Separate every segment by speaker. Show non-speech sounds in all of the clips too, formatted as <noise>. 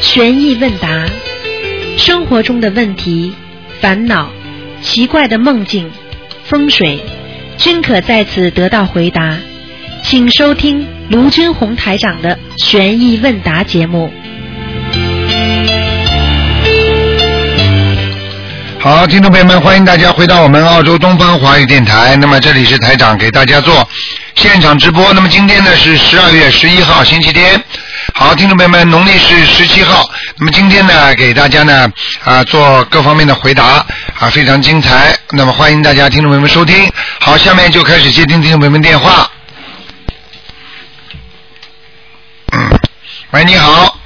Speaker 1: 悬疑问答，生活中的问题、烦恼、奇怪的梦境、风水，均可在此得到回答。请收听卢军红台长的悬疑问答节目。
Speaker 2: 好，听众朋友们，欢迎大家回到我们澳洲东方华语电台。那么这里是台长给大家做现场直播。那么今天呢是十二月十一号，星期天。好，听众朋友们，农历是十七号。那么今天呢，给大家呢啊做各方面的回答啊，非常精彩。那么欢迎大家听众朋友们收听。好，下面就开始接听听众朋友们电话。嗯，喂，你好，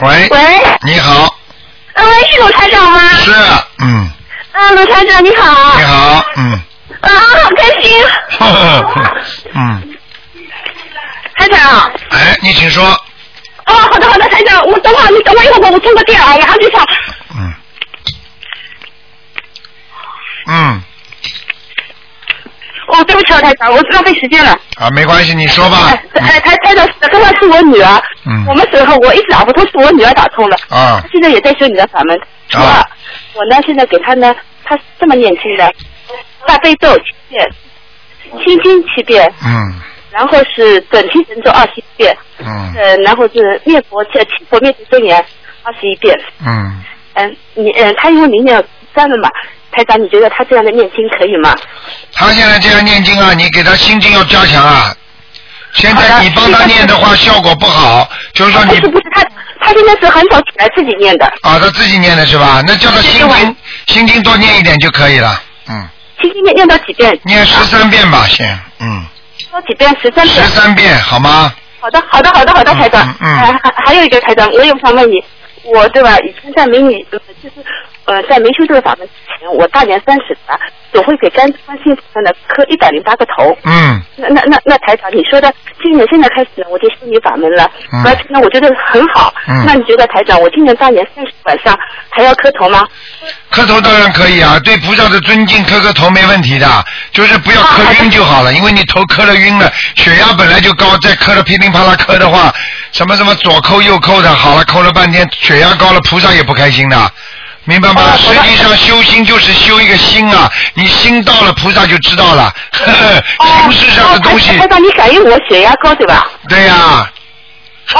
Speaker 2: 喂，
Speaker 3: 喂，
Speaker 2: 你好，
Speaker 3: 啊喂，是鲁台长吗？
Speaker 2: 是，嗯，
Speaker 3: 啊，鲁台长你好。
Speaker 2: 你。好，嗯，
Speaker 3: 啊，好开心。
Speaker 2: 呵呵呵嗯，
Speaker 3: 台长。
Speaker 2: 哎，你请说，
Speaker 3: 哦，好的好的，台长，我等会儿你等我一会儿，我充个电啊，然后就想，
Speaker 2: 嗯，嗯，
Speaker 3: 哦，对不起啊，台长，我知道费时间了。
Speaker 2: 啊，没关系，你说吧
Speaker 3: 哎，，哎，台台长，刚刚是我女儿，
Speaker 2: 嗯
Speaker 3: 我们时候我一直打不通，是我女儿打通了，
Speaker 2: 嗯，啊
Speaker 3: 她，现在也在修你的法门。除了
Speaker 2: 啊
Speaker 3: 我呢，现在给她呢，她这么念经的，大悲咒七遍，心经七遍，
Speaker 2: 嗯，
Speaker 3: 然后是准提神咒二十一遍，
Speaker 2: 嗯，
Speaker 3: 呃，然后是灭佛这七佛灭罪真言二十一遍。
Speaker 2: 嗯，
Speaker 3: 嗯，你嗯，他因为明年三了嘛，台长，你觉得他这样的念经可以吗？
Speaker 2: 他现在这样念经啊，你给他心经要加强啊。现
Speaker 3: 好
Speaker 2: 在
Speaker 3: 的啊
Speaker 2: 你帮他念的话，效果不好，就是说
Speaker 3: 不
Speaker 2: 你
Speaker 3: 是不是，他他现在是很早起来自己念的，
Speaker 2: 啊，他自己念的是吧？那叫他心
Speaker 3: 对对
Speaker 2: 经
Speaker 3: 对
Speaker 2: 心经多念一点就可以了，嗯，
Speaker 3: 星期念念到几遍？
Speaker 2: 念十三遍吧，先，嗯，
Speaker 3: 到几遍？十三
Speaker 2: 十
Speaker 3: 遍。
Speaker 2: 三遍好吗？
Speaker 3: 好的，好的，好的，好的，
Speaker 2: 嗯
Speaker 3: 台长。
Speaker 2: 嗯嗯
Speaker 3: 还还还有一个台长，我有想问你，我对吧？以前在美女，呃就是呃，在没修这个法门之前，我大年三十啊，总会给干观世音菩萨呢磕一百零八个头。
Speaker 2: 嗯，
Speaker 3: 那那那那台长，你说的今年现在开始呢，我就修你法门了，
Speaker 2: 嗯
Speaker 3: 而且呢，我觉得很好。
Speaker 2: 嗯
Speaker 3: 那你觉得台长，我今年大年三十晚上还要磕头吗？
Speaker 2: 磕头当然可以啊，对菩萨的尊敬磕个头没问题的，就是不要
Speaker 3: 啊
Speaker 2: 磕
Speaker 3: 好的
Speaker 2: 晕就好了，因为你头磕了晕了，血压本来就高，再磕了噼里啪啦磕的话，什么什么左扣右扣的，好了扣了半天，血压高了，菩萨也不开心的，明白吗？
Speaker 3: 啊
Speaker 2: 实
Speaker 3: 好的
Speaker 2: 际上修心就是修一个心啊，你心到了，菩萨就知道了， <laughs> 呵呵，
Speaker 3: 哦，
Speaker 2: 形式上的东西
Speaker 3: 哦台，台长，你感应我血压高对吧？
Speaker 2: 对呀、
Speaker 3: 哦，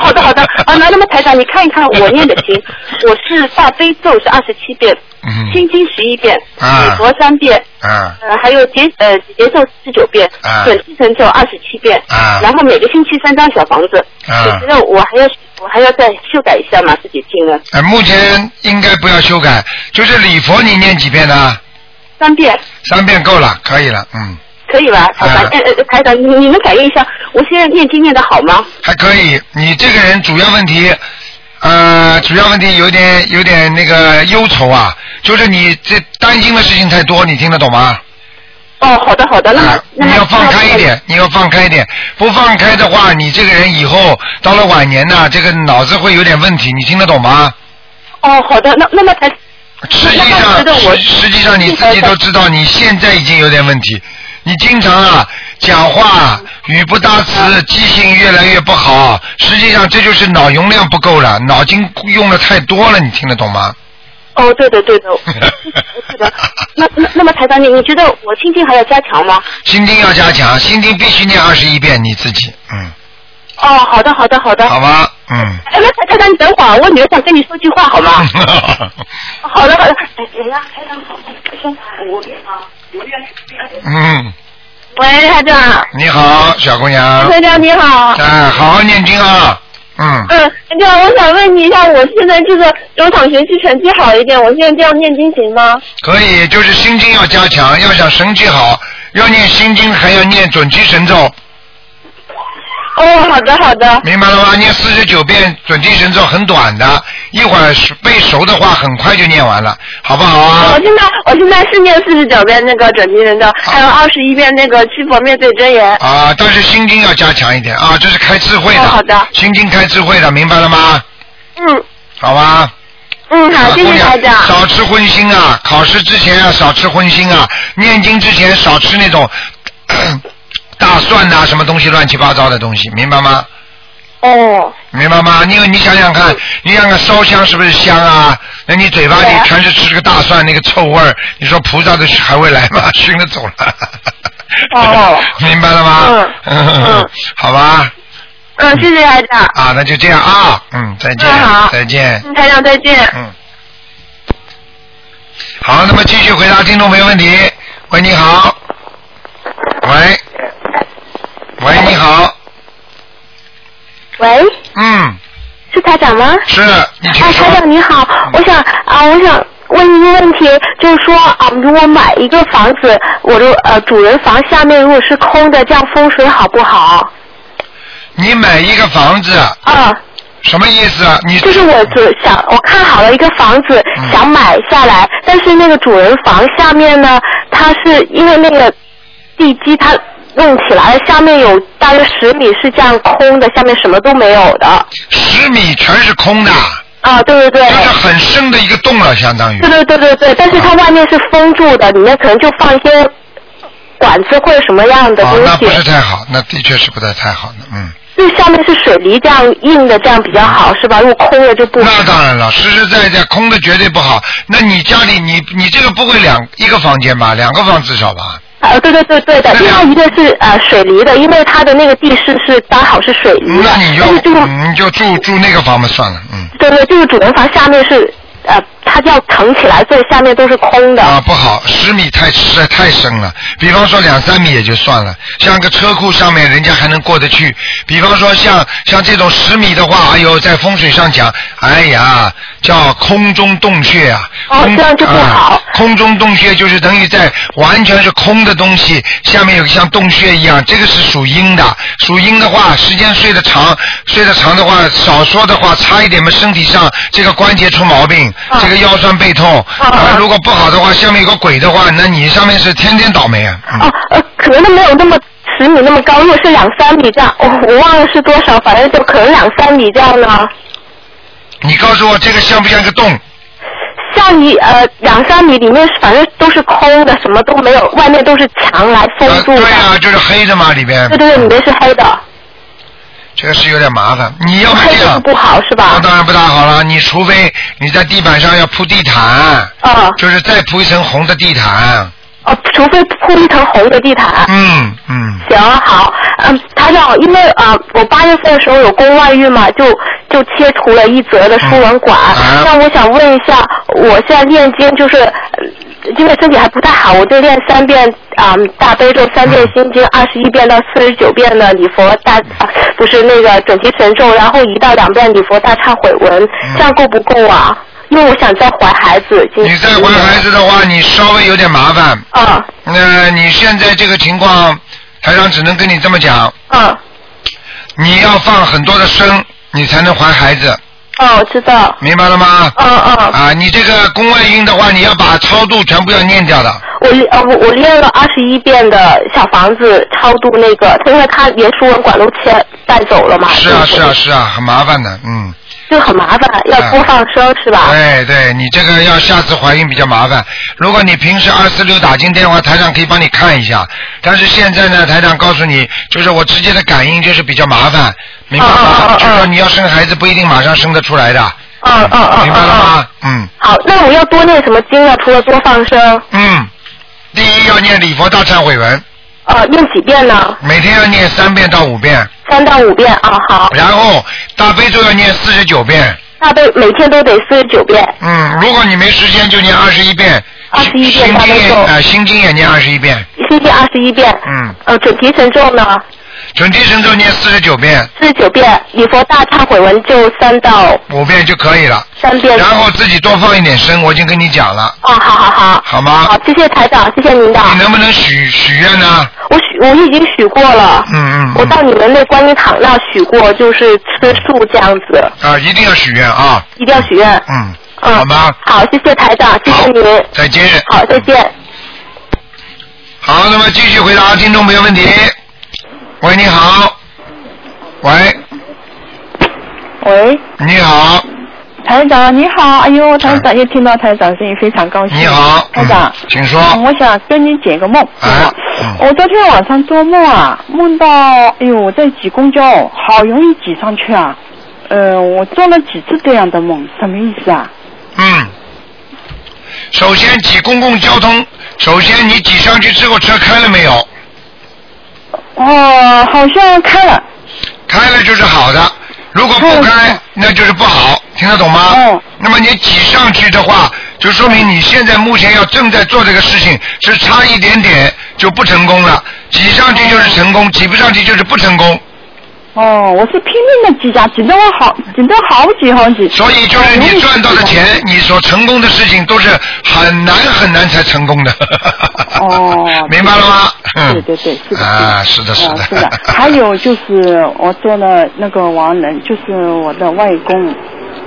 Speaker 3: 好的好的。啊，那那么台长，你看一看我 <laughs> 念的经，我是大悲咒是二十七遍，
Speaker 2: 嗯，
Speaker 3: 心经十一遍，
Speaker 2: 啊
Speaker 3: 礼佛三遍，
Speaker 2: 啊
Speaker 3: 呃，还有节呃节奏十九遍
Speaker 2: 啊，
Speaker 3: 准提神咒二十七遍，
Speaker 2: 啊
Speaker 3: 然后每个星期三张小房子。我
Speaker 2: 啊
Speaker 3: 觉。得我还要我还要再修改一下嘛，自己听啊了
Speaker 2: 哎，目前应该不要修改，就是礼佛你念几遍呢？
Speaker 3: 三遍，
Speaker 2: 三遍够了，可以了，嗯，
Speaker 3: 可以吧？台长，
Speaker 2: 啊
Speaker 3: 呃呃，台长，你你能感应一下，我现在念经念的好吗？
Speaker 2: 还可以。你这个人主要问题，呃，主要问题有点有点那个忧愁啊，就是你这担心的事情太多，你听得懂吗？
Speaker 3: 哦，好的好的，那么、
Speaker 2: 啊，
Speaker 3: 那么
Speaker 2: 你要放开一。点，你要放开一点，不放开的话，你这个人以后到了晚年呐、这个脑子会有点问题，你听得懂吗？
Speaker 3: 哦，好的，那那么台
Speaker 2: 实际
Speaker 3: 那我觉
Speaker 2: 上
Speaker 3: 得，我
Speaker 2: 实实际上你自己都知道，你现在已经有点问题。你经常啊讲话啊语不搭词，记性越来越不好，实际上这就是脑容量不够了，脑筋用的太多了，你听得懂吗？
Speaker 3: 哦，对
Speaker 2: <laughs>
Speaker 3: 的对的，对的。那那那么台长，你你觉得我心经还要加强吗？
Speaker 2: 心经要加强，心经必须念二十一遍，你自己，嗯，
Speaker 3: 哦，好的好的好的。
Speaker 2: 好吧，嗯， <laughs>
Speaker 3: 哎，那台台长，你等会儿，我女儿想跟你说句话，好吗？好的好的。哎，人家台长好，先我
Speaker 2: 嗯，
Speaker 3: 喂，台长，
Speaker 2: 你好，啊小姑娘，
Speaker 3: 台长你好。
Speaker 2: 哎，好好念经啊，嗯，
Speaker 3: 嗯，那我想问你一下，我现在这个中场学习成绩好一点，我现在这样念经行吗？
Speaker 2: 可以，就是心经要加强，要想神气好，要念心经，还要念准提神咒。
Speaker 3: 哦，好的好的，
Speaker 2: 明白了吗？念四十九遍准提神咒很短的，一会儿背熟的话很快就念完了，好不好啊
Speaker 3: 我？现在我现在是念四十九遍那个准提神咒，还有二十一遍那个七佛灭罪真言。
Speaker 2: 啊，但是心经要加强一点啊，这是开智慧的。
Speaker 3: 哦好的
Speaker 2: 心经开智慧的，明白了吗？
Speaker 3: 嗯
Speaker 2: 好吧。啊
Speaker 3: 嗯，好，谢
Speaker 2: 小姑
Speaker 3: 谢
Speaker 2: 娘
Speaker 3: 台长。
Speaker 2: 少吃荤腥啊，考试之前要少吃荤腥啊，念经之前少吃那种咳大蒜呐、什么东西乱七八糟的东西，明白吗？
Speaker 3: 哦，
Speaker 2: 明白吗？因为你想想看，你想想烧香是不是香啊？那你嘴巴里
Speaker 4: 对啊
Speaker 2: 全是吃这个大蒜那个臭味儿，你说菩萨的还会来吗？ <laughs> 熏了走了。
Speaker 4: 哦
Speaker 2: 明白了吗？
Speaker 4: 嗯嗯
Speaker 2: <laughs> 好吧，
Speaker 4: 嗯，谢谢台长，
Speaker 2: 啊，那就这样啊，嗯，再见
Speaker 4: 嗯好，
Speaker 2: 再见，
Speaker 4: 嗯台长再见。
Speaker 2: 嗯。好，那么继续回答听众朋友问题。喂，你好。喂。喂，你好。
Speaker 3: 喂，
Speaker 2: 嗯，
Speaker 3: 是台长吗？
Speaker 2: 是你请
Speaker 3: 哎，
Speaker 2: 说
Speaker 3: 台。长你好，
Speaker 2: 嗯
Speaker 3: 我想啊，我想问一个问题，就是说啊，如果买一个房子，我的呃主人房下面如果是空的，这样风水好不好？
Speaker 2: 你买一个房子，
Speaker 3: 啊，
Speaker 2: 什么意思啊？你
Speaker 3: 就是我主想我看好了一个房子
Speaker 2: 嗯，
Speaker 3: 想买下来，但是那个主人房下面呢，它是因为那个地基它弄起来了，下面有大约十米是这样空的，下面什么都没有的。
Speaker 2: 十米全是空的，
Speaker 3: 啊，对对对。
Speaker 2: 就是很深的一个洞了，相当于
Speaker 3: 对。对对对对，但是它外面是封住的，里面可能就放一些管子或者什么样的
Speaker 2: 啊，
Speaker 3: 东
Speaker 2: 那
Speaker 3: 西
Speaker 2: 不，是太好，那的确是不太太好的，嗯。
Speaker 3: 就下面是水泥这样硬的，这样比较好是吧？如果空了就不
Speaker 2: 那当然了，实实在在空的绝对不好。那你家里你你这个不会两一个房间吧？两个房至少吧？
Speaker 3: 呃，对对对对的，
Speaker 2: 那
Speaker 3: 另
Speaker 2: 两
Speaker 3: 外一个是呃水泥的，因为它的那个地势是刚好是水泥的
Speaker 2: 那你，就
Speaker 3: 但是这个
Speaker 2: 嗯你就住住那个房嘛算了，嗯。
Speaker 3: 对对，这个主人房下面是呃它要腾起来，所以下面都是空的。
Speaker 2: 啊，不好，十米太实在太深了。比方说两三米也就算了，像个车库上面人家还能过得去。比方说像像这种十米的话，哎呦，在风水上讲，哎呀，叫空中洞穴啊。
Speaker 3: 哦
Speaker 2: 空
Speaker 3: 这样就不好
Speaker 2: 啊空中洞穴就是等于在完全是空的东西下面有个像洞穴一样，这个是属阴的。属阴的话，时间睡得长，睡得长的话，少说的话，差一点嘛，身体上这个关节出毛病，
Speaker 3: 啊
Speaker 2: 这个腰酸背痛。
Speaker 3: 啊
Speaker 2: 啊，如果不好的话，下面有个鬼的话，那你上面是天天倒霉啊。嗯
Speaker 3: 哦，呃，可能都没有那么十米那么高，如果是两三米这样，我、我忘了是多少，反正就可能两三米这样啊呢。
Speaker 2: 你告诉我这个像不像一个洞？
Speaker 3: 像你呃两三米里面是反正都是空的，什么都没有，外面都是墙来封
Speaker 2: 呃，
Speaker 3: 住的。
Speaker 2: 对啊，就是黑的嘛，里边。
Speaker 3: 对对对，里面是黑的，
Speaker 2: 这个是有点麻烦。你要么
Speaker 3: 黑
Speaker 2: 这
Speaker 3: 的
Speaker 2: 样
Speaker 3: 是，不好是
Speaker 2: 那
Speaker 3: 吧？
Speaker 2: 当然不大好了。你除非你在地板上要铺地毯，
Speaker 3: 啊
Speaker 2: 就是再铺一层红的地毯。
Speaker 3: 哦，除非铺一层红的地毯。
Speaker 2: 嗯嗯，
Speaker 3: 行好，嗯，台长，因为啊、呃我八月份的时候有宫外孕嘛，就就切除了一则的输卵管。
Speaker 2: 嗯啊
Speaker 3: 那我想问一下，我现在念经就是，呃因为身体还不太好，我就念三遍啊、嗯大悲咒，三遍心经，二十一遍到四十九遍的礼佛大，
Speaker 2: 嗯
Speaker 3: 啊不是那个准提神咒，然后一到两遍礼佛大忏悔文，这样够不够啊？因为我想再怀孩子，已经
Speaker 2: 嗯你再怀孩子的话，你稍微有点麻烦。
Speaker 3: 嗯
Speaker 2: 那、你现在这个情况，台长只能跟你这么讲，
Speaker 3: 嗯
Speaker 2: 你要放很多的生，你才能怀孩子，
Speaker 3: 哦，知道，
Speaker 2: 明白了吗？
Speaker 3: 嗯嗯。
Speaker 2: 啊，你这个宫外孕的话，你要把超度全部要念掉的。
Speaker 3: 我呃我我练了二十一遍的小房子超度那个，因为他连输卵管都切带走了嘛，
Speaker 2: 是啊，
Speaker 3: 就是
Speaker 2: 啊，是啊，很麻烦的，嗯。
Speaker 3: 就很麻烦，要多放生是吧？
Speaker 2: 对哎对，你这个要下次怀孕比较麻烦。如果你平时二四六打进电话，台长可以帮你看一下。但是现在呢，台长告诉你，就是我直接的感应就是比较麻烦，明白
Speaker 3: 嗯嗯
Speaker 2: 吗？
Speaker 3: 嗯嗯
Speaker 2: 就是说你要生孩子不一定马上生得出来的，
Speaker 3: 嗯嗯嗯
Speaker 2: 明
Speaker 3: 嗯
Speaker 2: 白了
Speaker 3: 嗯。
Speaker 2: 吗？嗯
Speaker 3: 好，那我要多念什么经啊？除了多放生，
Speaker 2: 嗯，第一要念礼佛大忏悔文，
Speaker 3: 呃，念几遍呢？
Speaker 2: 每天要念三遍到五遍，
Speaker 3: 三到五遍啊，好。
Speaker 2: 然后大悲咒要念四十九遍。
Speaker 3: 大悲每天都得四十九遍，
Speaker 2: 嗯，如果你没时间就念二十一遍。
Speaker 3: 21遍
Speaker 2: 心
Speaker 3: 大
Speaker 2: 经
Speaker 3: 悲
Speaker 2: 也
Speaker 3: 咒
Speaker 2: 啊、心经也念二十一遍。
Speaker 3: 星期二十一遍。
Speaker 2: 嗯。
Speaker 3: 呃，准提神咒呢，
Speaker 2: 准提神咒念四十九遍，
Speaker 3: 四十九遍，礼佛大忏悔文就三到
Speaker 2: 五遍就可以了。
Speaker 3: 三遍。
Speaker 2: 然后自己多放一点声，我已经跟你讲了，
Speaker 3: 哦，好好好。
Speaker 2: 好吗？
Speaker 3: 好，谢谢台长，谢谢您的。
Speaker 2: 你能不能许许愿呢？
Speaker 3: 我许我已经许过了，
Speaker 2: 嗯嗯
Speaker 3: 我
Speaker 2: 嗯。
Speaker 3: 到你们那观音堂那许过，就是吃素这样子，
Speaker 2: 啊，一定要许愿啊！
Speaker 3: 一定要许愿。
Speaker 2: 嗯，
Speaker 3: 嗯，
Speaker 2: 好吗？
Speaker 3: 好，谢谢台长，谢谢您。
Speaker 2: 再见。
Speaker 3: 好，再见。
Speaker 2: 好，那么继续回答听众朋友问题。喂，你好。喂，
Speaker 5: 喂，
Speaker 2: 你好。
Speaker 5: 台长你好，哎呦，台长又听到台长声音，非常高兴。
Speaker 2: 你好。
Speaker 5: 台长。
Speaker 2: 嗯请说。
Speaker 5: 嗯我想跟你解个梦。
Speaker 2: 哎
Speaker 5: 嗯
Speaker 2: 嗯
Speaker 5: 我昨天晚上做梦啊，梦到哎呦，我在挤公交，好容易挤上去啊。呃，我做了几次这样的梦，什么意思啊？
Speaker 2: 嗯，首先挤公共交通，首先你挤上去之后车开了没有？
Speaker 5: 哦，好像开了。
Speaker 2: 开了就是好的，如果不开那就是不好，听得懂吗？
Speaker 5: 嗯
Speaker 2: 那么你挤上去的话，就说明你现在目前要正在做这个事情，是差一点点就不成功了。挤上去就是成功，挤不上去就是不成功。
Speaker 5: 哦，我是拼命的挤呀，挤得我好，挤得好挤好挤。
Speaker 2: 所以就是你赚到的
Speaker 5: 哦
Speaker 2: 钱，你所成功的事情都是很难很难才成功的。
Speaker 5: 哦
Speaker 2: <laughs> 明白了吗？嗯
Speaker 5: 对对对，是的，
Speaker 2: 啊，是的，
Speaker 5: 是
Speaker 2: 的，
Speaker 5: 是的。还有就是我做了那个亡人，就是我的外公，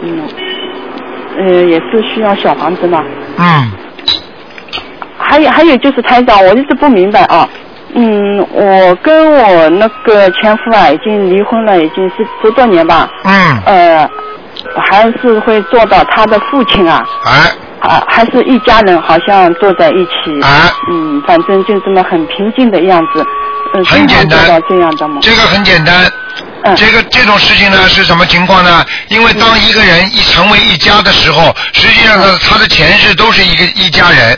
Speaker 5: 嗯，呃，也是需要小房子嘛。
Speaker 2: 嗯，
Speaker 5: 还有还有就是台长，我一直不明白啊。嗯，我跟我那个前夫啊，已经离婚了，已经是十多年吧。
Speaker 2: 嗯，
Speaker 5: 呃，还是会做到他的父亲啊，
Speaker 2: 哎
Speaker 5: 啊，还是一家人，好像坐在一起。
Speaker 2: 哎，
Speaker 5: 嗯，反正就这么很平静的样子。嗯、
Speaker 2: 很
Speaker 5: 经常
Speaker 2: 简单
Speaker 5: 做到这样的梦。
Speaker 2: 这个很简单。
Speaker 5: 嗯
Speaker 2: 这个这种事情呢是什么情况呢？因为当一个人一成为一家的时候，实际上
Speaker 5: 嗯
Speaker 2: 呢，他的前世都是一个一家人，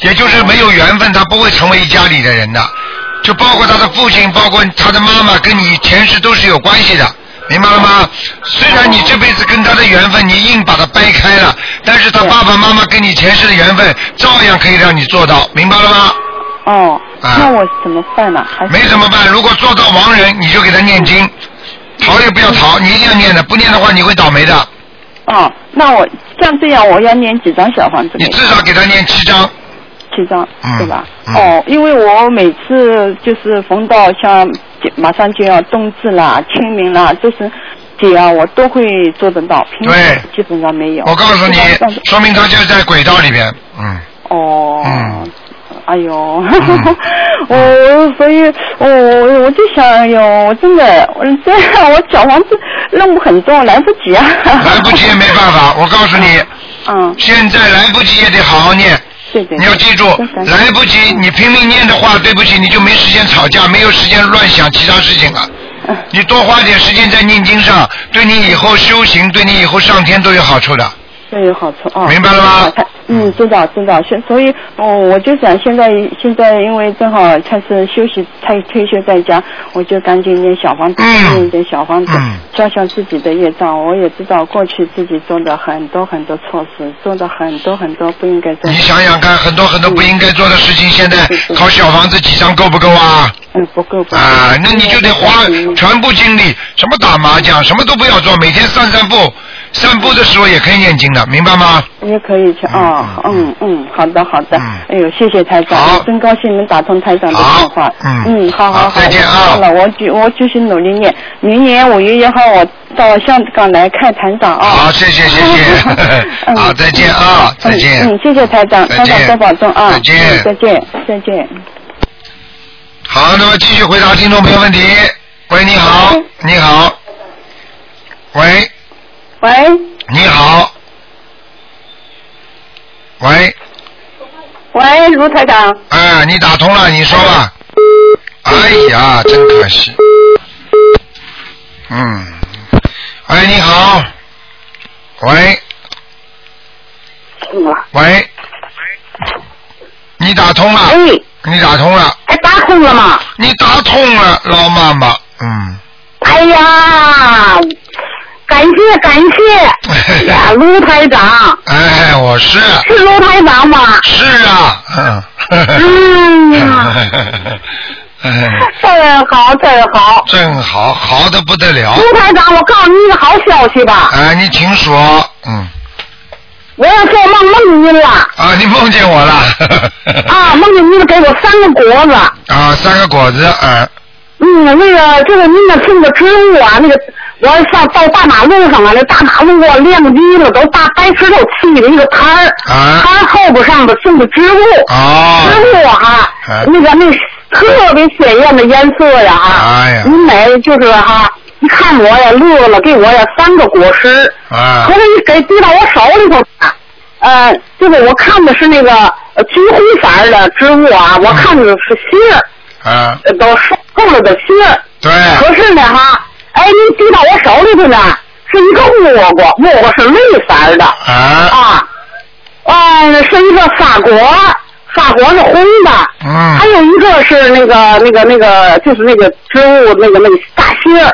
Speaker 2: 也就是没有缘分，他不会成为一家里的人的，就包括他的父亲，包括他的妈妈，跟你前世都是有关系的。明白了吗？虽然你这辈子跟他的缘分，你硬把它掰开了，但是他爸爸妈妈跟你前世的缘分，照样可以让你做到，明白了吗？
Speaker 5: 哦，
Speaker 2: 啊
Speaker 5: 那我怎么办呢？还是
Speaker 2: 没怎么办，如果做到亡人，你就给他念经，逃也不要逃，你一定要念的，不念的话你会倒霉的。
Speaker 5: 哦，那我像这样，我要念几张小房子？
Speaker 2: 你至少给他念七章，
Speaker 5: 七张，
Speaker 2: 嗯
Speaker 5: 对吧？
Speaker 2: 嗯
Speaker 5: 哦，因为我每次就是逢到像马上就要冬至啦、清明啦，就是节啊，我都会做得到，平时
Speaker 2: 对
Speaker 5: 基本上没有。
Speaker 2: 我告诉你
Speaker 5: 基本上，
Speaker 2: 说明他就是在轨道里边，嗯，
Speaker 5: 哦。
Speaker 2: 嗯
Speaker 5: 哎呦， <laughs> 我我所以，我我我就想，哎呦，我真的，我这样我小房子任务很重，来不及啊。
Speaker 2: 来不及也没办法。我告诉你，
Speaker 5: 嗯，
Speaker 2: 现在来不及也得好好念。
Speaker 5: 对对。
Speaker 2: 你要记住
Speaker 5: 真感，谢
Speaker 2: 来不及，你拼命念的话，对不起，你就没时间吵架，没有时间乱想其他事情了。
Speaker 5: 嗯
Speaker 2: 你多花点时间在念经上，对你以后修行，对你以后上天都有好处的。
Speaker 5: 这有好处啊！
Speaker 2: 明白了吗
Speaker 5: 嗯，知道知道，现所以哦，我就想现在现在因为正好开始休息，退退休在家，我就赶紧念小房子，
Speaker 2: 嗯
Speaker 5: 念一点小房子
Speaker 2: 嗯，
Speaker 5: 消消自己的业障。我也知道过去自己做的很多很多错事，做的很多很多不应该做
Speaker 2: 你
Speaker 5: 的。嗯
Speaker 2: 想想看，很多很多不应该做的事情，现在
Speaker 5: 对对
Speaker 2: 靠小房子几张够不够啊？
Speaker 5: 嗯，不够不够。
Speaker 2: 啊，那你就得花
Speaker 5: 嗯
Speaker 2: 全部精力，什么打麻将，什么都不要做，每天散散步，散步的时候也可以念经的，明白吗？
Speaker 5: 也可以去哦，
Speaker 2: 嗯
Speaker 5: 嗯嗯，好的好的，
Speaker 2: 嗯
Speaker 5: 哎呦，谢谢台长
Speaker 2: 好，
Speaker 5: 真高兴能打通台长的
Speaker 2: 好
Speaker 5: 电话，
Speaker 2: 嗯
Speaker 5: 嗯，好
Speaker 2: 好
Speaker 5: 好
Speaker 2: 再见啊
Speaker 5: 我知道了，我继我继续努力念，明年五月一号我到香港来看台长啊，，
Speaker 2: 好，谢谢谢谢
Speaker 5: <laughs>
Speaker 2: <laughs>
Speaker 5: 嗯
Speaker 2: 好，再见啊，再见。
Speaker 5: 嗯，嗯谢谢台长，
Speaker 2: 再
Speaker 5: 台长
Speaker 2: 见
Speaker 5: 多保重啊，
Speaker 2: 再见
Speaker 5: 嗯再见，再见。
Speaker 2: 好，那么继续回答听众朋友问题。喂，你好，你好，喂，
Speaker 5: 喂，
Speaker 2: 你好，喂，
Speaker 6: 喂，卢台长。
Speaker 2: 哎，你打通了，你说吧。哎呀，真可惜。嗯，喂，你好，喂，喂，你打通了，
Speaker 6: 哎，
Speaker 2: 你打通了，
Speaker 6: 哎，打通了吗？
Speaker 2: 你打通了，老妈妈，嗯。
Speaker 6: 哎呀，感谢感
Speaker 2: <laughs>
Speaker 6: 谢，呀，卢台长，
Speaker 2: 哎，我是
Speaker 6: 是卢台长吗？
Speaker 2: 是 <laughs> 啊，嗯，
Speaker 6: 嗯呀，
Speaker 2: 哎
Speaker 6: 真好真好，
Speaker 2: 正好好的不得了。
Speaker 6: 卢台长，我告诉你一个好消息吧，
Speaker 2: 哎，你请说，嗯，
Speaker 6: 我要做梦梦见您了，
Speaker 2: 啊，你梦见我了， <laughs>
Speaker 6: 啊，梦见您给我三个果子，
Speaker 2: 啊，三个果子，啊，
Speaker 6: 嗯，那个就是您那种的植物啊，那个我上到大马路上啊，那大马路啊亮鸡了，都大白石头砌的一个摊儿，
Speaker 2: 啊
Speaker 6: 摊儿后边上边种的植物，植
Speaker 2: 哦，
Speaker 6: 物啊
Speaker 2: 哎，
Speaker 6: 那个那特别鲜艳的颜色呀啊，
Speaker 2: 哎呀
Speaker 6: 你，美就是哈、一看我呀乐了，给我呀三个果实，
Speaker 2: 啊
Speaker 6: 可，是你给递到我手里头啊，呃，就是我看的是那个呃橘红色儿的植物啊，我看的是杏儿，
Speaker 2: 啊，
Speaker 6: 呃都熟透了的杏儿，
Speaker 2: 对，
Speaker 6: 可是呢哈，哎，你递到我手里头呢，是一个倭瓜，倭瓜是绿色的
Speaker 2: 啊，
Speaker 6: 啊，嗯，是一个法国，法国是红的，还
Speaker 2: 嗯，
Speaker 6: 有一个是那个那个那个，就是那个植物那个那个大杏儿，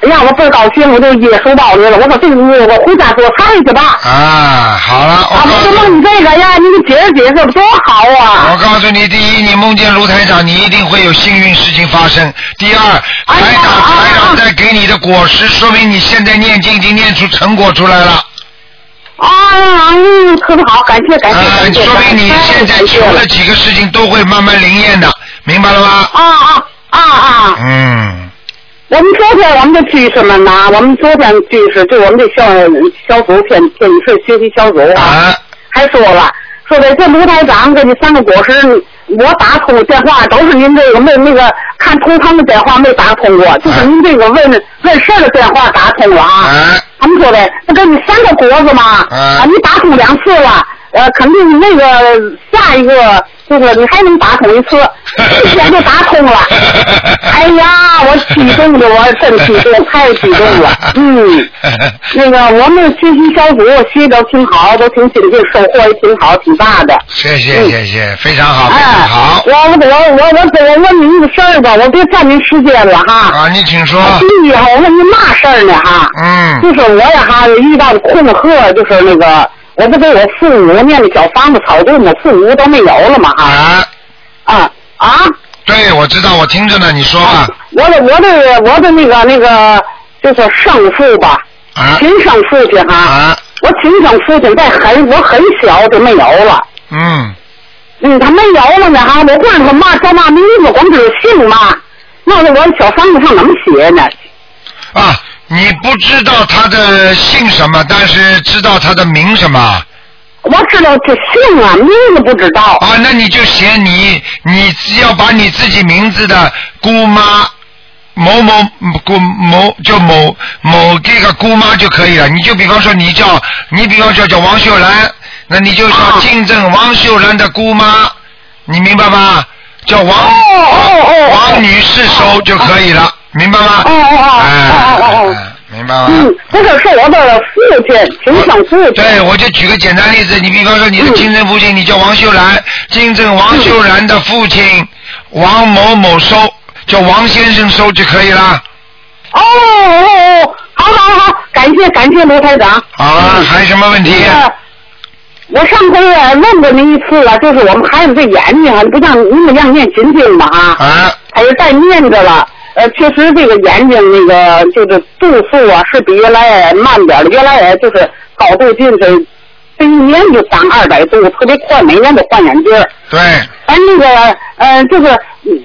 Speaker 6: 让我倍儿高兴，我就也收到了。我说这个我回家做菜去吧。
Speaker 2: 啊，好了，
Speaker 6: 啊，我就
Speaker 2: 我告诉
Speaker 6: 问
Speaker 2: 你，
Speaker 6: 你这个呀，你给解释解释多好啊！
Speaker 2: 我告诉你，第一，你梦见卢台长，你一定会有幸运事情发生；第二，
Speaker 6: 哎呀
Speaker 2: 台长
Speaker 6: 啊
Speaker 2: 台
Speaker 6: 啊
Speaker 2: 长在给你的果实，说明你现在念经已经念出成果出来了。
Speaker 6: 啊，嗯，特别好，感谢感谢
Speaker 2: 啊，
Speaker 6: 感谢，
Speaker 2: 说明你现在
Speaker 6: 感谢
Speaker 2: 求
Speaker 6: 了
Speaker 2: 的几个事情都会慢慢灵验的，明白了吗？
Speaker 6: 啊啊啊啊！
Speaker 2: 嗯，
Speaker 6: 我们昨天我们的居士们呐，我们昨天居士就我们的小小组偏偏是学习小组
Speaker 2: 啊，
Speaker 6: 还说了，说的这卢台长给你三个果实，我打通电话都是您这个没那个看同行的电话没打通过，就是您这个问问事儿的电话打通了啊。
Speaker 2: 啊，
Speaker 6: 他们说的，那给你三个果子嘛，
Speaker 2: 嗯
Speaker 6: 啊，你打通两次了，呃，肯定你那个下一个就是你还能打通一次，一天就打通了。
Speaker 2: <laughs>
Speaker 6: 哎呀，我激动的，我真激动，太激动
Speaker 2: <laughs>
Speaker 6: 了，嗯。那个我们学习小组学的挺好，都挺精进，收获也挺好，挺大的。
Speaker 2: 谢
Speaker 6: 嗯
Speaker 2: 谢谢谢，非常好，非常
Speaker 6: 哎，
Speaker 2: 好
Speaker 6: 我。我我我我我问您一个事儿吧，我别占您时间了哈。哎
Speaker 2: 啊，你请说。
Speaker 6: 第一哈，我问您嘛事儿呢哈？
Speaker 2: 嗯
Speaker 6: 就是我呀哈遇到的困惑，就是那个我不给我四五年的小房子草顿嘛，四五都没有了嘛哈
Speaker 2: 啊，
Speaker 6: 啊啊！
Speaker 2: 对，我知道，我听着呢，你说吧。
Speaker 6: 我的我的我的那个那个就是生父吧，
Speaker 2: 啊
Speaker 6: 亲生父亲哈。
Speaker 2: 啊，
Speaker 6: 我亲生父亲在很我很小就没有了，
Speaker 2: 嗯，
Speaker 6: 嗯，他没有了呢哈，我问他嘛叫嘛名字，我们就是姓嘛，那我小房子上怎么写呢？
Speaker 2: 啊，你不知道他的姓什么，但是知道他的名什么
Speaker 6: 我知道这姓啊，名字不知道。
Speaker 2: 啊？那你就写你，你只要把你自己名字的姑妈某某姑某就某某这个姑妈就可以了。你就比方说你叫你比方说叫王秀兰，那你就
Speaker 6: 啊
Speaker 2: 叫金正王秀兰的姑妈，你明白吗？叫王
Speaker 6: 哦哦哦哦
Speaker 2: 王女士收就可以了，明白吗？
Speaker 6: 哦哦哦
Speaker 2: 哎
Speaker 6: 哦哦哦
Speaker 2: 哎明白吗？
Speaker 6: 嗯，不是，是我的父亲，亲生父亲。
Speaker 2: 对，我就举个简单例子，你比方说你的亲生父亲，你叫王秀兰，亲生王秀兰的父亲王某某收，叫王先生收就可以啦。
Speaker 6: 哦哦哦，好好好，感谢感谢刘台长。
Speaker 2: 好
Speaker 6: 嗯
Speaker 2: 了，还有什么问题？
Speaker 6: 呃我上回呃问过您一次了，就是我们孩子这眼睛啊，不让你们让念心经嘛啊。
Speaker 2: 啊，
Speaker 6: 还是带面子了。呃，确实这个眼睛那个就是度数啊，是比原来慢点儿了。原来就是高度近视，这一年就长二百度，特别快，每年都换眼镜儿。
Speaker 2: 对，
Speaker 6: 哎，那个，呃，就是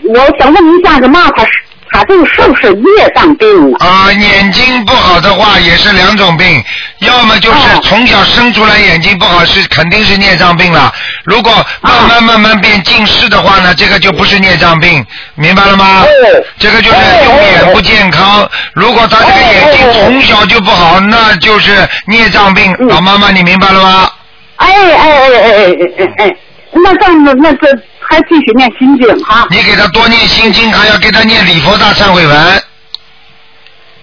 Speaker 6: 我想问一下，是嘛？他是他这个是不是业障病啊？
Speaker 2: 啊、眼睛不好的话也是两种病，要么就是
Speaker 6: 哦
Speaker 2: 从小生出来眼睛不好是肯定是孽障病了，如果慢慢慢慢变近视的话呢，这个就不是孽障病，明白了吗？
Speaker 6: 哦
Speaker 2: 这个就是
Speaker 6: 哦
Speaker 2: 右眼
Speaker 6: 哦
Speaker 2: 不健康，如果他这个眼睛
Speaker 6: 哦哦哦
Speaker 2: 从小就不好，那就是孽障病。
Speaker 6: 嗯
Speaker 2: 老妈妈，你明白了吗？
Speaker 6: 哎哎哎哎哎哎哎哎，那这样子，那这还继续念心经啊哈？
Speaker 2: 你给他多念心经，还要给他念礼佛大忏悔文。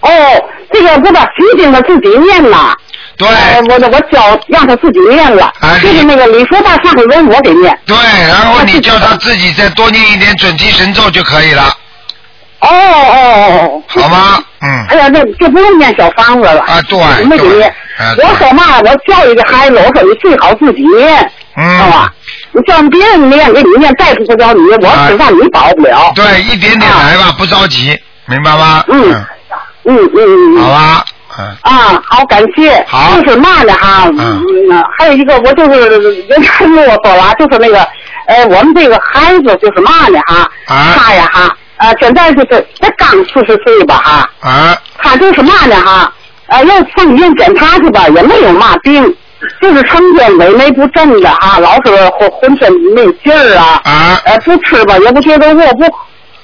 Speaker 6: 哦，这个不是心经他自己念呐。
Speaker 2: 对，
Speaker 6: 哎我我教让他自己念了
Speaker 2: 哎，
Speaker 6: 就是那个礼佛大忏悔文我给念。
Speaker 2: 对，然后你
Speaker 6: 他自己
Speaker 2: 叫他自己再多念一点准提神咒就可以了，
Speaker 6: 哦哦哦哦。
Speaker 2: 好吗？嗯。
Speaker 6: 哎呀，这这不用念小方子了
Speaker 2: 啊对
Speaker 6: 没给
Speaker 2: 对
Speaker 6: 念
Speaker 2: 啊。对
Speaker 6: 我说嘛，我教育这孩子，我说你最好自己念，知道
Speaker 2: 嗯
Speaker 6: 吧，？你叫别人念给你念，再不教你，我只让你保不了。
Speaker 2: 啊
Speaker 6: 啊
Speaker 2: 对，一点点来吧，不着急，明白吗？
Speaker 6: 嗯嗯嗯嗯。
Speaker 2: 嗯，好
Speaker 6: 嗯。
Speaker 2: 吧，嗯，
Speaker 6: 啊，好，感谢。
Speaker 2: 好
Speaker 6: 就是嘛呢哈，
Speaker 2: 嗯
Speaker 6: 嗯，还有一个，我就是人太啰嗦了啊，就是那个，呃，我们这个孩子就是嘛呢哈，
Speaker 2: 啊
Speaker 6: 他呀哈，呃，现在就是才刚四十岁吧哈，
Speaker 2: 啊，
Speaker 6: 他就是嘛呢哈，呃，要上医院检查去吧，也没有嘛病，就是成天萎靡不振的哈，老是浑浑身没劲儿啊，
Speaker 2: 啊
Speaker 6: 呃，不吃吧也不觉得饿，不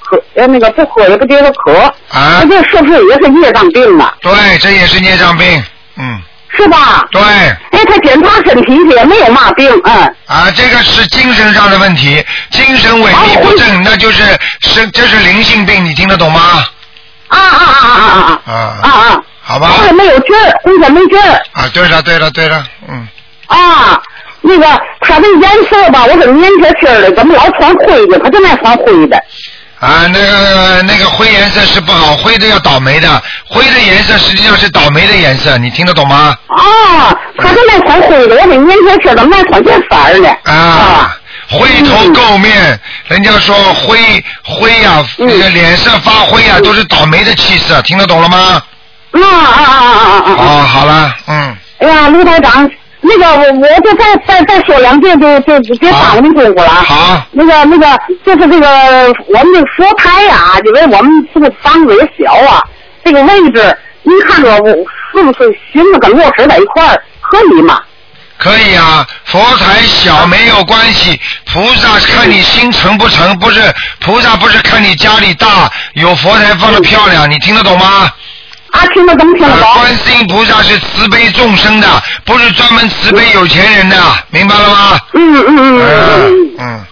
Speaker 6: 喝呃那个不喝也不觉得渴，
Speaker 2: 啊
Speaker 6: 那，这是不是也是业障病啊？
Speaker 2: 对，这也是孽障病，嗯，
Speaker 6: 是吧？
Speaker 2: 对，
Speaker 6: 哎，他检查身体去也没有嘛病，嗯，
Speaker 2: 啊，这个是精神上的问题，精神萎靡不
Speaker 6: 啊
Speaker 2: 振，那就是是这是灵性病，你听得懂吗？
Speaker 6: 啊啊啊啊啊
Speaker 2: 啊
Speaker 6: 啊啊啊！
Speaker 2: 好吧？
Speaker 6: 我也没有证儿，工作没证儿
Speaker 2: 啊，对了对了对了，嗯，
Speaker 6: 啊。那个他那颜色吧，我给粘贴贴的，怎么老穿灰的？他就爱穿灰的。
Speaker 2: 啊，那个那个灰颜色是不好，灰的要倒霉的，灰的颜色实际上是倒霉的颜色，你听得懂吗？
Speaker 6: 啊，他就爱穿灰的，我给粘贴贴，怎么爱穿这色儿的？
Speaker 2: 啊，灰头垢面，人家说灰灰呀、
Speaker 6: 嗯
Speaker 2: 那个脸色发灰呀、都是倒霉的气色，听得懂了吗？
Speaker 6: 啊嗯啊啊啊啊啊！
Speaker 2: 哦，好了，嗯，
Speaker 6: 哎呀，卢台长，那个我我就再再再说两句，就就就别耽误你功夫了啊。
Speaker 2: 好，
Speaker 6: 那个那个，就是这个我们这个佛台呀、因为我们这个房子也小啊，这个位置，您看着我是不是寻思跟落实在一块儿合理吗？
Speaker 2: 可以啊，佛台小没有关系，菩萨看
Speaker 6: 嗯
Speaker 2: 你心诚不诚，不是菩萨不是看你家里大，有佛台放的漂亮，你听得懂吗？
Speaker 6: 嗯啊，听得懂，听得
Speaker 2: 呃
Speaker 6: 懂。
Speaker 2: 观世音菩萨是慈悲众生的，不是专门慈悲有钱人的，明白了吗？
Speaker 6: 嗯嗯嗯嗯
Speaker 2: 嗯
Speaker 6: 嗯。
Speaker 2: 嗯，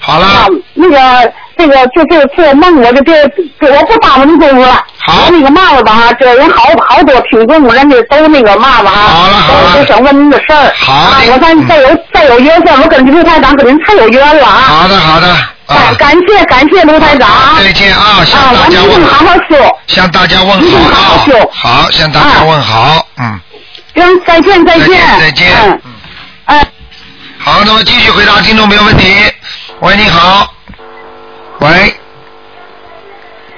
Speaker 2: 好
Speaker 6: 啊
Speaker 2: 了，，
Speaker 6: 那个这个就这这梦我就别，这我不耽误您功夫了。
Speaker 2: 好
Speaker 6: 那个嘛了吧，这人好好多听众，人家都那个嘛吧，
Speaker 2: 好了好了
Speaker 6: 都想问您的事儿。
Speaker 2: 好
Speaker 6: 啊，我再
Speaker 2: 嗯
Speaker 6: 再有再有缘分，我跟卢台长跟您太有缘了啊！
Speaker 2: 好的好的
Speaker 6: 感
Speaker 2: 啊，
Speaker 6: 感谢感谢卢台长啊！
Speaker 2: 再见啊，
Speaker 6: 啊，
Speaker 2: 向大
Speaker 6: 咱
Speaker 2: 家
Speaker 6: 们一
Speaker 2: 问
Speaker 6: 定好
Speaker 2: 好，
Speaker 6: 好修。
Speaker 2: 向大家问
Speaker 6: 一定好
Speaker 2: 好
Speaker 6: 好修
Speaker 2: 啊，好，向大家问好，嗯，
Speaker 6: 行，再见再见
Speaker 2: 再见
Speaker 6: 嗯，，
Speaker 2: 嗯，
Speaker 6: 哎、
Speaker 2: 好，那么继续回答听众朋友问题。喂，你好，喂，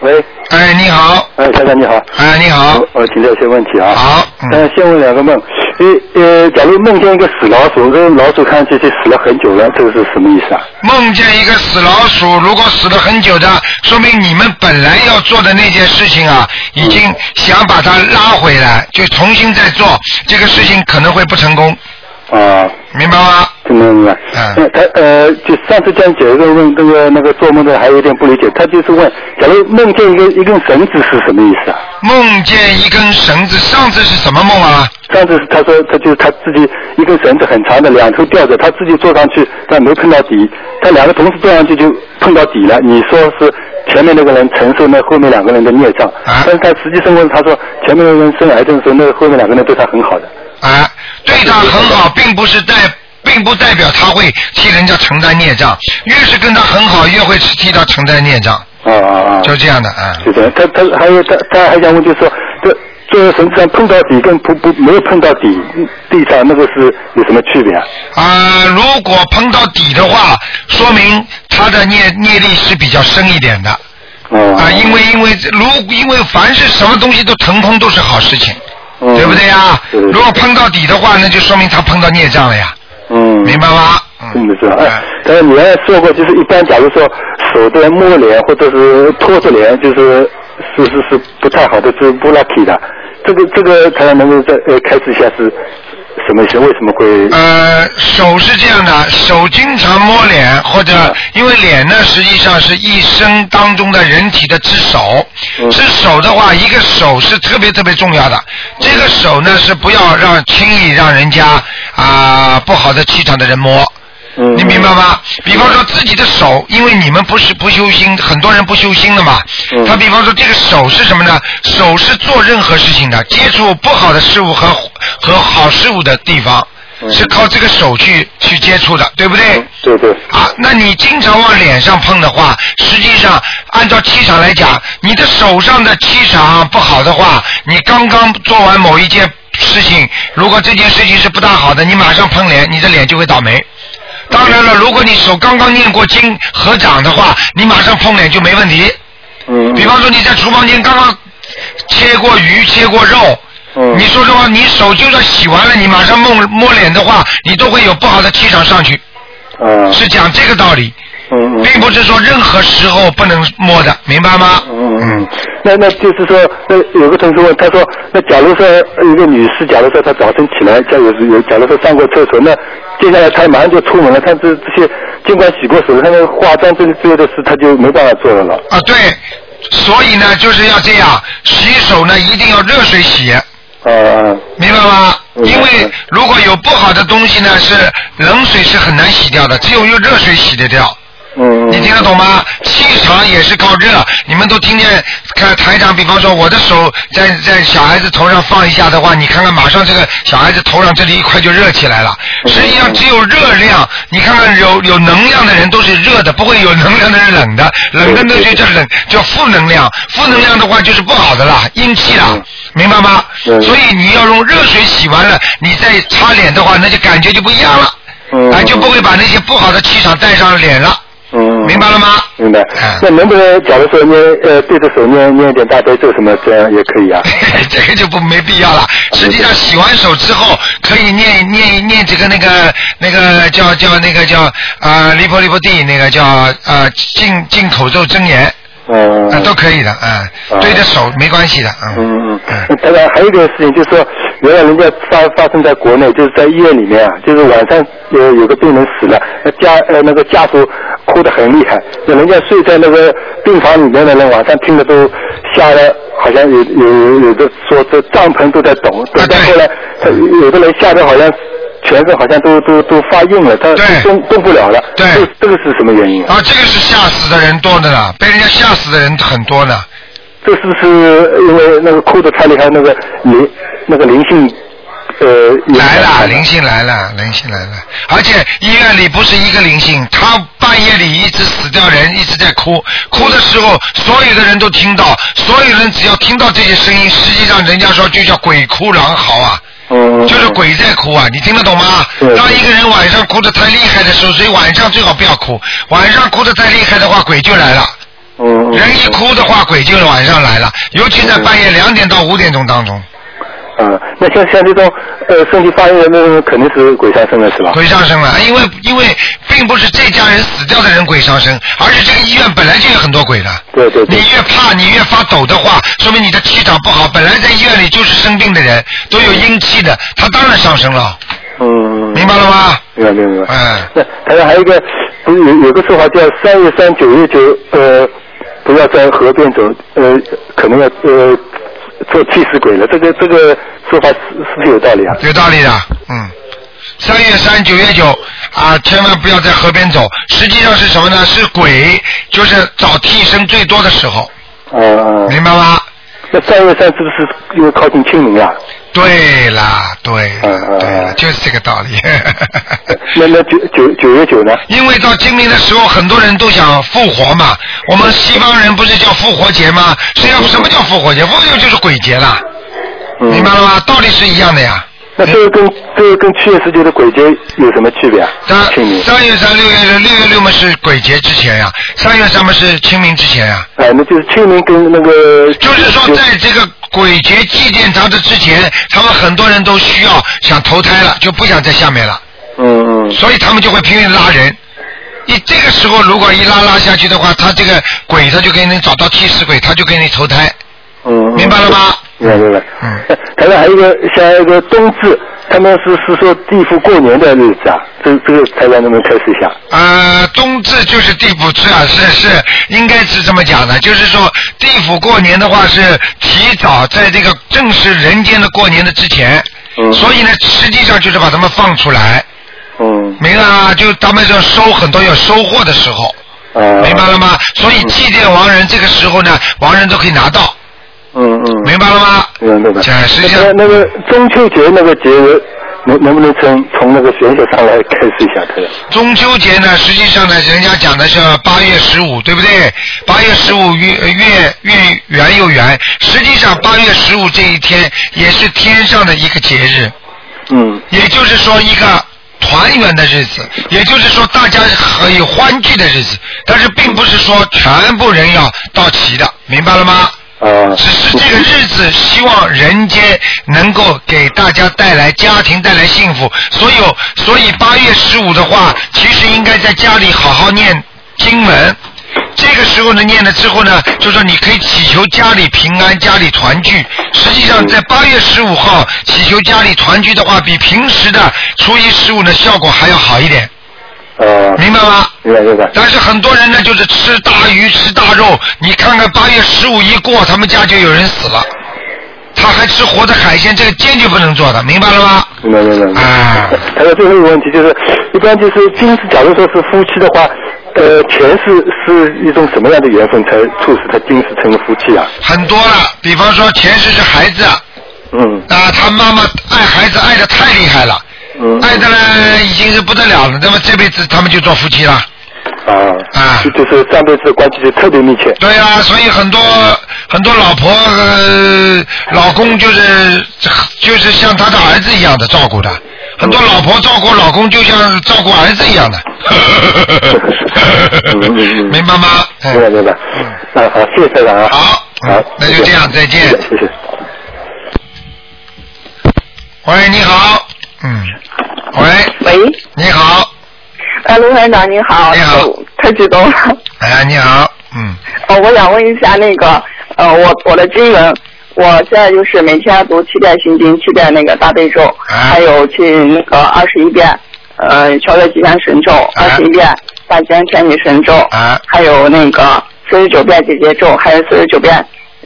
Speaker 4: 喂，
Speaker 2: 哎，你好，
Speaker 4: 哎，台长你好，
Speaker 2: 哎，你好，
Speaker 4: 我我请教一些问题啊。
Speaker 2: 好，嗯，
Speaker 4: 呃，先问两个梦，呃呃，假如梦见一个死老鼠，这个老鼠看上去死了很久了，这个是什么意思啊？
Speaker 2: 梦见一个死老鼠，如果死了很久的，说明你们本来要做的那件事情啊，
Speaker 6: 嗯
Speaker 2: 已经想把它拉回来，就重新再做，这个事情可能会不成功，
Speaker 4: 啊，
Speaker 2: 明白吗？
Speaker 4: 明白明白。
Speaker 2: 嗯
Speaker 4: 那他呃，就上次讲解一个问那个那个做梦的还有点不理解，他就是问，假如梦见一个一根绳子是什么意思啊？
Speaker 2: 梦见一根绳子，上次是什么梦啊？
Speaker 4: 上次他说他就是他自己一根绳子很长的，两头吊着，他自己坐上去，但没碰到底，他两个同时坐上去就碰到底了。你说是前面那个人承受那后面两个人的孽障，
Speaker 2: 啊
Speaker 4: 但是他实际生活中他说前面那个人生癌症的时候，那个后面两个人对他很好的。
Speaker 2: 啊，对他很好，并不是代，并不代表他会替人家承担孽障，越是跟他很好，越会替他承担孽障，
Speaker 4: 啊啊啊！
Speaker 2: 就这样的啊。
Speaker 4: 就这样，他他还有他他还想问，就是说这这个绳子上碰到底跟不不没有碰到底地上那个是有什么区别啊？
Speaker 2: 啊、如果碰到底的话，说明他的业业力是比较深一点的啊、
Speaker 4: 哦
Speaker 2: 因为因为如因为凡是什么东西都腾空都是好事情，
Speaker 4: 嗯
Speaker 2: 对不对呀？
Speaker 4: 对对对
Speaker 2: 如果碰到底的话，那就说明他碰到孽障了呀，
Speaker 4: 嗯，
Speaker 2: 明白吗？
Speaker 4: 真的是，哎
Speaker 2: 哎，
Speaker 4: 但是你也说过，就是一般假如说手在摸脸或者是拖着脸，就是是是是不太好的，是不 lucky 的。这个这个，他能够再呃开示一下是什么意思？为什么会？
Speaker 2: 呃，手是这样的，手经常摸脸，或者
Speaker 4: 嗯
Speaker 2: 因为脸呢，实际上是一生当中的人体的之首。
Speaker 4: 嗯
Speaker 2: 之首的话，一个手是特别特别重要的。这个手呢，是不要让轻易让人家啊、不好的气场的人摸。
Speaker 4: 嗯，
Speaker 2: 你明白？吗？比方说自己的手，因为你们不是不修心，很多人不修心的嘛。
Speaker 4: 嗯
Speaker 2: 他比方说这个手是什么呢？手是做任何事情的，接触不好的事物和和好事物的地方，
Speaker 4: 嗯
Speaker 2: 是靠这个手去去接触的，对不对？
Speaker 4: 对对，
Speaker 2: 啊，那你经常往脸上碰的话，实际上按照气场来讲，你的手上的气场不好的话，你刚刚做完某一件事情，如果这件事情是不大好的，你马上碰脸，你的脸就会倒霉。当然了，如果你手刚刚念过经合掌的话，你马上碰脸就没问题。
Speaker 4: 嗯，
Speaker 2: 比方说你在厨房间刚刚切过鱼、切过肉，
Speaker 4: 嗯
Speaker 2: 你说实话，你手就算洗完了，你马上摸摸脸的话，你都会有不好的气场上去，
Speaker 4: 啊，
Speaker 2: 呃是讲这个道理。
Speaker 4: 嗯嗯
Speaker 2: 并不是说任何时候不能摸的，明白吗？
Speaker 4: 嗯嗯，那那就是说，那有个同学问，他说，那假如说呃一个女士，假如说她早晨起来，假如有假如说上过厕所，那接下来她马上就出门了，她这这些尽管洗过手，她那个化妆这之类的事，她就没办法做了了。
Speaker 2: 啊，对，所以呢就是要这样，洗手呢一定要热水洗，
Speaker 4: 啊、啊
Speaker 2: 明白吗？
Speaker 4: 明白
Speaker 2: 因为如果有不好的东西呢，是冷水是很难洗掉的，只有用热水洗得掉，
Speaker 4: 嗯，
Speaker 2: 你听得懂吗？气场也是靠热，你们都听见看台长，比方说我的手在在小孩子头上放一下的话，你看看马上这个小孩子头上这里一块就热起来了。
Speaker 4: 哦
Speaker 2: 实际上只有热量，你看看有有能量的人都是热的，不会有能量的人冷的，冷的那就叫冷叫负能量，负能量的话就是不好的啦，阴气啦，明白吗？
Speaker 4: 嗯
Speaker 2: 所以你要用热水洗完了，你再擦脸的话，那就感觉就不一样了，
Speaker 4: 嗯
Speaker 2: 啊，就不会把那些不好的气场带上脸了。
Speaker 4: 嗯，
Speaker 2: 明白了吗？
Speaker 4: 明白
Speaker 2: 嗯。
Speaker 4: 那能不能，假如说念呃对着手念念点大悲咒什么，这样也可以啊？
Speaker 2: <laughs> 这个就不没必要了。实际上洗完手之后，可以念念念这个那个那个叫叫那个叫啊离婆离婆地那个叫呃进进口咒真言
Speaker 4: 嗯
Speaker 2: 啊、。都可以的啊、
Speaker 4: 啊
Speaker 2: 对着手没关系的啊。
Speaker 4: 嗯嗯嗯，当然还有一个事情就是说，原来人家发发生在国内，就是在医院里面啊，就是晚上有有个病人死了，那家呃那个家属哭得很厉害，就人家睡在那个病房里面的人晚上听的都吓得，好像有有有有的说这帐篷都在抖，
Speaker 2: 啊
Speaker 4: 抖到后来他有的人吓得好像全身好像都都都发硬了，他
Speaker 2: 对
Speaker 4: 动动不了了，
Speaker 2: 对
Speaker 4: 这个这个是什么原因啊？
Speaker 2: 啊，这个是吓死的人多的呢，被人家吓死的人很多呢。
Speaker 4: 这是不是因为那个哭的太厉害，那个灵那个灵性呃
Speaker 2: 来了，
Speaker 4: 灵
Speaker 2: 灵性来了，啊灵性来了。而且医院里不是一个灵性，他半夜里一直死掉人，一直在哭，哭的时候所有的人都听到，所有人只要听到这些声音，实际上人家说就叫鬼哭狼嚎啊。
Speaker 4: 嗯
Speaker 2: 就是鬼在哭啊，你听得懂吗？
Speaker 4: 对
Speaker 2: 当一个人晚上哭得太厉害的时候，所以晚上最好不要哭。晚上哭得太厉害的话，鬼就来了。
Speaker 4: 嗯
Speaker 2: 人一哭的话，鬼就晚上来了，尤其在半夜两点到五点钟当中，
Speaker 4: 嗯，那像像这种呃身体发炎的，那肯定是鬼上身了，是吧？
Speaker 2: 鬼上身了，啊因为因为并不是这家人死掉的人鬼上身，而是这个医院本来就有很多鬼的。
Speaker 4: 对对
Speaker 2: 你
Speaker 4: 对，
Speaker 2: 越怕，你越发抖的话，说明你的气场不好。本来在医院里就是生病的人，都有阴气的，他当然上升了，
Speaker 4: 嗯，
Speaker 2: 明白了吗？
Speaker 4: 明白明白明白。
Speaker 2: 嗯，
Speaker 4: 那台上还有一个，不是有有个说法叫三月三九月九，呃，不要在河边走，呃，可能要呃做替死鬼了。这个这个说法是是不是有道理啊？
Speaker 2: 有道理的，嗯。三月三、九月九啊，千万不要在河边走。实际上是什么呢？是鬼，就是找替身最多的时候，
Speaker 4: 嗯，嗯
Speaker 2: 明白吗？
Speaker 4: 那三月三是不是又靠近清明啊？
Speaker 2: 对啦，对
Speaker 4: 嗯
Speaker 2: 啦，
Speaker 4: 嗯
Speaker 2: 对啦，
Speaker 4: 嗯
Speaker 2: 就是这个道理。
Speaker 4: 那那九九九月九呢？
Speaker 2: 因为到清明的时候，很多人都想复活嘛。我们西方人不是叫复活节吗？实际上什么叫复活节？复活节就是鬼节啦，
Speaker 4: 嗯
Speaker 2: 明白了吗？道理是一样的呀。
Speaker 4: 那这个跟这个跟七月十九的鬼节有什么区别啊？
Speaker 2: 三
Speaker 4: 清明。
Speaker 2: 三月三、六月六、六月六嘛是鬼节之前呀，三月三嘛是清明之前呀。
Speaker 4: 哎，那就是清明跟那个
Speaker 2: 就是说，在这个鬼节祭奠他的之前，他们很多人都需要想投胎了，就不想在下面了。
Speaker 4: 嗯嗯
Speaker 2: 所以他们就会拼命拉人。你这个时候如果一拉拉下去的话，他这个鬼他就给你找到替死鬼，他就给你投胎，
Speaker 4: 嗯，
Speaker 2: 明白了吗？
Speaker 4: 明白明白。
Speaker 2: 嗯
Speaker 4: 哎，台上还有一个像一个冬至，他们是是说地府过年的日子啊，这这个台长能不能开始一下？
Speaker 2: 呃，冬至就是地府吃啊，是是，应该是这么讲的。就是说，地府过年的话是提早在这个正式人间的过年的之前，
Speaker 4: 嗯
Speaker 2: 所以呢，实际上就是把他们放出来，
Speaker 4: 嗯
Speaker 2: 明了吗？就他们要收很多有收获的时候，
Speaker 4: 啊，
Speaker 2: 明白了吗？所以祭奠亡人这个时候呢，亡人都可以拿到，
Speaker 4: 嗯嗯，
Speaker 2: 明白了吗？
Speaker 4: 明白明白。
Speaker 2: 讲实际上
Speaker 4: 那那个中秋节那个节日，能能不能从从那个玄学上来开始一下，台长？
Speaker 2: 中秋节呢，实际上呢，人家讲的是八月十五，对不对？八月十五月呃月月圆又圆，实际上八月十五这一天也是天上的一个节日，
Speaker 4: 嗯
Speaker 2: 也就是说一个团圆的日子，也就是说大家可以欢聚的日子，但是并不是说全部人要到齐的，明白了吗？
Speaker 4: 啊，
Speaker 2: 只是这个日子，希望人间能够给大家带来家庭带来幸福。所有，所以八月十五的话，其实应该在家里好好念经文。这个时候呢，念了之后呢，就说你可以祈求家里平安，家里团聚。实际上，在八月十五号祈求家里团聚的话，比平时的初一十五的效果还要好一点，
Speaker 4: 啊，
Speaker 2: 明白吗？
Speaker 4: 明白明白。
Speaker 2: 但是很多人呢，就是吃大鱼吃大肉，你看看八月十五一过，他们家就有人死了，他还吃活的海鲜，这个坚决不能做的，明白了吗？
Speaker 4: 明白明白明白。
Speaker 2: 啊
Speaker 4: 还有最后一个问题就是，一般就是今世假如说是夫妻的话，呃，前世是一种什么样的缘分才促使他今世成了夫妻啊？
Speaker 2: 很多了，比方说前世是孩子，啊、
Speaker 4: 嗯
Speaker 2: 他妈妈爱孩子爱的太厉害了，
Speaker 4: 嗯
Speaker 2: 爱的呢已经是不得了了，那么这辈子他们就做夫妻了。
Speaker 4: 啊
Speaker 2: 啊
Speaker 4: 就就是上辈子的关系就特别密切。
Speaker 2: 对呀、所以很多很多老婆、呃、老公就是就是像他的儿子一样的照顾的，很多老婆照顾老公就像照顾儿子一样的，
Speaker 4: <laughs>
Speaker 2: <laughs>
Speaker 4: 嗯
Speaker 2: 明白吗？哎
Speaker 4: 明白明白。啊好，谢谢台长啊。
Speaker 2: 好，
Speaker 4: 好
Speaker 2: 嗯，那就这样，再见。
Speaker 4: 谢谢。
Speaker 2: 喂，你好，嗯，喂，
Speaker 7: 喂，
Speaker 2: 你好，
Speaker 7: 呃，卢团长您好，
Speaker 2: 你好
Speaker 7: 哦太激动了。
Speaker 2: 哎，你好，嗯，
Speaker 7: 呃，我想问一下那个，呃，我我的经文，我现在就是每天读七遍心经，七遍那个大悲咒，
Speaker 2: 啊
Speaker 7: 还有去那个二十一遍，呃，超越极限神咒，二十一遍大吉祥天女神咒，
Speaker 2: 啊，
Speaker 7: 还有那个四十九遍姐姐咒，还有四十九遍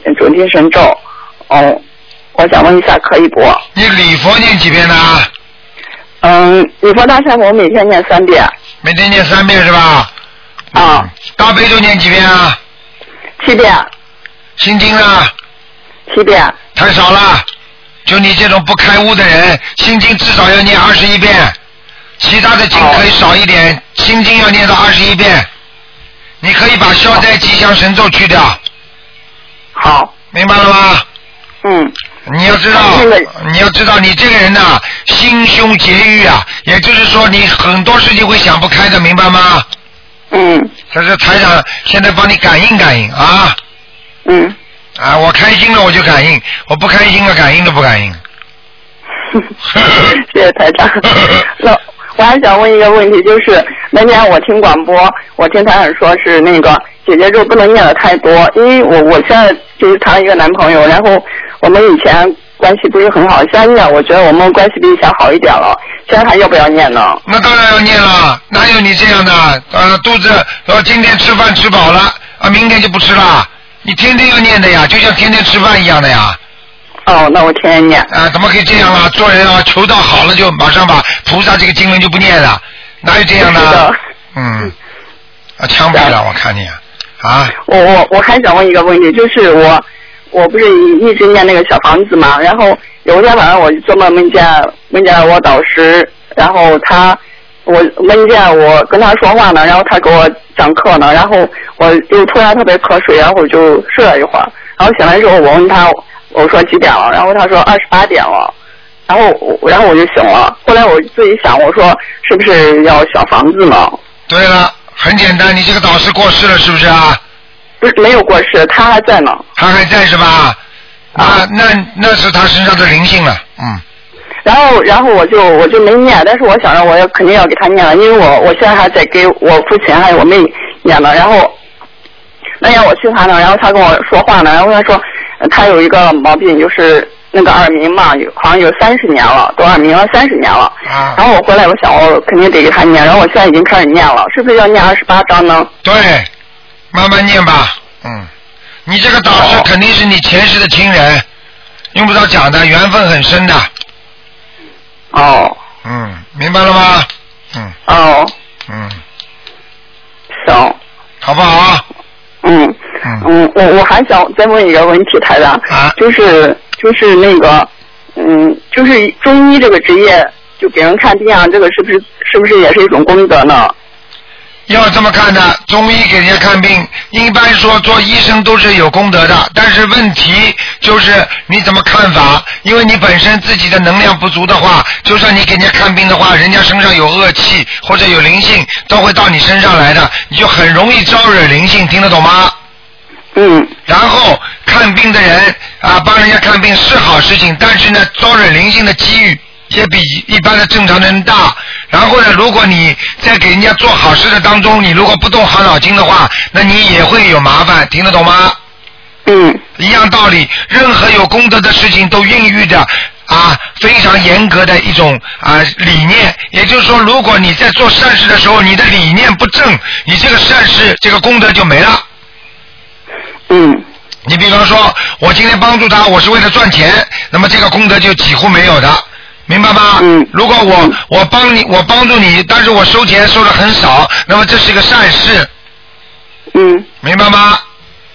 Speaker 7: 呃准提神咒。哦，我想问一下可以不？
Speaker 2: 你礼佛念几遍呢？
Speaker 7: 嗯，礼佛大忏悔我每天念三遍，
Speaker 2: 每天念三遍是吧？
Speaker 7: 啊
Speaker 2: 嗯，大悲咒念几遍啊？
Speaker 7: 七遍，
Speaker 2: 心经呢？
Speaker 7: 七遍。
Speaker 2: 太少了。就你这种不开悟的人，心经至少要念二十一遍，其他的经可以少一
Speaker 7: 哦
Speaker 2: 点，心经要念到二十一遍。你可以把消灾吉祥神咒去掉，
Speaker 7: 好，
Speaker 2: 明白了吗？
Speaker 7: 嗯。
Speaker 2: 你要知道
Speaker 7: 那个，
Speaker 2: 你要知道，你这个人呐、心胸结郁啊，也就是说，你很多事情会想不开的，明白吗？
Speaker 7: 嗯
Speaker 2: 这是台长现在帮你感应感应啊
Speaker 7: 嗯，
Speaker 2: 啊！我开心了我就感应，我不开心了感应都不感应。
Speaker 7: <laughs> 谢谢台长。那我还想问一个问题，就是那天我听广播，我听台长说是那个姐姐就不能念的太多，因为我我现在就是谈了一个男朋友，然后我们以前关系不是很好，现在念我觉得我们关系比以前好一点了，现在还要不要念呢？
Speaker 2: 那当然要念了，哪有你这样的？呃，肚子呃今天吃饭吃饱了啊，明天就不吃了，你天天要念的呀，就像天天吃饭一样的呀。
Speaker 7: 哦，那我天天念。
Speaker 2: 啊，怎么可以这样啊？做人啊，求到好了就马上把菩萨这个经文就不念了，哪有这样
Speaker 7: 是
Speaker 2: 的
Speaker 7: 的？
Speaker 2: 嗯，啊，枪毙了，我看你啊，
Speaker 7: <laughs>
Speaker 2: 啊，
Speaker 7: 我我我还想问一个问题，就是我我不是一一直念那个小房子嘛，然后有一天晚上我就做梦梦见梦见我导师，然后他我梦见我跟他说话呢，然后他给我讲课呢，然后我就突然特别瞌睡，然后我就睡了一会儿，然后醒来之后我问他我说几点了，然后他说二十八点了。然后我，然后我就醒了。后来我自己想，我说是不是要小房子呢？
Speaker 2: 对了，很简单，你这个导师过世了是不是啊？
Speaker 7: 不是没有过世，他还在呢。
Speaker 2: 他还在是吧？啊，那那是他身上的灵性了，嗯，
Speaker 7: 然后，然后我就我就没念，但是我想着我要肯定要给他念了，因为我我现在还在给我父亲还有我妹念呢。然后那天我去他那儿，然后他跟我说话呢，然后他说呃他有一个毛病，就是那个耳鸣嘛，有好像有三十年了，得耳鸣了三十年了。
Speaker 2: 啊
Speaker 7: 然，后我回来，我想我肯定得给他念，然后我现在已经开始念了，是不是要念二十八章呢？
Speaker 2: 对，慢慢念吧，嗯，你这个导师肯定是你前世的亲人，用不着讲的，缘分很深的，
Speaker 7: 哦
Speaker 2: 嗯，明白了吗？嗯
Speaker 7: 哦，
Speaker 2: 嗯，
Speaker 7: 行，
Speaker 2: 好不好？
Speaker 7: 嗯。
Speaker 2: 嗯，
Speaker 7: 嗯，我我还想再问一个问题，台长，
Speaker 2: 啊
Speaker 7: 就是就是那个，嗯，就是中医这个职业，就给人看病啊，这个是不是是不是也是一种功德呢？
Speaker 2: 要这么看的，中医给人家看病，一般说做医生都是有功德的，但是问题就是你怎么看法？因为你本身自己的能量不足的话，就算你给人家看病的话，人家身上有恶气或者有灵性，都会到你身上来的，你就很容易招惹灵性，听得懂吗？
Speaker 7: 嗯，
Speaker 2: 然后看病的人啊，帮人家看病是好事情，但是呢，招惹灵性的机遇也比一般的正常人大。然后呢，如果你在给人家做好事的当中，你如果不动好脑筋的话，那你也会有麻烦，听得懂吗？
Speaker 7: 嗯，
Speaker 2: 一样道理，任何有功德的事情都孕育着啊非常严格的一种啊理念。也就是说，如果你在做善事的时候，你的理念不正，你这个善事这个功德就没了。
Speaker 7: 嗯，
Speaker 2: 你比方说，我今天帮助他，我是为了赚钱，那么这个功德就几乎没有的。明白吗？嗯。如果我我帮你，我帮助你，但是我收钱收的很少，那么这是一个善事。
Speaker 7: 嗯。
Speaker 2: 明白吗？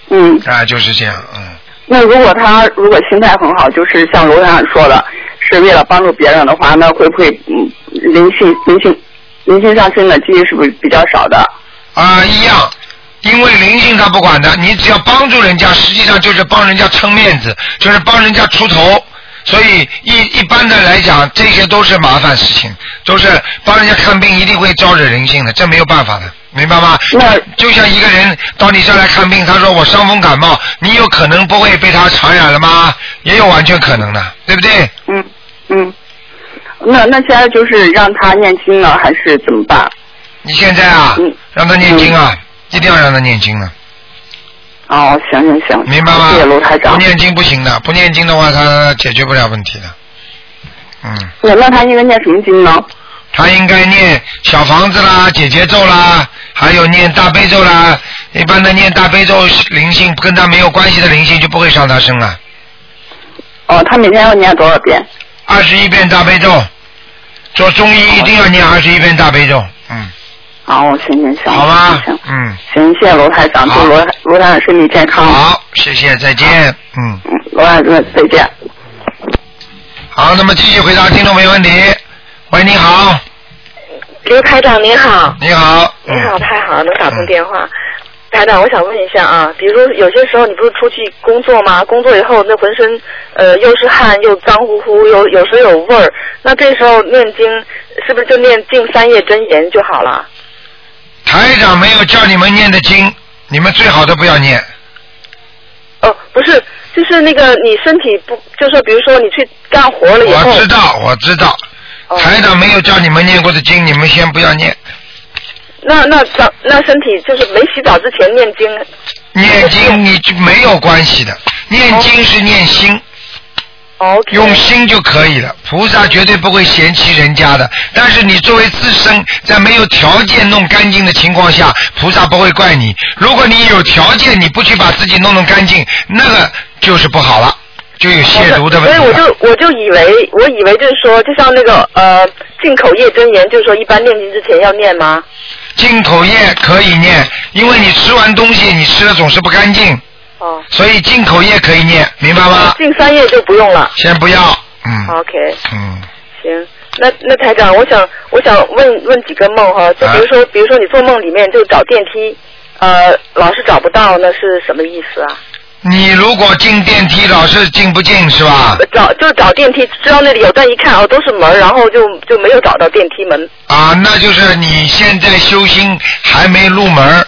Speaker 7: 嗯。
Speaker 2: 啊，就是这样，嗯。
Speaker 7: 那如果他如果心态很好，就是像罗院长说的，是为了帮助别人的话，那会不会嗯灵性灵性灵性上升的几率是不是比较少的？
Speaker 2: 啊，一样，因为灵性他不管的，你只要帮助人家，实际上就是帮人家撑面子，就是帮人家出头。所以一一般的来讲，这些都是麻烦事情，都是帮人家看病一定会招惹人性的，这没有办法的，明白吗？那就像一个人到你这儿来看病，他说我伤风感冒，你有可能不会被他传染了吗？也有完全可能的，对不对？
Speaker 7: 嗯嗯。那那现在就是让他念经呢，还是怎么办？
Speaker 2: 你现在啊，
Speaker 7: 嗯
Speaker 2: 让他念经啊，一定要让他念经啊。
Speaker 7: 哦，行行行，
Speaker 2: 明白吗？
Speaker 7: 谢谢卢台长
Speaker 2: 不。念经不行的，不念经的话，他解决不了问题的。嗯，
Speaker 7: 那那他应该念什么经呢？
Speaker 2: 他应该念小房子啦、解结咒啦，还有念大悲咒啦。一般的念大悲咒，灵性跟他没有关系的灵性就不会上他身了。
Speaker 7: 哦，他每天要念多少遍？
Speaker 2: 二十一遍大悲咒，做中医一定要念二十一遍大悲咒。嗯，
Speaker 7: 哦，行行行，好
Speaker 2: 吧，
Speaker 7: 行
Speaker 2: 嗯，
Speaker 7: 行，谢谢卢台长，祝罗罗台长身体健康。
Speaker 2: 好，谢谢，再见。嗯，
Speaker 7: 罗台长再见。
Speaker 2: 好，那么继续回答听众没问题。喂，你好，
Speaker 3: 刘台长您好，
Speaker 2: 你好，嗯
Speaker 3: 您好，太好了，能打通电话。台长，我想问一下啊，比如说有些时候你不是出去工作吗？工作以后那浑身呃又是汗又脏乎乎，有有时候有味儿，那这时候念经是不是就念净三叶真言就好了？
Speaker 2: 台长没有叫你们念的经，你们最好都不要念。
Speaker 3: 哦，不是，就是那个你身体不，就是比如说你去干活了以后，哦
Speaker 2: 我知道，我知道，台长没有叫你们念过的经，你们先不要念。
Speaker 3: 那那早那身体就是没洗澡之前念经，
Speaker 2: <laughs> 念经你就没有关系的，念经是念心。用心就可以了，菩萨绝对不会嫌弃人家的。但是你作为自身，在没有条件弄干净的情况下，菩萨不会怪你。如果你有条件，你不去把自己弄弄干净，那个就是不好了，就有亵渎的问
Speaker 3: 哦所
Speaker 2: 题了。啊
Speaker 3: 以我就我就以为我以为就是说，就像那个呃进口业真言，就是说一般念经之前要念吗？
Speaker 2: 进口液可以念，因为你吃完东西，你吃的总是不干净。
Speaker 3: 哦。
Speaker 2: 所以进口液可以念，明白吗？
Speaker 3: 进三业就不用了。
Speaker 2: 先不要，嗯。
Speaker 3: 哦 OK，
Speaker 2: 嗯。
Speaker 3: 行。那那台长，我想我想问问几个梦哈，
Speaker 2: 啊
Speaker 3: 就比如说、比如说你做梦里面就找电梯，呃，老是找不到，那是什么意思啊？
Speaker 2: 你如果进电梯老是进不进是吧？
Speaker 3: 找就找电梯，知道那里有，但一看哦都是门，然后就就没有找到电梯门。
Speaker 2: 啊，那就是你现在修心还没入门儿。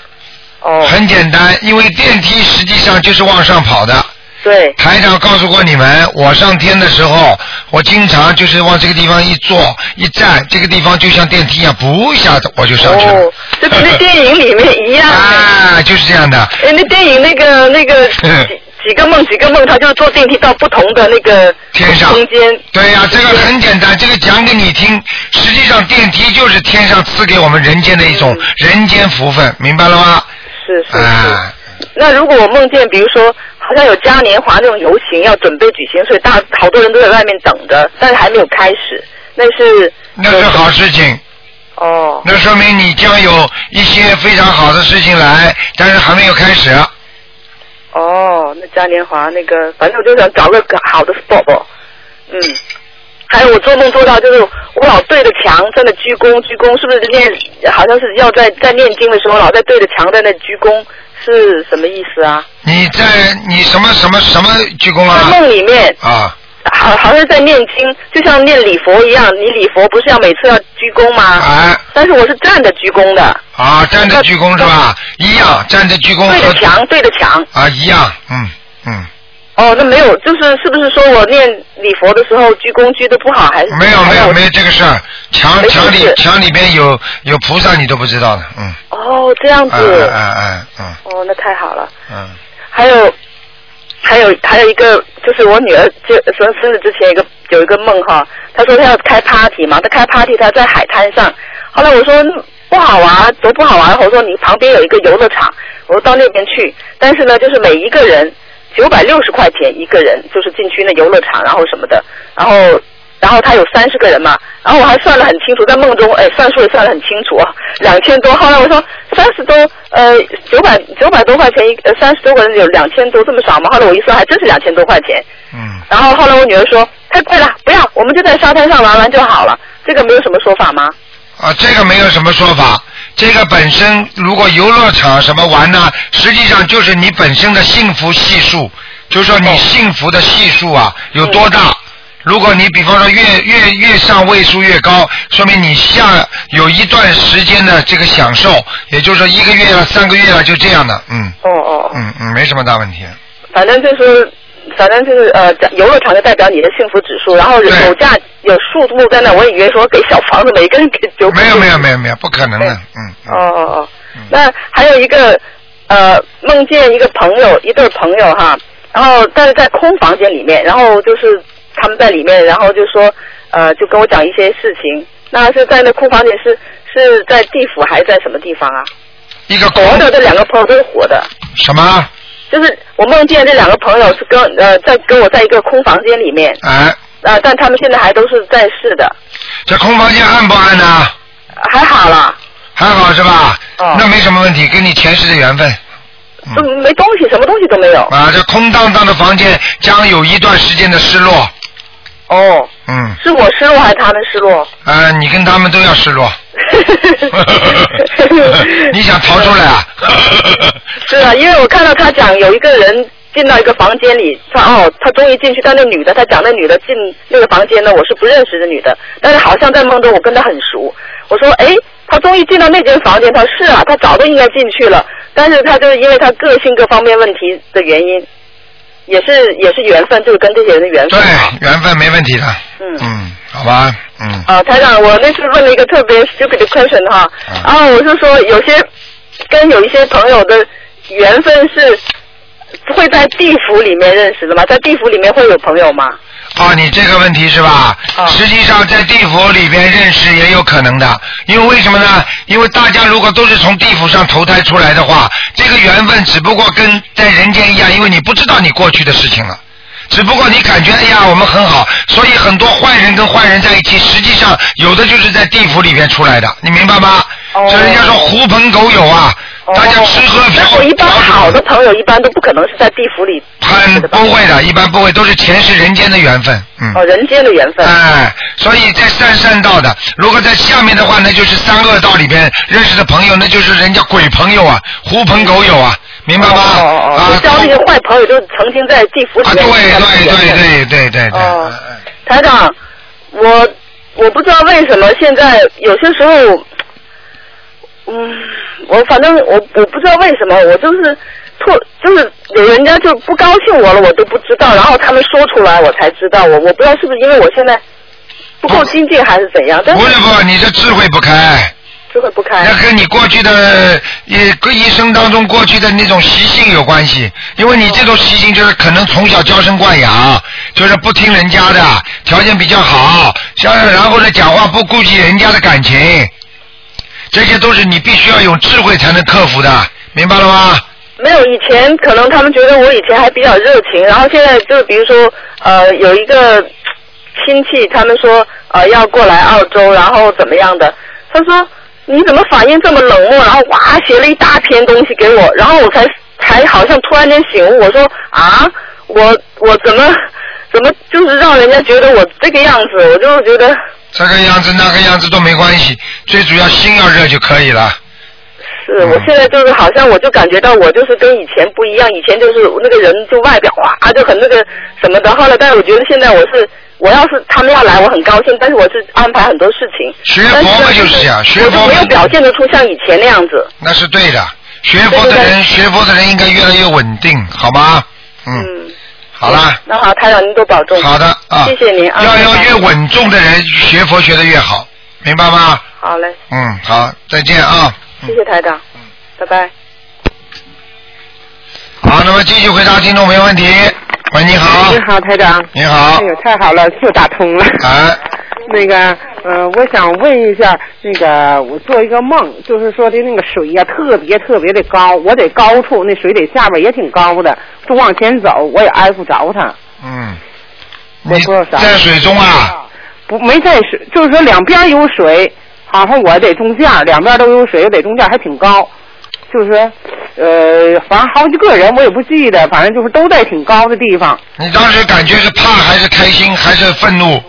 Speaker 3: 哦。
Speaker 2: 很简单，因为电梯实际上就是往上跑的。
Speaker 3: 对。
Speaker 2: 台长告诉过你们，我上天的时候，我经常就是往这个地方一坐一站，这个地方就像电梯一样，噗一下子我就上去了。
Speaker 3: 哦，就跟那电影里面一样。
Speaker 2: 啊，就是这样的。
Speaker 3: 哎，那电影那个
Speaker 2: <laughs>
Speaker 3: 那个几几个梦几个梦，他就坐电梯到不同的那个
Speaker 2: 天上
Speaker 3: 空间。
Speaker 2: 对呀、这个很简单，这个讲给你听。实际上，电梯就是天上赐给我们人间的一种人间福分，明白了吗？
Speaker 3: 嗯是是
Speaker 2: 啊，
Speaker 3: 那如果我梦见，比如说好像有嘉年华那种游行要准备举行，所以大好多人都在外面等着，但是还没有开始，那是
Speaker 2: 那是好事情。
Speaker 3: 哦。
Speaker 2: 那说明你将有一些非常好的事情来，但是还没有开始。
Speaker 3: 哦，那嘉年华那个，反正我就想找个好的 spot，嗯。还有我做梦做到就是我老对着墙在那鞠躬鞠躬，是不是念好像是要在在念经的时候老在对着墙在那鞠躬，是什么意思啊？
Speaker 2: 你在你什么什么什么鞠躬
Speaker 3: 在
Speaker 2: 啊？
Speaker 3: 梦里面
Speaker 2: 啊，
Speaker 3: 好好像在念经，就像念礼佛一样，你礼佛不是要每次要鞠躬吗？
Speaker 2: 啊。
Speaker 3: 但是我是站着鞠躬的，
Speaker 2: 啊，站着鞠躬是吧？一样，站着鞠躬
Speaker 3: 对
Speaker 2: 和
Speaker 3: 着墙对着墙。
Speaker 2: 啊一样，嗯嗯，
Speaker 3: 哦，那没有，就是是不是说我念礼佛的时候鞠躬鞠的不好，还是
Speaker 2: 没有没有没有这个事儿，墙
Speaker 3: 没事
Speaker 2: 墙里
Speaker 3: 是
Speaker 2: 墙里边有有菩萨你都不知道的，嗯，
Speaker 3: 哦这样
Speaker 2: 啊
Speaker 3: 子？
Speaker 2: 啊啊嗯
Speaker 3: 哦，那太好了。
Speaker 2: 嗯，
Speaker 3: 还有，还有，还有一个，就是我女儿就生生日之前有一个有一个梦哈，她说她要开 party 嘛，她开 party 她在海滩上，后来我说嗯不好玩，多不好玩，我说你旁边有一个游乐场，我说到那边去，但是呢，就是每一个人九百六十块钱一个人，就是进去那游乐场，然后什么的，然后然后他有三十个人嘛，然后我还算得很清楚，在梦中哎算数也算得很清楚，啊两千多。后来我说三十多，呃九百九百多块钱一呃三十多个人有两千多这么少吗？后来我一算还真是两千多块钱。
Speaker 2: 嗯。
Speaker 3: 然后后来我女儿说太贵了，不要，我们就在沙滩上玩玩就好了。这个没有什么说法吗？
Speaker 2: 啊，这个没有什么说法。这个本身如果游乐场什么玩呢，实际上就是你本身的幸福系数，就是说
Speaker 3: 哦
Speaker 2: 你幸福的系数啊有多
Speaker 3: 嗯
Speaker 2: 大。如果你比方说越越越上位数越高，说明你下有一段时间的这个享受，也就是说一个月了、啊三个月了，就这样的，嗯。
Speaker 3: 哦哦。
Speaker 2: 嗯嗯，没什么大问题。
Speaker 3: 反正就是，反正就是呃，游乐场就代表你的幸福指数，然后有价有数目在那，我以为说给小房子每个人给九百。
Speaker 2: 没有没有没有没有，不可能的，嗯。
Speaker 3: 哦哦哦，那还有一个呃，梦见一个朋友，一对朋友哈，然后但是在空房间里面，然后就是他们在里面，然后就说呃，就跟我讲一些事情。那是在那空房间是是在地府还是在什么地方啊？
Speaker 2: 一个
Speaker 3: 活的，这两个朋友都是活的。
Speaker 2: 什么？
Speaker 3: 就是我梦见这两个朋友是跟呃在跟我在一个空房间里面，
Speaker 2: 哎，
Speaker 3: 呃，但他们现在还都是在世的，
Speaker 2: 这空房间暗不暗呢、
Speaker 3: 还好啦，
Speaker 2: 还好是吧？
Speaker 3: 哦
Speaker 2: 那没什么问题，跟你前世的缘分。嗯
Speaker 3: 就没东西，什么东西都没有。
Speaker 2: 啊，这空荡荡的房间将有一段时间的失落。
Speaker 3: 哦。
Speaker 2: 嗯，
Speaker 3: 是我失落还是他们失落？
Speaker 2: 呃，你跟他们都要失
Speaker 3: <laughs>
Speaker 2: 落。 <laughs> 你想逃出来啊？
Speaker 3: 是啊，因为我看到他讲有一个人进到一个房间里，他哦，他终于进去，但那女的，他讲那女的进那个房间呢，我是不认识的女的，但是好像在梦中我跟她很熟。我说，哎，他终于进到那间房间，他说是啊，他早都应该进去了，但是他就是因为他个性各方面问题的原因，也是也是缘分，就是跟这些人的缘分。
Speaker 2: 对，缘分没问题的。
Speaker 3: 嗯
Speaker 2: 嗯，好吧，嗯，
Speaker 3: 啊，台长，我那次问了一个特别 stupid 的 question 哈，然
Speaker 2: 啊
Speaker 3: 后我是说有些跟有一些朋友的缘分是会在地府里面认识的吗？在地府里面会有朋友吗？
Speaker 2: 啊，你这个问题是吧？实际上在地府里边认识也有可能的，因为为什么呢？因为大家如果都是从地府上投胎出来的话，这个缘分只不过跟在人间一样，因为你不知道你过去的事情了。只不过你感觉哎呀我们很好，所以很多坏人跟坏人在一起，实际上有的就是在地府里边出来的，你明白吗？所以人家说狐朋狗友啊，大家吃喝嫖
Speaker 3: 哦那我一般好的朋友一般都不可能是在地府里
Speaker 2: 很不会的，一般不会，都是前世人间的缘分，嗯。
Speaker 3: 哦，人间的缘分。
Speaker 2: 哎，所以在上善道的，如果在下面的话，那就是三恶道里边认识的朋友，那就是人家鬼朋友啊，狐朋狗友啊，明白吗？
Speaker 3: 哦
Speaker 2: 啊，
Speaker 3: 我交那些坏朋友，就是曾经在地府里
Speaker 2: 对
Speaker 3: 面。
Speaker 2: 对对对对对对，
Speaker 3: 哦，台长，我我不知道为什么现在有些时候，嗯，我反正我我不知道为什么，我就是错，就是有人家就不高兴我了，我都不知道，然后他们说出来我才知道，我我不知道是不是因为我现在不够精进还是怎样，但
Speaker 2: 哦不
Speaker 3: 是
Speaker 2: 是不，哦你这智慧不开，
Speaker 3: 智慧不开。
Speaker 2: 那跟你过去的也跟一生当中过去的那种习性有关系，因为你这种习性就是可能从小娇生惯养，就是不听人家的，条件比较好，像然后呢讲话不顾及人家的感情，这些都是你必须要有智慧才能克服的，明白了吗？
Speaker 3: 没有，以前可能他们觉得我以前还比较热情，然后现在就比如说，呃，有一个亲戚，他们说呃要过来澳洲，然后怎么样的，他说你怎么反应这么冷漠？然后哇写了一大篇东西给我，然后我才才好像突然间醒悟，我说啊，我我怎么怎么就是让人家觉得我这个样子，我就觉得
Speaker 2: 这个样子那个样子都没关系，最主要心要热就可以了。
Speaker 3: 是，
Speaker 2: 嗯
Speaker 3: 我现在就是好像我就感觉到我就是跟以前不一样，以前就是那个人就外表哇就很那个什么的，后来但是我觉得现在我是我要是他们要来我很高兴，但是我是安排很多事情，
Speaker 2: 学佛嘛就是这样，啊学
Speaker 3: 呃我
Speaker 2: 佛
Speaker 3: 就没
Speaker 2: 嘛
Speaker 3: 有表现得出像以前那样子。
Speaker 2: 那是对的，学佛的人学佛的人应该越来越稳定，好吗？嗯，好啦。
Speaker 3: 那好，台长您多保重。
Speaker 8: 嗯
Speaker 2: 好的啊，
Speaker 3: 谢谢您啊。
Speaker 2: 要要
Speaker 3: 拜拜
Speaker 2: 越稳重的人，学佛学的越好，明白吗？
Speaker 3: 好嘞，
Speaker 2: 嗯，好，再见啊。
Speaker 3: 谢谢台长，拜拜。
Speaker 2: 好，那么继续回答听众朋友问题。喂，你好
Speaker 8: 你，好，台长。
Speaker 2: 你好
Speaker 8: 哎呦，太好了，又打通了。
Speaker 2: 啊。
Speaker 8: <laughs> 那个，呃，我想问一下，那个我做一个梦，就是说的那个水呀、特别特别的高，我得高处，那水得下边也挺高的，就往前走，我也挨不着它。
Speaker 2: 嗯，
Speaker 8: 我
Speaker 2: 你
Speaker 8: 说啥？
Speaker 2: 在水中啊？
Speaker 8: 不没在水，就是说两边有水，好像我得中间，两边都有水，我得中间还挺高，就是说呃，反正好几个人我也不记得，反正就是都在挺高的地方，
Speaker 2: 你当时感觉是怕还是开心还是愤怒？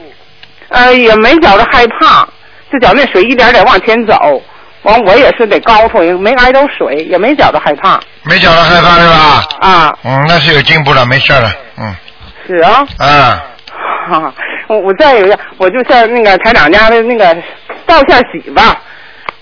Speaker 8: 呃，也没觉着害怕，就觉着那水一点点往前走，完我也是得高头，也没挨着水，也没觉着害怕
Speaker 2: 没觉得害怕是吧？
Speaker 8: 啊，
Speaker 2: 嗯，那是有进步了，没事了，嗯，
Speaker 8: 是啊。
Speaker 2: 啊，
Speaker 8: 哈、哈， <laughs> 我我再有一个，我就像那个台长家的那个道下喜吧，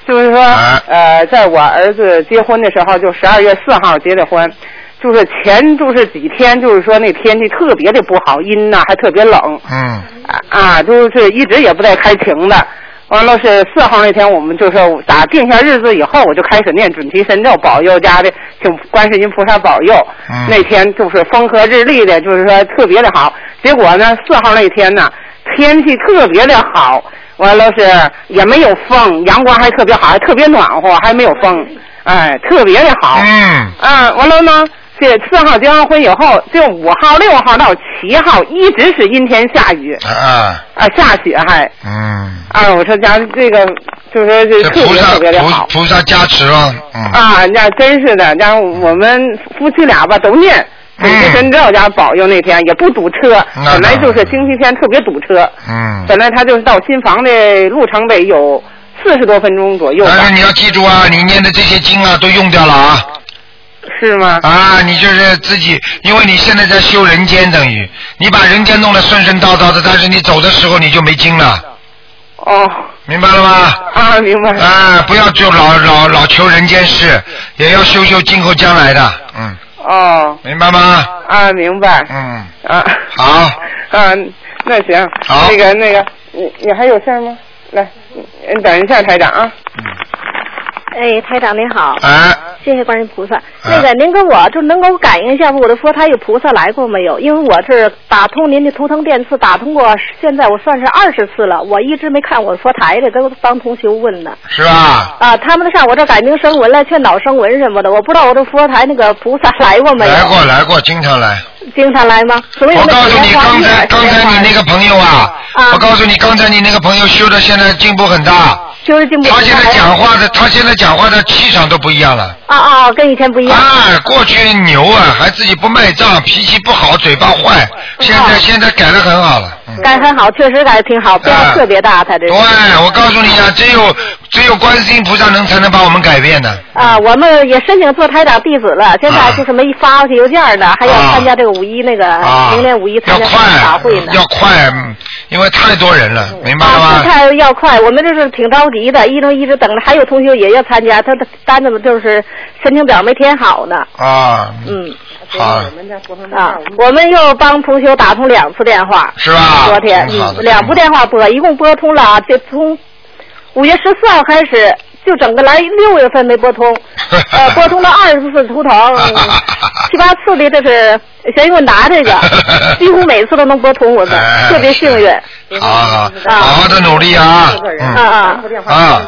Speaker 8: 就是说，呃，在我儿子结婚的时候，就十二月四号结的婚，就是前就是几天，就是说那天气特别的不好，阴呐、还特别冷
Speaker 2: 嗯，
Speaker 8: 啊，就是一直也不带开晴的。完了是四号那天，我们就是打定下日子以后，我就开始念准提神咒，保佑家的，请观世音菩萨保佑。
Speaker 9: 嗯
Speaker 8: 那天就是风和日丽的，就是说特别的好。结果呢，四号那天呢，天气特别的好，完了是也没有风，阳光还特别好，还特别暖和，还没有风，哎，特别的好。
Speaker 2: 嗯。
Speaker 8: 啊，完了呢，这四号结完婚以后，这五号、六号到七号一直是阴天下雨，
Speaker 2: 啊，
Speaker 8: 啊，下雪还。
Speaker 2: 嗯，
Speaker 8: 啊，我说家这个就是这特
Speaker 2: 菩
Speaker 8: 别
Speaker 2: 萨
Speaker 8: 特别的好
Speaker 2: 菩菩萨加持了，嗯，
Speaker 8: 啊，家真是的，家我们夫妻俩吧都念。准提神咒，家保佑那天也不堵车，
Speaker 2: 嗯那
Speaker 8: 本来
Speaker 2: 当然
Speaker 8: 就是星期天特别堵车，
Speaker 2: 嗯。
Speaker 8: 本来他就是到新房的路程得有四十多分钟左右吧，
Speaker 2: 但是你要记住啊，你念的这些经啊都用掉了啊。
Speaker 8: 是吗？
Speaker 2: 啊，你就是自己，因为你现在在修人间，等于你把人间弄得顺顺道道的，但是你走的时候你就没经了。
Speaker 8: 哦。
Speaker 2: 明白了吗？
Speaker 8: 啊，明白。
Speaker 2: 啊，不要就老老老求人间事，也要修修今后将来的，嗯，
Speaker 8: 哦，
Speaker 2: 明白吗？
Speaker 8: 啊，明白，
Speaker 2: 嗯，
Speaker 8: 啊，
Speaker 2: 好，
Speaker 8: <laughs> 啊，那行，
Speaker 2: 好
Speaker 8: 那个那个，你你还有事儿吗？来，你等一下，台长啊，
Speaker 1: 哎，台长您好，
Speaker 2: 哎，
Speaker 1: 谢谢观世音菩萨。那个，您跟我就能给我感应一下，我的佛台有菩萨来过没有？因为我是打通您的图腾电次，打通过，现在我算是二十次了，我一直没看我佛台的，都帮同学问呢。
Speaker 2: 是吧？
Speaker 1: 啊，他们上我这改名声纹了，劝导声纹什么的，我不知道我这佛台那个菩萨来过没有？
Speaker 2: 来过来过，经常来。
Speaker 1: 经常来吗？所以我告诉你，刚才
Speaker 2: 刚才你那个朋友啊，我告诉你，刚才你那个朋友修的现在进步很大，
Speaker 1: 就是进步。
Speaker 2: 他现在讲话的，他现在讲话的气场都不一样了。
Speaker 1: 啊啊，跟以前不一样。
Speaker 2: 啊，过去牛啊，还自己不卖账，脾气不好，嘴巴坏，
Speaker 1: 啊
Speaker 2: 现在现在改的很好了。
Speaker 1: 改很好，确实改的挺好，变化特别大，他啊这。对，
Speaker 2: 哎，我告诉你啊，只有只有观世音菩萨能才能把我们改变的。
Speaker 1: 啊，我们也申请做台长弟子了，现在就是没发过去邮件呢，还要参加这个五一那个
Speaker 2: 啊
Speaker 1: 明年五一参加法会呢。
Speaker 2: 要快，嗯因为太多人了，明白了
Speaker 1: 啊，
Speaker 2: 吗？
Speaker 1: 太要快，我们这是挺着急的，一直一直等着，还有同学也要参加，他的单子就是申请表没填好呢。
Speaker 2: 啊，
Speaker 1: 嗯，
Speaker 2: 好，
Speaker 1: 啊，我们又帮同学打通两次电话，
Speaker 2: 是吧
Speaker 1: 昨天，
Speaker 2: 挺好的
Speaker 1: 嗯，两部电话拨，一共拨通了，啊这从五月十四号开始，就整个来六月份没
Speaker 2: <laughs>
Speaker 1: 拨通，呃，拨通了二十次出头，嗯七八次的这是悬疑问答这
Speaker 2: <laughs>
Speaker 1: 个，几乎每次都能拨通，我们
Speaker 2: 哎
Speaker 1: 特别幸运。
Speaker 2: 好
Speaker 6: 啊
Speaker 2: 好好好的努力啊，嗯
Speaker 1: 啊啊！
Speaker 2: 啊，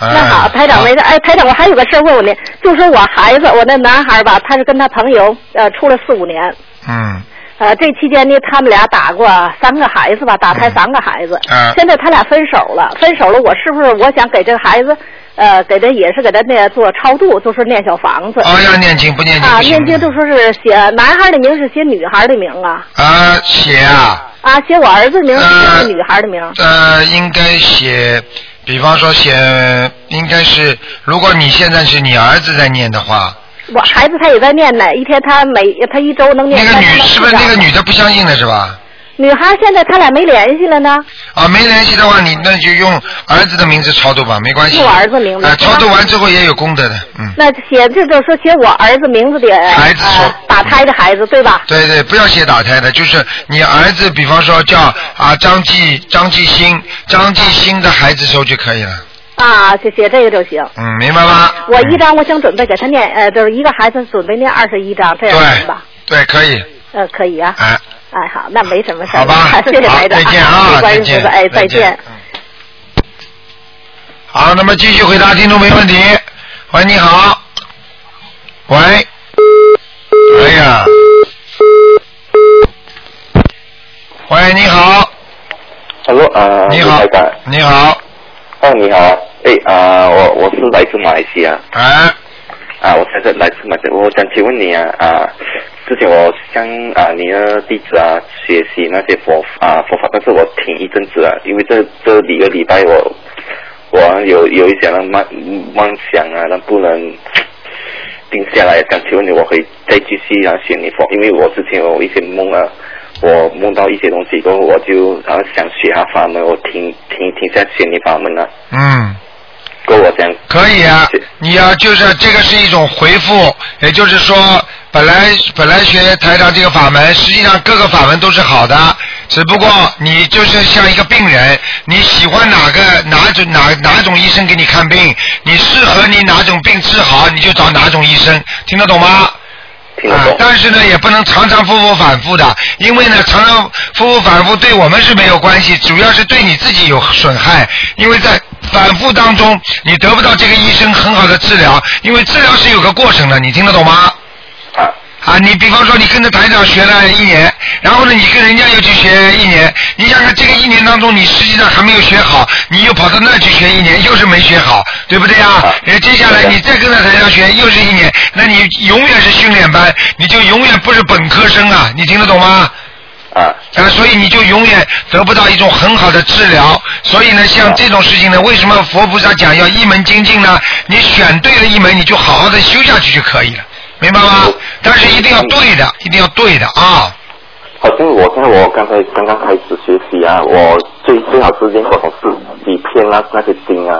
Speaker 1: 那好，台长没事。哎，台长，我还有个事儿问问您，就说我孩子，我那男孩吧，他是跟他朋友呃处了四五年，
Speaker 2: 嗯，
Speaker 1: 呃，这期间呢，他们俩打过三个孩子吧，打胎三个孩子。
Speaker 2: 嗯
Speaker 1: 现在他俩分手了，分手了，我是不是我想给这个孩子，呃，给他也是给他那做超度，就是念小房子。
Speaker 2: 哦，要念经不念经
Speaker 1: 啊，
Speaker 2: 不行
Speaker 1: 念经就说是写男孩的名是写女孩的名啊，
Speaker 2: 啊，写啊，
Speaker 1: 啊，写我儿子名是写女孩的名。
Speaker 2: 呃，应该写，比方说写，应该是，如果你现在是你儿子在念的话，
Speaker 1: 我孩子他也在念呢，一天他每他一周能念。
Speaker 2: 那个女是不是那个女
Speaker 1: 的？
Speaker 2: 的不相信了是吧？
Speaker 1: 女孩现在他俩没联系了呢。
Speaker 2: 啊，没联系的话，你那就用儿子的名字超度吧，没关系。
Speaker 1: 用儿子名字
Speaker 2: 啊，超度完之后也有功德的，嗯，
Speaker 1: 那写这就是说写我儿子名字的孩
Speaker 2: 子
Speaker 1: 呃、打胎的孩子对吧？
Speaker 2: 对对，不要写打胎的，就是你儿子，比方说叫啊张继张继兴，张继兴的孩子收就可以了，
Speaker 1: 啊，就写这个就行。
Speaker 2: 嗯，明白吗？
Speaker 1: 我一张，我想准备给他念，呃，就是一个孩子准备念二十一张，这样行吧？
Speaker 2: 对，可以，
Speaker 1: 呃，可以啊。
Speaker 2: 哎，
Speaker 1: 哎，好，那没什么事儿。
Speaker 2: 好吧
Speaker 1: <laughs> 谢谢
Speaker 2: 好
Speaker 1: 台长，
Speaker 2: 再见啊
Speaker 1: <laughs> 谢谢观
Speaker 2: 再
Speaker 1: 世
Speaker 2: 见
Speaker 1: 音菩萨哎，
Speaker 2: 再
Speaker 1: 再
Speaker 2: 见
Speaker 1: 见。
Speaker 2: 好，那么继续回答听众没问题。喂，你好。喂。哎呀。喂，你好。
Speaker 4: Hello，
Speaker 9: 啊，
Speaker 2: 你好
Speaker 9: 卢台长，
Speaker 2: 你好，
Speaker 9: 哦，你好，哎啊、我我是来自马来西亚，
Speaker 2: 啊，
Speaker 9: 啊，我现在来自马来西亚，我想请问你啊啊，之前我向啊你的弟子啊学习那些佛啊佛法，但是我停一阵子啊，因为这这几个礼拜我我有有一些那梦梦想啊，那不能定下来，想请问你，我可以再继续啊学你佛，因为我之前有一些梦啊。我梦到一些东西过后，我就然后想学下法门，我停停停下学你法门了、
Speaker 2: 嗯，
Speaker 9: 过后我想
Speaker 2: 可以啊，你要就是这个是一种回复，也就是说，本来本来学台长这个法门，实际上各个法门都是好的，只不过你就是像一个病人，你喜欢哪个哪种哪哪种医生给你看病，你适合你哪种病治好，你就找哪种医生，听得懂吗？啊，但是呢，也不能常常复复反复的，因为呢，常常复复反复对我们是没有关系，主要是对你自己有损害，因为在反复当中，你得不到这个医生很好的治疗，因为治疗是有个过程的，你听得懂吗？啊，你比方说你跟着台长学了一年，然后呢，你跟人家又去学一年，你想想这个一年当中，你实际上还没有学好，你又跑到那去学一年，又是没学好，对不对啊？然后接下来你再跟着台长学，又是一年，那你永远是训练班，你就永远不是本科生啊，你听得懂吗？
Speaker 9: 啊，
Speaker 2: 啊，所以你就永远得不到一种很好的治疗。所以呢，像这种事情呢，为什么佛菩萨讲要一门精进呢？你选对了一门，你就好好的修下去就可以了，明白吗？但是一定要对的，一定要对的啊！
Speaker 9: 好像我看我刚才刚刚开始学习啊，我最最好是练我从自己偏那那些经啊，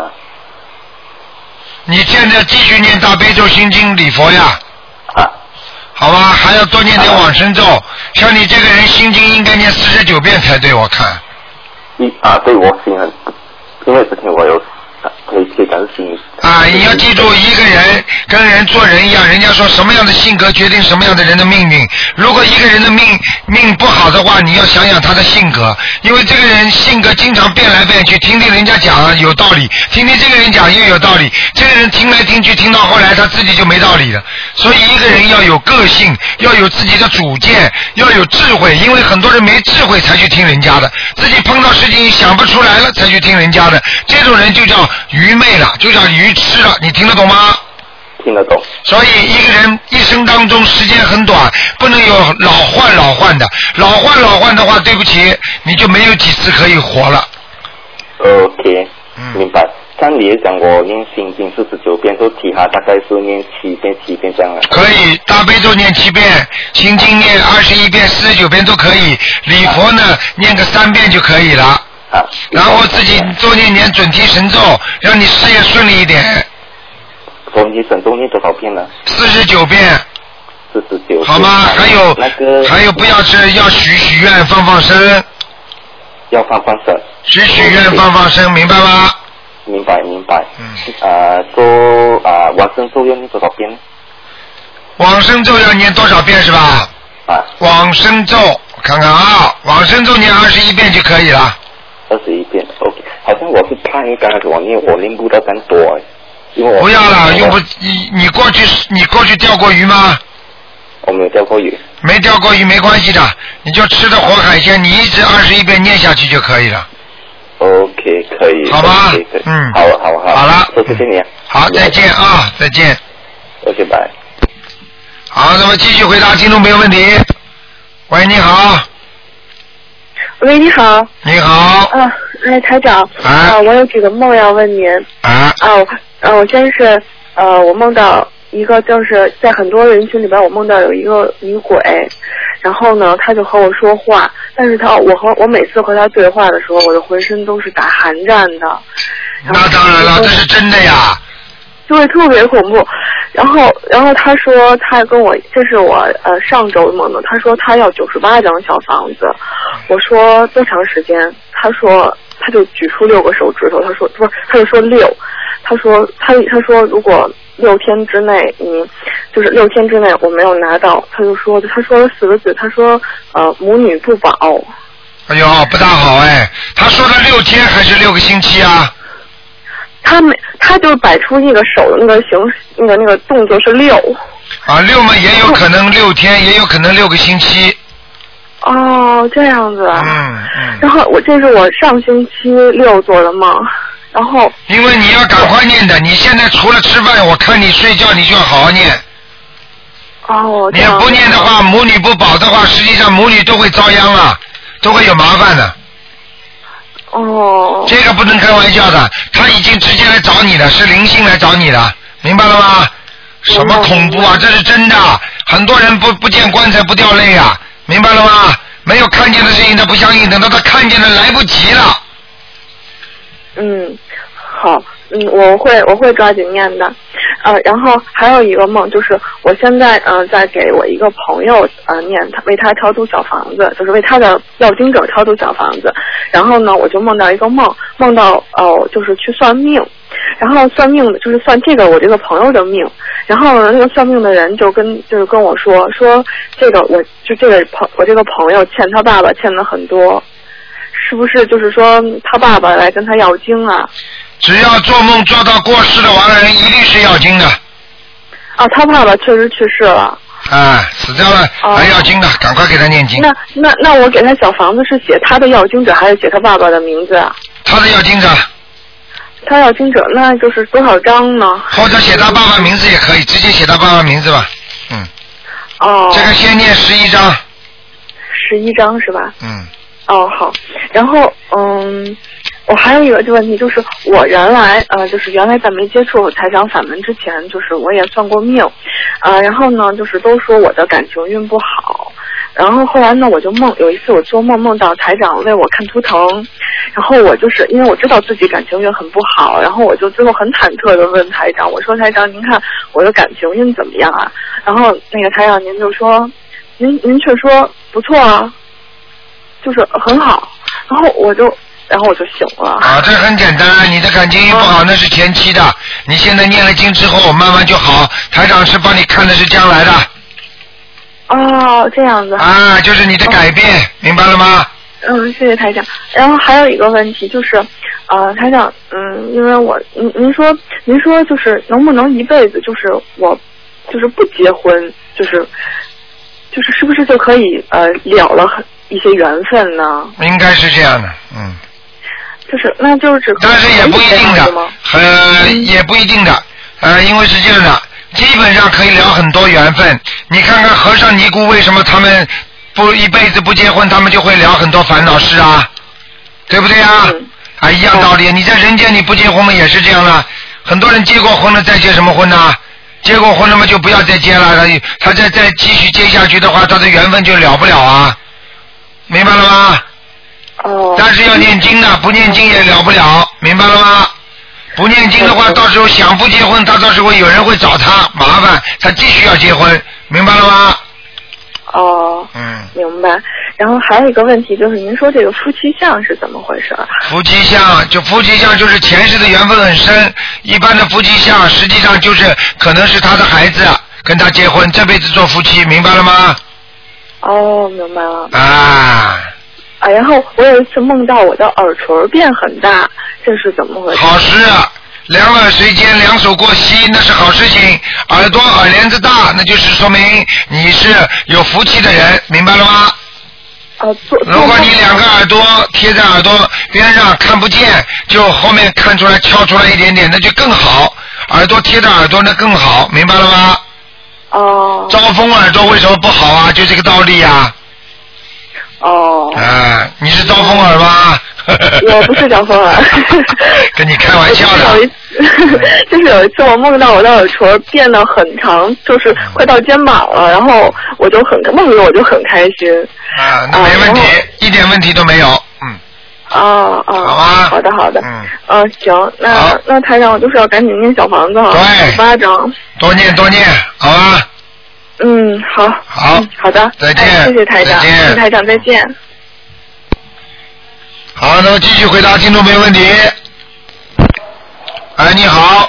Speaker 2: 你现在继续念大悲咒、心经、礼佛呀。好吧，还要多念点往生咒。像你这个人，心经应该念四十九遍才对，我看。
Speaker 9: 一啊，对我心很，因为之前我有啊可以可以讲是心
Speaker 2: 啊，你要记住，一个人跟人做人一样，人家说什么样的性格决定什么样的人的命运。如果一个人的命命不好的话，你要想想他的性格，因为这个人性格经常变来变去，听听人家讲有道理，听听这个人讲又有道理，这个人听来听去，听到后来他自己就没道理了。所以一个人要有个性，要有自己的主见，要有智慧，因为很多人没智慧才去听人家的，自己碰到事情想不出来了才去听人家的，这种人就叫愚昧了，就叫愚痴了。你听得懂吗？
Speaker 9: 听得懂。
Speaker 2: 所以一个人一生当中时间很短，不能有老换老换的，老换老换的话，对不起，你就没有几次可以活了。
Speaker 9: 呃 OK，、明
Speaker 2: 嗯
Speaker 9: 白。像你也讲我念心经四十九遍，都其他大概是念七遍七遍这样啊。
Speaker 2: 可以，大悲咒念七遍，心经念二十一遍、四十九遍都可以，礼佛呢念个三遍就可以了。然后自己多念点准提神咒，让你事业顺利一点，
Speaker 9: 总体总共念多少遍呢？
Speaker 2: 四十九遍。
Speaker 9: 四十九。
Speaker 2: 好吗？还有、还有，不要吃，要许许愿，放放生，
Speaker 9: 要放放生。
Speaker 2: 许许愿，放放生，明白吗？
Speaker 9: 明白明白。嗯。啊，说啊，往生咒要念多少遍呢？
Speaker 2: 往生咒要念多少遍是吧？
Speaker 9: 啊。
Speaker 2: 往生咒，我看看啊，往生咒念二十一遍就可以了。
Speaker 9: 二十一遍，OK。好像我是怕你刚开始我念，我念不到这样多哎，因为我
Speaker 2: 不要了，用不你你过去你过去钓过鱼吗？
Speaker 9: 我没有钓过鱼。
Speaker 2: 没钓过鱼没关系的，你就吃的活海鲜，你一直二十一遍念下去就可以了。
Speaker 9: OK，可以。
Speaker 2: 好吧
Speaker 9: OK，可以
Speaker 2: 嗯
Speaker 9: 好，啊好，好。好了，谢谢你啊。
Speaker 2: 好，再见啊，再见。
Speaker 9: OK，拜。
Speaker 2: 好，那么继续回答听众朋友问题。喂，你好，
Speaker 10: 喂，你好。
Speaker 2: 你好。
Speaker 10: 啊，哎，台长。啊。我有几个梦要问您。
Speaker 2: 啊。
Speaker 10: 啊，我啊，我真是呃，我梦到一个，就是在很多人群里边，我梦到有一个女鬼，然后呢，她就和我说话，但是她我和我每次和她对话的时候，我的浑身都是打寒战的。
Speaker 2: 那当然了，这是真的呀。
Speaker 10: 对，特别恐怖。然后，然后他说他跟我，这是我呃上周梦的。他说他要九十八张小房子，我说多长时间？他说他就举出六个手指头，他说不是，他就说六，他说他他说如果六天之内，嗯，就是六天之内我没有拿到，他就说他说了四个字，他说呃母女不保，
Speaker 2: 哎呦，不大好哎。他说的六天还是六个星期啊？
Speaker 10: 他没他就摆出那个手的那个形那个那个动作是六。
Speaker 2: 啊，六嘛也有可能六天，也有可能六个星期。
Speaker 10: 哦，哦，这样子。嗯嗯。然后我这是我上星期六做的梦，然后
Speaker 2: 因为你要赶快念的，你现在除了吃饭，我看你睡觉，你就要好好念。
Speaker 10: 哦，
Speaker 2: 你不念的话，母女不保的话，实际上母女都会遭殃了，都会有麻烦的。
Speaker 10: 哦。
Speaker 2: 这个不能开玩笑的，他已经直接来找你了，是灵性来找你的，明白了吗？什么恐怖啊！这是真的，很多人不不见棺材不掉泪啊，明白了吗？没有看见的事情他不相信，等到他看见了来不及了。
Speaker 10: 嗯，好，嗯，我会我会抓紧念的，呃，然后还有一个梦，就是我现在呃在给我一个朋友呃念他为他超度小房子，就是为他的要经者超度小房子，然后呢，我就梦到一个梦，梦到哦、呃就是去算命，然后算命的就是算这个我这个朋友的命，然后呢那个算命的人就跟就是跟我说说这个我就这个朋我这个朋友欠他爸爸欠了很多，是不是就是说他爸爸来跟他要经啊？
Speaker 2: 只要做梦做到过世的亡人，一定是要经的，
Speaker 10: 啊，他爸爸确实去世了。
Speaker 2: 啊，死掉了还要经的，赶快给他念经。
Speaker 10: 那那那我给他小房子是写他的要经者还是写他爸爸的名字啊？
Speaker 2: 他的要经者，
Speaker 10: 他要经者那就是多少张呢？
Speaker 2: 或者写他爸爸名字也可以，直接写他爸爸名字吧。
Speaker 10: 哦。
Speaker 2: 这个先念十一张。
Speaker 10: 十一张是吧？
Speaker 2: 嗯。
Speaker 10: 哦，好。然后嗯，我还有一个问题，就是我原来呃，就是原来在没接触财长法门之前，就是我也算过命，啊、然后呢，就是都说我的感情运不好。然后后来呢，我就梦有一次我做梦梦到台长为我看图腾，然后我就是因为我知道自己感情运很不好，然后我就最后很忐忑的问台长，我说台长您看我的感情运怎么样啊？然后那个台长您就说，您您却说不错啊，就是很好。然后我就然后我就醒了。嗯
Speaker 2: 啊，这很简单，你的感情运不好那是前期的，你现在念了经之后慢慢就好。台长是帮你看的是将来的
Speaker 10: 哦，这样子。
Speaker 2: 啊，就是你的改变，明白了吗？
Speaker 10: 嗯，谢谢台长。然后还有一个问题就是，呃，台长，嗯，因为我您您说您说就是能不能一辈子就是我就是不结婚，就是就是是不是就可以呃了了很一些缘分呢？
Speaker 2: 应该是这样的，嗯。
Speaker 10: 就是那就是只但是也不一定的吗？
Speaker 2: 呃，也不一定的，呃，因为是这样的，基本上可以聊很多缘分。你看看和尚尼姑为什么他们不一辈子不结婚，他们就会聊很多烦恼事啊，对不对啊？
Speaker 10: 嗯
Speaker 2: 啊，一样道理。你在人间你不结婚嘛，也是这样的。很多人结过婚了，再结什么婚呢？结过婚了嘛，就不要再结了。他他再再继续接下去的话，他的缘分就了不了啊，明白了吗？但是要念经的，不念经也了不了，明白了吗？不念经的话，到时候想不结婚，他到时候有人会找他麻烦，他继续要结婚，明白了吗？
Speaker 10: 哦，
Speaker 2: 嗯，
Speaker 10: 明白。然后还有一个问题就是，您说这个夫妻相是怎么回事啊？
Speaker 2: 夫妻相就夫妻相就是前世的缘分很深，一般的夫妻相实际上就是可能是他的孩子跟他结婚，这辈子做夫妻，明白了吗？
Speaker 10: 哦，明白了。
Speaker 2: 啊，
Speaker 10: 啊，然后我有一次梦到我的耳垂儿变很大，这是怎么回事？
Speaker 2: 好事，啊两耳垂肩，两手过膝，那是好事情。耳朵耳帘子大，那就是说明你是有福气的人，明白了吗？
Speaker 10: 呃
Speaker 2: 如果你两个耳朵贴在耳朵边上看不见，就后面看出来敲出来一点点，那就更好。耳朵贴着耳朵那更好，明白了吗？
Speaker 10: 哦。
Speaker 2: 招风耳朵为什么不好啊？就这个道理呀、
Speaker 10: 哦。
Speaker 2: 啊。你是招风耳吗？
Speaker 10: <laughs> 我不是张风啊耳，
Speaker 2: <laughs> 跟你开玩笑的。
Speaker 10: 有一次， <laughs> 就是有一次我梦到我的耳垂儿变得很长，就是快到肩膀了，然后我就很梦里我就很开心。
Speaker 2: 啊，那没问题，一点问题都没有。嗯，
Speaker 10: 哦哦，好
Speaker 2: 啊
Speaker 10: 好的好的，嗯，行，那那台长，我就是要赶紧念小房子哈，
Speaker 2: 对
Speaker 10: 八张，
Speaker 2: 多念多念，好吧？
Speaker 10: 嗯，好，
Speaker 2: 好，
Speaker 10: 好的，
Speaker 2: 再见
Speaker 10: 哎谢谢台长，
Speaker 2: 再见
Speaker 10: 谢谢台长，再见。
Speaker 2: 好，那么继续回答听众朋友问题。哎，你好，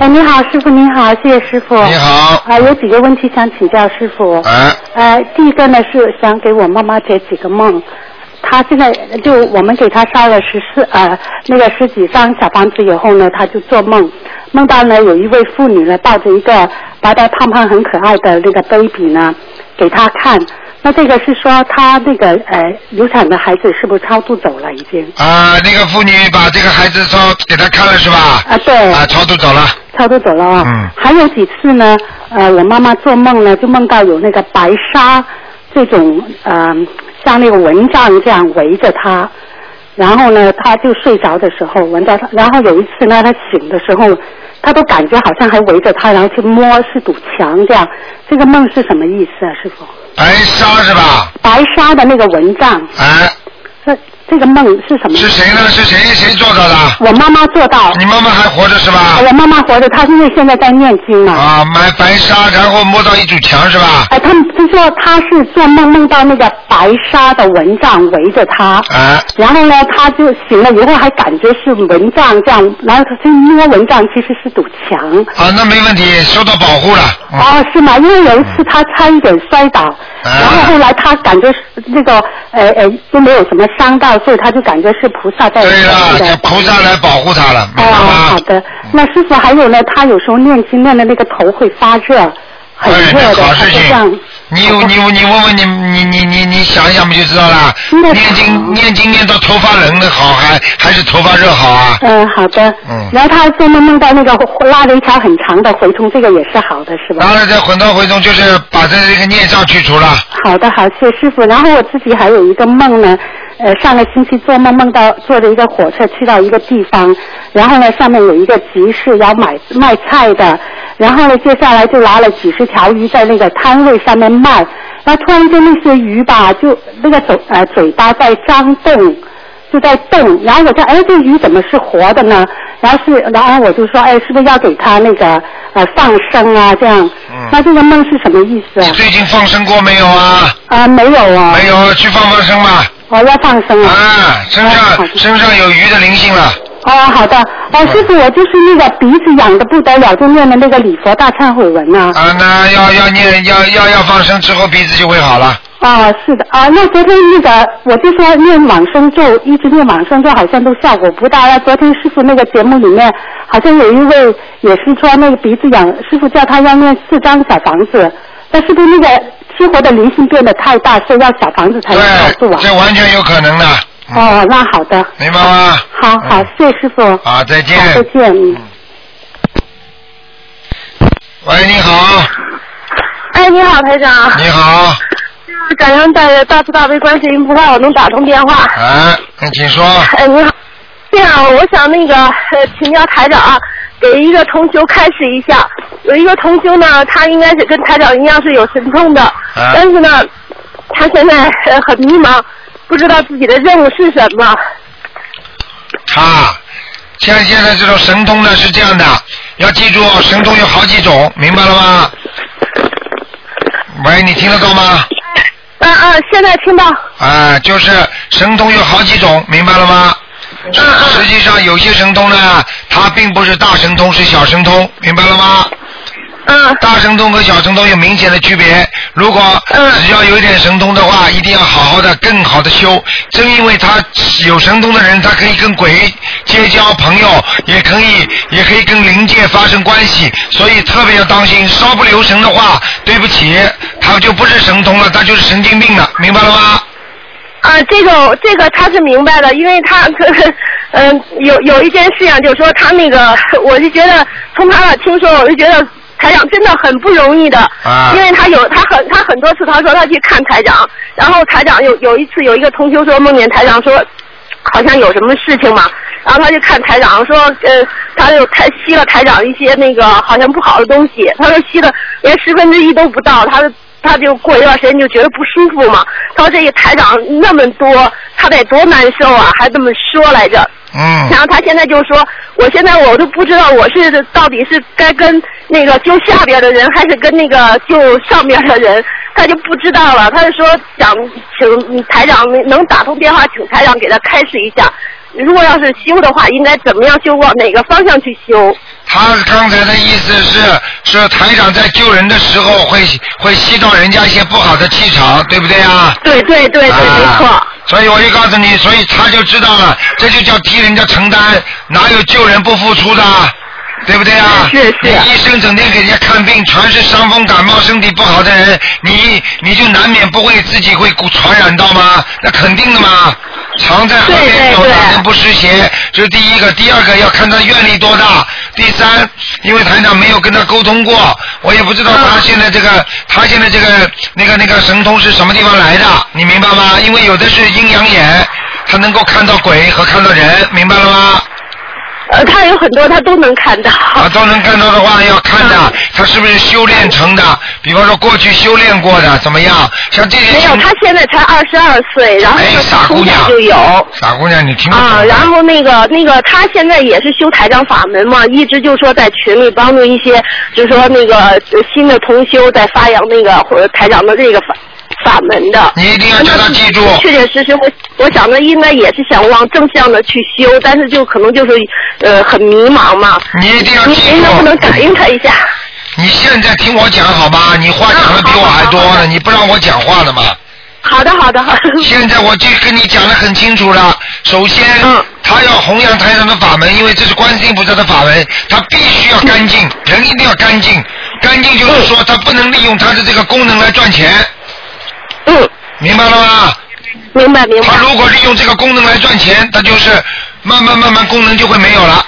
Speaker 11: 哎，你好，师傅您好，谢谢师傅。你
Speaker 2: 嗯好。
Speaker 11: 啊，有几个问题想请教师傅。
Speaker 2: 哎。
Speaker 11: 呃，第一个呢是想给我妈妈解几个梦，她现在就我们给她烧了十四呃那个十几张小房子以后呢，她就做梦，梦到呢有一位妇女呢抱着一个白白胖胖很可爱的那个 baby 呢给她看，那这个是说她那个呃流产的孩子是不是超度走了已经？
Speaker 2: 啊、那个妇女把这个孩子超给他看了是吧？
Speaker 11: 啊，对。
Speaker 2: 啊，超度走了。
Speaker 11: 超度走了啊、
Speaker 2: 嗯
Speaker 11: 还有几次呢，呃，我妈妈做梦呢，就梦到有那个白纱这种，呃，像那个蚊帐这样围着她，然后呢，她就睡着的时候闻到她，然后有一次呢，她醒的时候，她都感觉好像还围着她，然后去摸是堵墙这样，这个梦是什么意思啊，师傅？
Speaker 2: 白纱是吧？
Speaker 11: 白纱的那个蚊帐，
Speaker 2: 哎，
Speaker 11: 这这个梦是什么？是
Speaker 2: 谁呢？是谁谁做到的？
Speaker 11: 我妈妈做到。
Speaker 2: 你妈妈还活着是吧？
Speaker 11: 我妈妈活着，她因为现在在念经嘛。
Speaker 2: 啊，买白纱，然后摸到一堵墙是吧？
Speaker 11: 哎，他们就说他是做梦梦到那个白纱的蚊帐围着他，
Speaker 2: 啊，
Speaker 11: 然后呢，他就醒了以后还感觉是蚊帐这样，然后他就摸蚊帐其实是堵墙。
Speaker 2: 啊，那没问题，受到保护了。
Speaker 11: 哦，是吗？因为有一
Speaker 2: 嗯
Speaker 11: 次他差一点摔倒，
Speaker 2: 啊
Speaker 11: 然后后来他感觉是那个呃呃都没有什么伤到，所以他就感觉是菩萨在对
Speaker 2: 啊，这菩萨来嗯保护他了，明白吗？
Speaker 11: 哦好的，那师傅还有呢，他有时候念经念的那个头会发热，很
Speaker 2: 哎，
Speaker 11: 热
Speaker 2: 那
Speaker 11: 的，
Speaker 2: 好
Speaker 11: 他
Speaker 2: 事
Speaker 11: 就这
Speaker 2: 情
Speaker 11: 样。
Speaker 2: 你有你有你问问你你你你你想一想不就知道了？念经念经念到头发冷的好，还还是头发热好啊？
Speaker 11: 嗯，好的。
Speaker 2: 嗯。
Speaker 11: 然后他做梦梦到那个拉着一条很长的回通，这个也是好的，是吧？
Speaker 2: 然后再混到回中，就是把这这个孽障去除了。
Speaker 11: 好的，好，谢谢师傅。然后我自己还有一个梦呢，呃，上个星期做梦梦到坐着一个火车去到一个地方，然后呢上面有一个集市要买卖菜的，然后呢接下来就拿了几十条鱼在那个摊位上面卖，然后突然间那些鱼吧就那个嘴呃嘴巴在张动。就在动，然后我看，哎，这鱼怎么是活的呢？然后是，然后我就说，哎，是不是要给它那个呃放生啊？这样，那这个梦是什么意思啊？
Speaker 2: 嗯最近放生过没有啊？
Speaker 11: 啊，没有啊。
Speaker 2: 没有，去放放生吧。
Speaker 11: 我要放生啊。
Speaker 2: 啊，身上身上有鱼的灵性了。
Speaker 11: 哦，好的。哦，师傅，我就是那个鼻子痒的不得了，就念的那个礼佛大忏悔文呐、
Speaker 2: 啊，那要要念要要要放生之后鼻子就会好了。
Speaker 11: 啊，是的啊，那昨天那个我就说念往生咒，一直念往生咒，好像都效果不大。那昨天师傅那个节目里面，好像有一位也是说那个鼻子痒，师傅叫他要念四张小房子，那是不是那个激活的灵性变得太大，所以要小房子才能靠住啊？
Speaker 2: 这完全有可能的。
Speaker 11: 哦，那好的，
Speaker 2: 明白吗？嗯
Speaker 11: 好好，谢谢师傅，好
Speaker 2: 好，再见。
Speaker 11: 再见。嗯
Speaker 2: 喂，你好，
Speaker 3: 哎，你好，台长。
Speaker 2: 你好，
Speaker 3: 感恩大大慈大悲观世音菩萨，我能打通电话。
Speaker 2: 哎，你请说。
Speaker 3: 哎，你好。这样，我想那个呃，请教台长、啊，给一个同修开示一下。有一个同修呢，他应该是跟台长一样是有神通的，但是呢，他现在呃很迷茫，不知道自己的任务是什么。
Speaker 2: 他像啊现在这种神通呢是这样的，要记住神通有好几种，明白了吗？喂，你听得到吗？
Speaker 3: 嗯嗯，现在听到。
Speaker 2: 啊，就是神通有好几种，明白了吗？
Speaker 3: 嗯
Speaker 2: 实际上有些神通呢，它并不是大神通，是小神通，明白了吗？
Speaker 3: 嗯。
Speaker 2: 大神通和小神通有明显的区别。如果只要有一点神通的话，一定要好好的、更好的修。正因为他有神通的人，他可以跟鬼结交朋友，也可以也可以跟灵界发生关系，所以特别要当心。稍不留神的话，对不起，他就不是神通了，他就是神经病了，明白了吗？
Speaker 3: 啊，这个这个他是明白的，因为他呵呵嗯有有一件事情，就是说他那个，我就觉得从他那听说，我就觉得台长真的很不容易的，
Speaker 12: 啊
Speaker 3: 因为他有他很他很多次他说他去看台长，然后台长有有一次有一个同修说梦见台长说好像有什么事情嘛，然后他就看台长说，呃，他就台吸了台长一些那个好像不好的东西，他说吸的连十分之一都不到，他就他就过一段时间就觉得不舒服嘛，他说这个台长那么多，他得多难受啊，还这么说来着。
Speaker 2: 嗯
Speaker 3: 然后他现在就说，我现在我都不知道我是到底是该跟那个救下边的人，还是跟那个救上边的人，他就不知道了。他就说想请台长能打通电话，请台长给他开示一下。如果要是修的话，应该怎么样修？往哪个方向去修？
Speaker 2: 他刚才的意思是，是台长在救人的时候会会吸到人家一些不好的气场，对不对啊？
Speaker 3: 对对对对，
Speaker 2: 没
Speaker 3: 错。
Speaker 2: 所以我就告诉你，所以他就知道了，这就叫替人家承担，哪有救人不付出的？对不对啊？是是。你医生整天给人家看病，全是伤风感冒、身体不好的人，你你就难免不会自己会传染到吗？那肯定的嘛。常在河边走，哪能不湿鞋？这是第一个，第二个要看他愿力多大。第三，因为台长没有跟他沟通过，我也不知道他现在这个、他现在这个那个那个神通是什么地方来的，你明白吗？因为有的是阴阳眼，他能够看到鬼和看到人，明白了吗？
Speaker 3: 呃，他有很多他都能看到。啊
Speaker 2: 啊，都能看到的话，要看的，他是不是修炼成的？比方说过去修炼过的怎么样？像这些
Speaker 3: 没有，他现在才二十二岁，然后
Speaker 2: 哎
Speaker 3: 就，
Speaker 2: 傻姑
Speaker 3: 从小
Speaker 2: 娘
Speaker 3: 就有。，
Speaker 2: 傻姑娘，你听不懂
Speaker 3: 啊，然后那个那个，他现在也是修台长法门嘛，一直就说在群里帮助一些，就说那个呃新的同修在发扬那个或者台长的这个法法门的。
Speaker 2: 你一定要
Speaker 3: 叫他
Speaker 2: 记住
Speaker 3: 确确实实，我我想着应该也是想往正向的去修，但是就可能就是呃很迷茫嘛。
Speaker 2: 你一定要记住
Speaker 3: 您能不能感应他一下？
Speaker 2: 你现在听我讲好吧？你话讲的比我还
Speaker 3: 啊
Speaker 2: 多呢，你不让我讲话了吗？
Speaker 3: 好的，好的，好的。
Speaker 2: 现在我就跟你讲的很清楚了。首先，
Speaker 3: 嗯
Speaker 2: 他要弘扬台上的法门，因为这是观世音菩萨的法门，他必须要干净，
Speaker 3: 嗯
Speaker 2: 人一定要干净。干净就是说，他不能利用他的这个功能来赚钱。
Speaker 3: 嗯。
Speaker 2: 明白了吗？
Speaker 3: 明白明白。
Speaker 2: 他如果利用这个功能来赚钱，他就是慢慢慢慢功能就会没有了。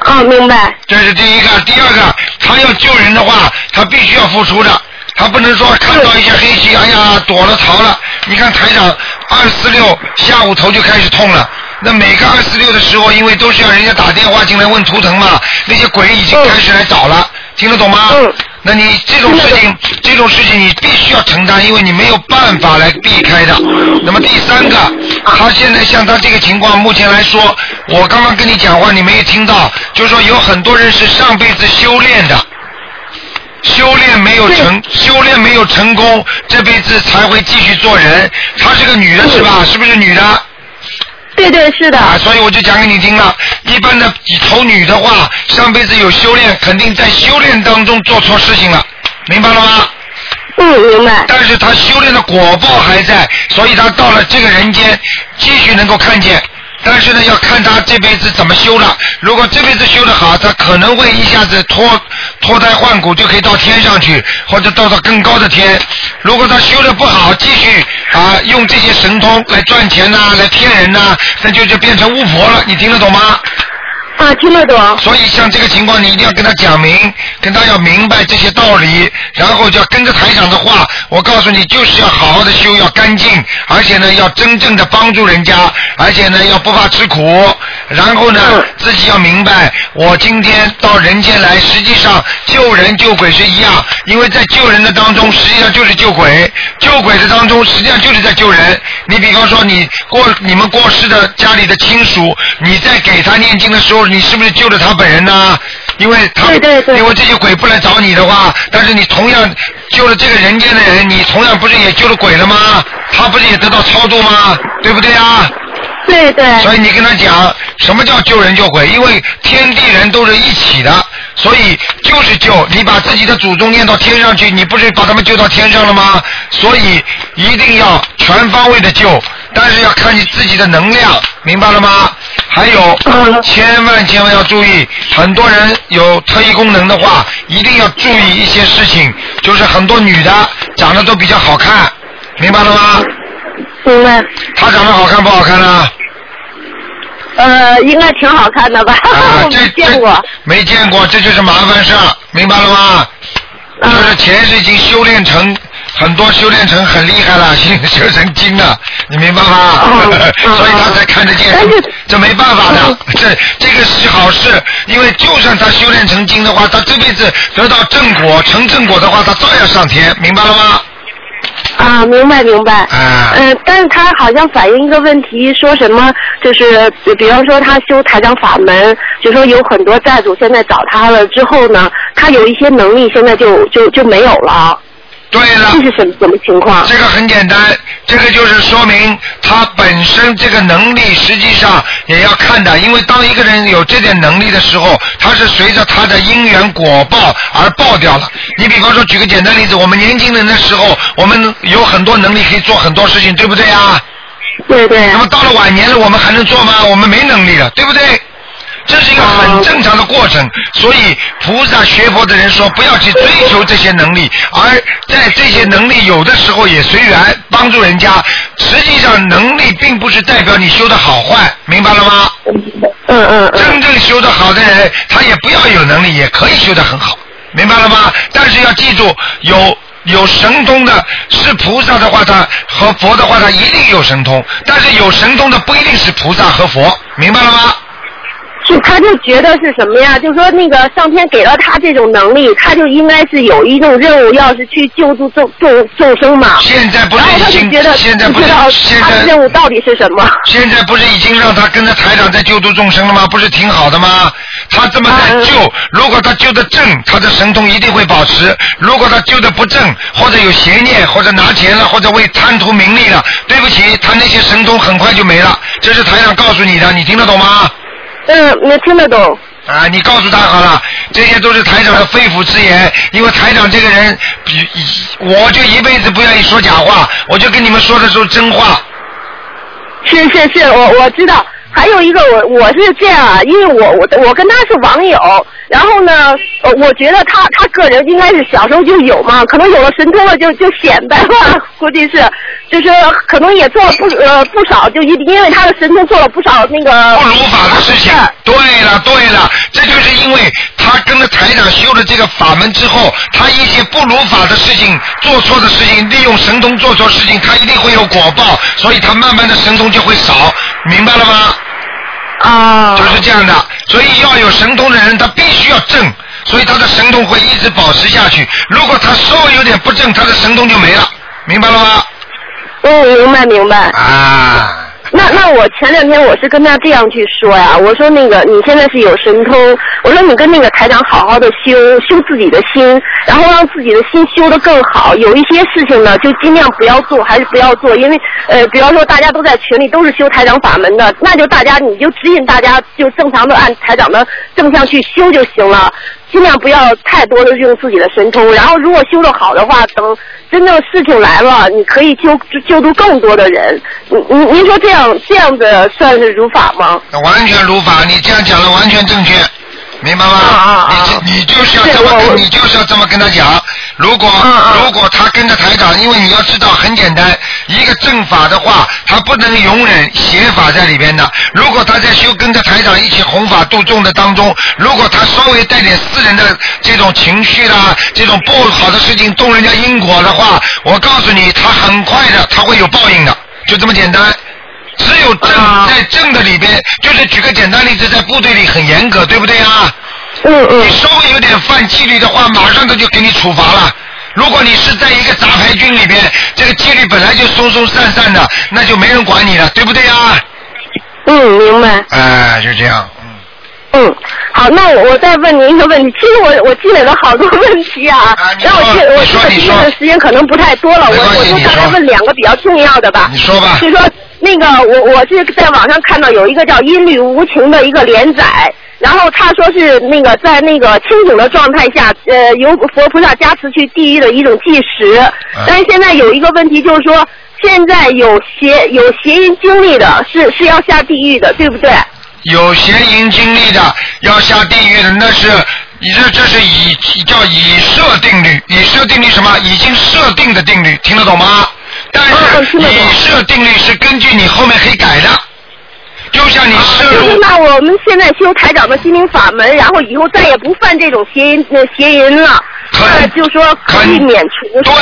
Speaker 3: 啊，明白。
Speaker 2: 这是第一个，第二个，他要救人的话，他必须要付出的，他不能说看到一些黑棋，哎呀，躲了逃了。你看台长二四六下午头就开始痛了。那每个二四六的时候，因为都是要人家打电话进来问图腾嘛，那些鬼已经开始来找了，听得懂吗？嗯。那你这种事情，这种事情你必须要承担，因为你没有办法来避开的。那么第三个，他现在像他这个情况，目前来说，我刚刚跟你讲话，你没有听到，就是说有很多人是上辈子修炼的，修炼没有成，修炼没有成功，这辈子才会继续做人。她是个女的是吧？是不是女的？
Speaker 3: 对对，是的。
Speaker 2: 啊，所以我就讲给你听了。一般的头女的话，上辈子有修炼，肯定在修炼当中做错事情了，明白了吗？
Speaker 3: 嗯，明白。
Speaker 2: 但是她修炼的果报还在，所以她到了这个人间，继续能够看见。但是呢，要看她这辈子怎么修了。如果这辈子修得好，她可能会一下子脱脱胎换骨，就可以到天上去，或者到到更高的天。如果她修得不好，继续啊用这些神通来赚钱呐、来骗人呐、那就就变成巫婆了。你听得懂吗？
Speaker 3: 啊，听得懂。
Speaker 2: 所以像这个情况，你一定要跟他讲明，跟他要明白这些道理，然后就要跟着台长的话。我告诉你，就是要好好的修，要干净，而且呢，要真正的帮助人家，而且呢，要不怕吃苦。然后呢，
Speaker 3: 嗯
Speaker 2: 自己要明白，我今天到人间来，实际上救人救鬼是一样，因为在救人的当中，实际上就是救鬼；救鬼的当中，实际上就是在救人。你比方说，你过你们过世的家里的亲属，你在给他念经的时候，你是不是救了他本人呢？因为他因为这些鬼不来找你的话，但是你同样救了这个人间的人，你同样不是也救了鬼了吗？他不是也得到超度吗？对不对啊？
Speaker 3: 对对。
Speaker 2: 所以你跟他讲什么叫救人救鬼，因为天地人都是一起的，所以就是救。你把自己的祖宗念到天上去，你不是把他们救到天上了吗？所以一定要全方位的救，但是要看你自己的能量，明白了吗？还有，
Speaker 3: 嗯
Speaker 2: 千万千万要注意，很多人有特异功能的话，一定要注意一些事情，就是很多女的长得都比较好看，明白了吗？
Speaker 3: 明白。
Speaker 2: 她长得好看不好看呢、
Speaker 3: 呃，应该挺好看的吧？
Speaker 2: 啊
Speaker 3: <laughs> 我没见过。
Speaker 2: 没见过，这就是麻烦事儿，明白了吗？就是前世已经修炼成很多，修炼成很厉害了， <laughs> 修修成精了，你明白吗？ <laughs> 所以他才看得见，这没办法的，这这个是好事，因为就算他修炼成精的话，他这辈子得到正果，成正果的话，他照样上天，明白了吗？
Speaker 3: 啊，明白明白。
Speaker 2: 啊
Speaker 3: 嗯、但是他好像反映一个问题，说什么就是，呃比方说他修台长法门，就说有很多债主现在找他了之后呢，他有一些能力现在就就就没有了。
Speaker 2: 对了。
Speaker 3: 这是什么什么情况？
Speaker 2: 这个很简单，这个就是说明他本身这个能力实际上也要看的，因为当一个人有这点能力的时候，他是随着他的因缘果报而爆掉了。你比方说，举个简单例子，我们年轻人的时候，我们有很多能力可以做很多事情，对不对啊？
Speaker 3: 对对。
Speaker 2: 那么到了晚年了，我们还能做吗？我们没能力了，对不对？这是一个
Speaker 3: 啊
Speaker 2: 很正常的过程。所以菩萨学佛的人说，不要去追求这些能力，而在这些能力有的时候也随缘帮助人家。实际上，能力并不是代表你修的好坏，明白了吗？
Speaker 3: 嗯嗯。
Speaker 2: 真正修的好的人，他也不要有能力，也可以修的很好，明白了吗？但是要记住，有有神通的是菩萨的话，他和佛的话，他一定有神通。但是有神通的不一定是菩萨和佛，明白了吗？
Speaker 3: 是，他就觉得是什么呀？就说那个上天给了他这种能力，他就应该是有一种任务，要是去救助众众众生嘛。
Speaker 2: 现在不是
Speaker 3: 然后他
Speaker 2: 已
Speaker 3: 就
Speaker 2: 经
Speaker 3: 觉得
Speaker 2: 现在
Speaker 3: 不
Speaker 2: 不是
Speaker 3: 知道
Speaker 2: 现
Speaker 3: 他
Speaker 2: 在
Speaker 3: 的任务到底是什么。
Speaker 2: 现在不是已经让他跟着台长在救度众生了吗？不是挺好的吗？他这么在
Speaker 3: 啊
Speaker 2: 救，如果他救的正，他的神通一定会保持；如果他救的不正，或者有邪念，或者拿钱了，或者为贪图名利了，对不起，他那些神通很快就没了。这是台长告诉你的，你听得懂吗？
Speaker 3: 嗯，我听得懂。
Speaker 2: 啊，你告诉他好了，这些都是台长的肺腑之言。因为台长这个人，比我就一辈子不愿意说假话，我就跟你们说的时候真话。
Speaker 3: 是是是，我我知道。还有一个，我我是这样啊，因为我我我跟他是网友，然后呢，呃我觉得他他个人应该是小时候就有嘛，可能有了神通了就就显摆吧， <laughs> 估计是，就是可能也做了不呃不少，就因因为他的神通做了不少那个
Speaker 2: 不如法的事情。对了对了，这就是因为他跟着台长修了这个法门之后，他一些不如法的事情、做错的事情，利用神通做错事情，他一定会有果报，所以他慢慢的神通就会少，明白了吗？
Speaker 3: 啊，
Speaker 2: 就是这样的，所以要有神通的人，他必须要正，所以他的神通会一直保持下去。如果他稍微有点不正，他的神通就没了，明白了吗？
Speaker 3: 嗯，明白明白。
Speaker 2: 啊。
Speaker 3: <laughs> 那那我前两天我是跟他这样去说呀，我说那个你现在是有神通，我说你跟那个台长好好的修修自己的心，然后让自己的心修得更好。有一些事情呢，就尽量不要做，还是不要做，因为呃，比方说大家都在群里都是修台长法门的，那就大家你就指引大家就正常的按台长的正向去修就行了。尽量不要太多的用自己的神通，然后如果修得好的话，等真正事情来了，你可以救救助更多的人。您您您说这样这样的算是如法吗？
Speaker 2: 那完全如法，你这样讲的完全正确，明白吗？你你就是要这么跟，你就是要这么跟他讲。如果、如果他跟着台长，因为你要知道很简单，一个正法的话，他不能容忍邪法在里边的。如果他在修跟着台长一起弘法度众的当中，如果他稍微带点私人的这种情绪啦，这种不好的事情动人家因果的话，我告诉你，他很快的他会有报应的，就这么简单。只有正、在正的里边，就是举个简单例子，在部队里很严格，对不对啊？
Speaker 3: 嗯嗯。
Speaker 2: 你稍微有点犯纪律的话，马上他就给你处罚了。如果你是在一个杂牌军里边，这个纪律本来就松松散散的，那就没人管你了，对不对啊？
Speaker 3: 嗯，明白。
Speaker 2: 哎、就这样。
Speaker 3: 嗯，好，那我我再问您一个问题，其实我我积累了好多 <laughs> 问题啊，然后我这我这个今天的时间可能不太多了，我我就大概问两个比较重要的吧。
Speaker 2: 你说吧
Speaker 3: 就说那个我我是在网上看到有一个叫《音律无情》的一个连载。然后他说是那个在那个清醒的状态下，呃，由佛菩萨加持去地狱的一种计时。
Speaker 2: 啊
Speaker 3: 但是现在有一个问题，就是说现在有邪有邪淫经历的是是要下地狱的，对不对？
Speaker 2: 有邪淫经历的要下地狱的，那是这这是以叫以设定律，以设定律什么？已经设定的定律，听得懂吗？但
Speaker 3: 哦
Speaker 2: 是以设定律是根据你后面可以改的，就像你摄入
Speaker 3: 就是啊那我们现在修台长的心灵法门，然后以后再也不犯这种邪淫呃邪淫了，那就说可以免除。
Speaker 2: 对，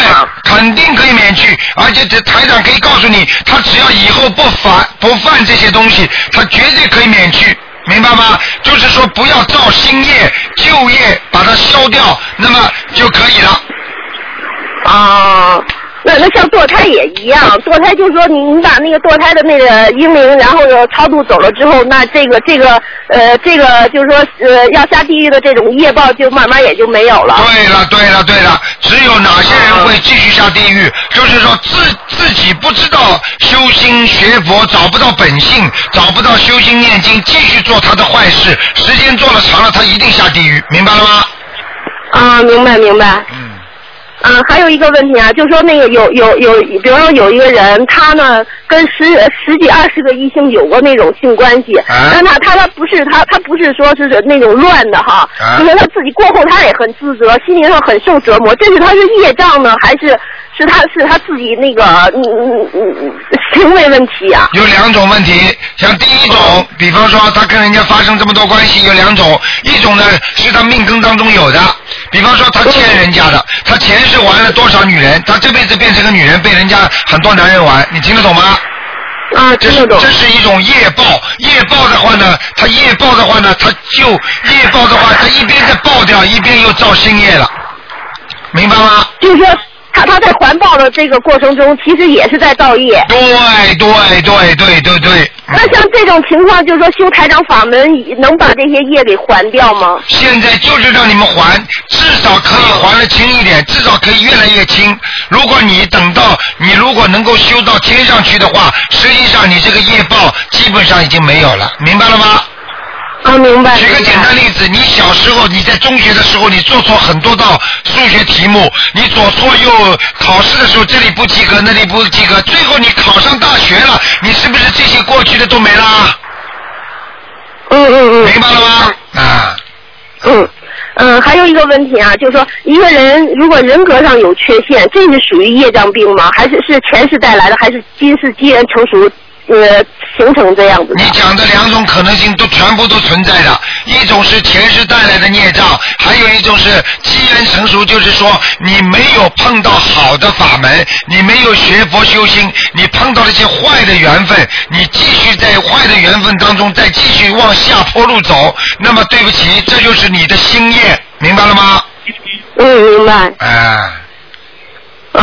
Speaker 2: 肯定可以免去，而且这台长可以告诉你，他只要以后不犯不犯这些东西，他绝对可以免去，明白吗？就是说不要造新业旧业，把它消掉，那么就可以了。
Speaker 3: 啊，那那像堕胎也一样，堕胎就是说你你把那个堕胎的那个婴灵，然后呢超度走了之后，那这个这个呃这个就是说呃要下地狱的这种业报就慢慢也就没有了。
Speaker 2: 对了，对了，对了，只有哪些人会继续下地狱？就是说自自己不知道修心学佛，找不到本性，找不到修心念经，继续做他的坏事，时间做了长了，他一定下地狱，明白了吗？
Speaker 3: 啊，明白明白。嗯，还有一个问题啊，就说那个有有有，比方说有一个人，他呢跟十十几二十个异性有过那种性关系，但他他他不是他他不是说是那种乱的哈，
Speaker 12: 啊
Speaker 3: 就是他自己过后他也很自责，心灵上很受折磨，这是他是业障呢，还是是他是他自己那个嗯嗯嗯嗯行为问题啊？
Speaker 2: 有两种问题，像第一种，比方说他跟人家发生这么多关系，有两种，一种呢是他命根当中有的，比方说他欠人家的，他前世玩了多少女人，他这辈子变成个女人，被人家很多男人玩，你听得懂吗？
Speaker 3: 啊，
Speaker 2: 这是这是一种业报，业报的话呢，他业报的话呢，他就业报的话，他一边在报掉，一边又造新业了，明白吗？
Speaker 3: 就是说他他在环保的这个过程中，其实也是在造业。
Speaker 2: 对对对对对对，
Speaker 3: 那像这种情况，就是说修台长法门能把这些业给还掉吗？
Speaker 2: 现在就是让你们还，至少可以还的轻一点，至少可以越来越轻。如果你等到你如果能够修到天上去的话，实际上你这个业报基本上已经没有了，明白了吗？
Speaker 3: 啊，明白。
Speaker 2: 举个简单例子，你小时候你在中学的时候，你做错很多道数学题目，你左错右，考试的时候这里不及格，那里不及格，最后你考上大学了，你是不是这些过去的都没啦？
Speaker 3: 嗯嗯嗯。
Speaker 2: 明白了吗？啊。
Speaker 3: 嗯。嗯，还有一个问题啊，就是说一个人如果人格上有缺陷，这是属于业障病吗？还是是前世带来的，还是今世机缘成熟呃形成这样子的？
Speaker 2: 你讲的两种可能性都全部都存在的，一种是前世带来的孽障，还有一种是机缘成熟，就是说你没有碰到好的法门，你没有学佛修心，你碰到了一些坏的缘分，你继续在坏的缘分当中再继续往下坡路走，那么对不起，这就是你的心业，明白了吗？
Speaker 3: 嗯，明白。
Speaker 2: 哎、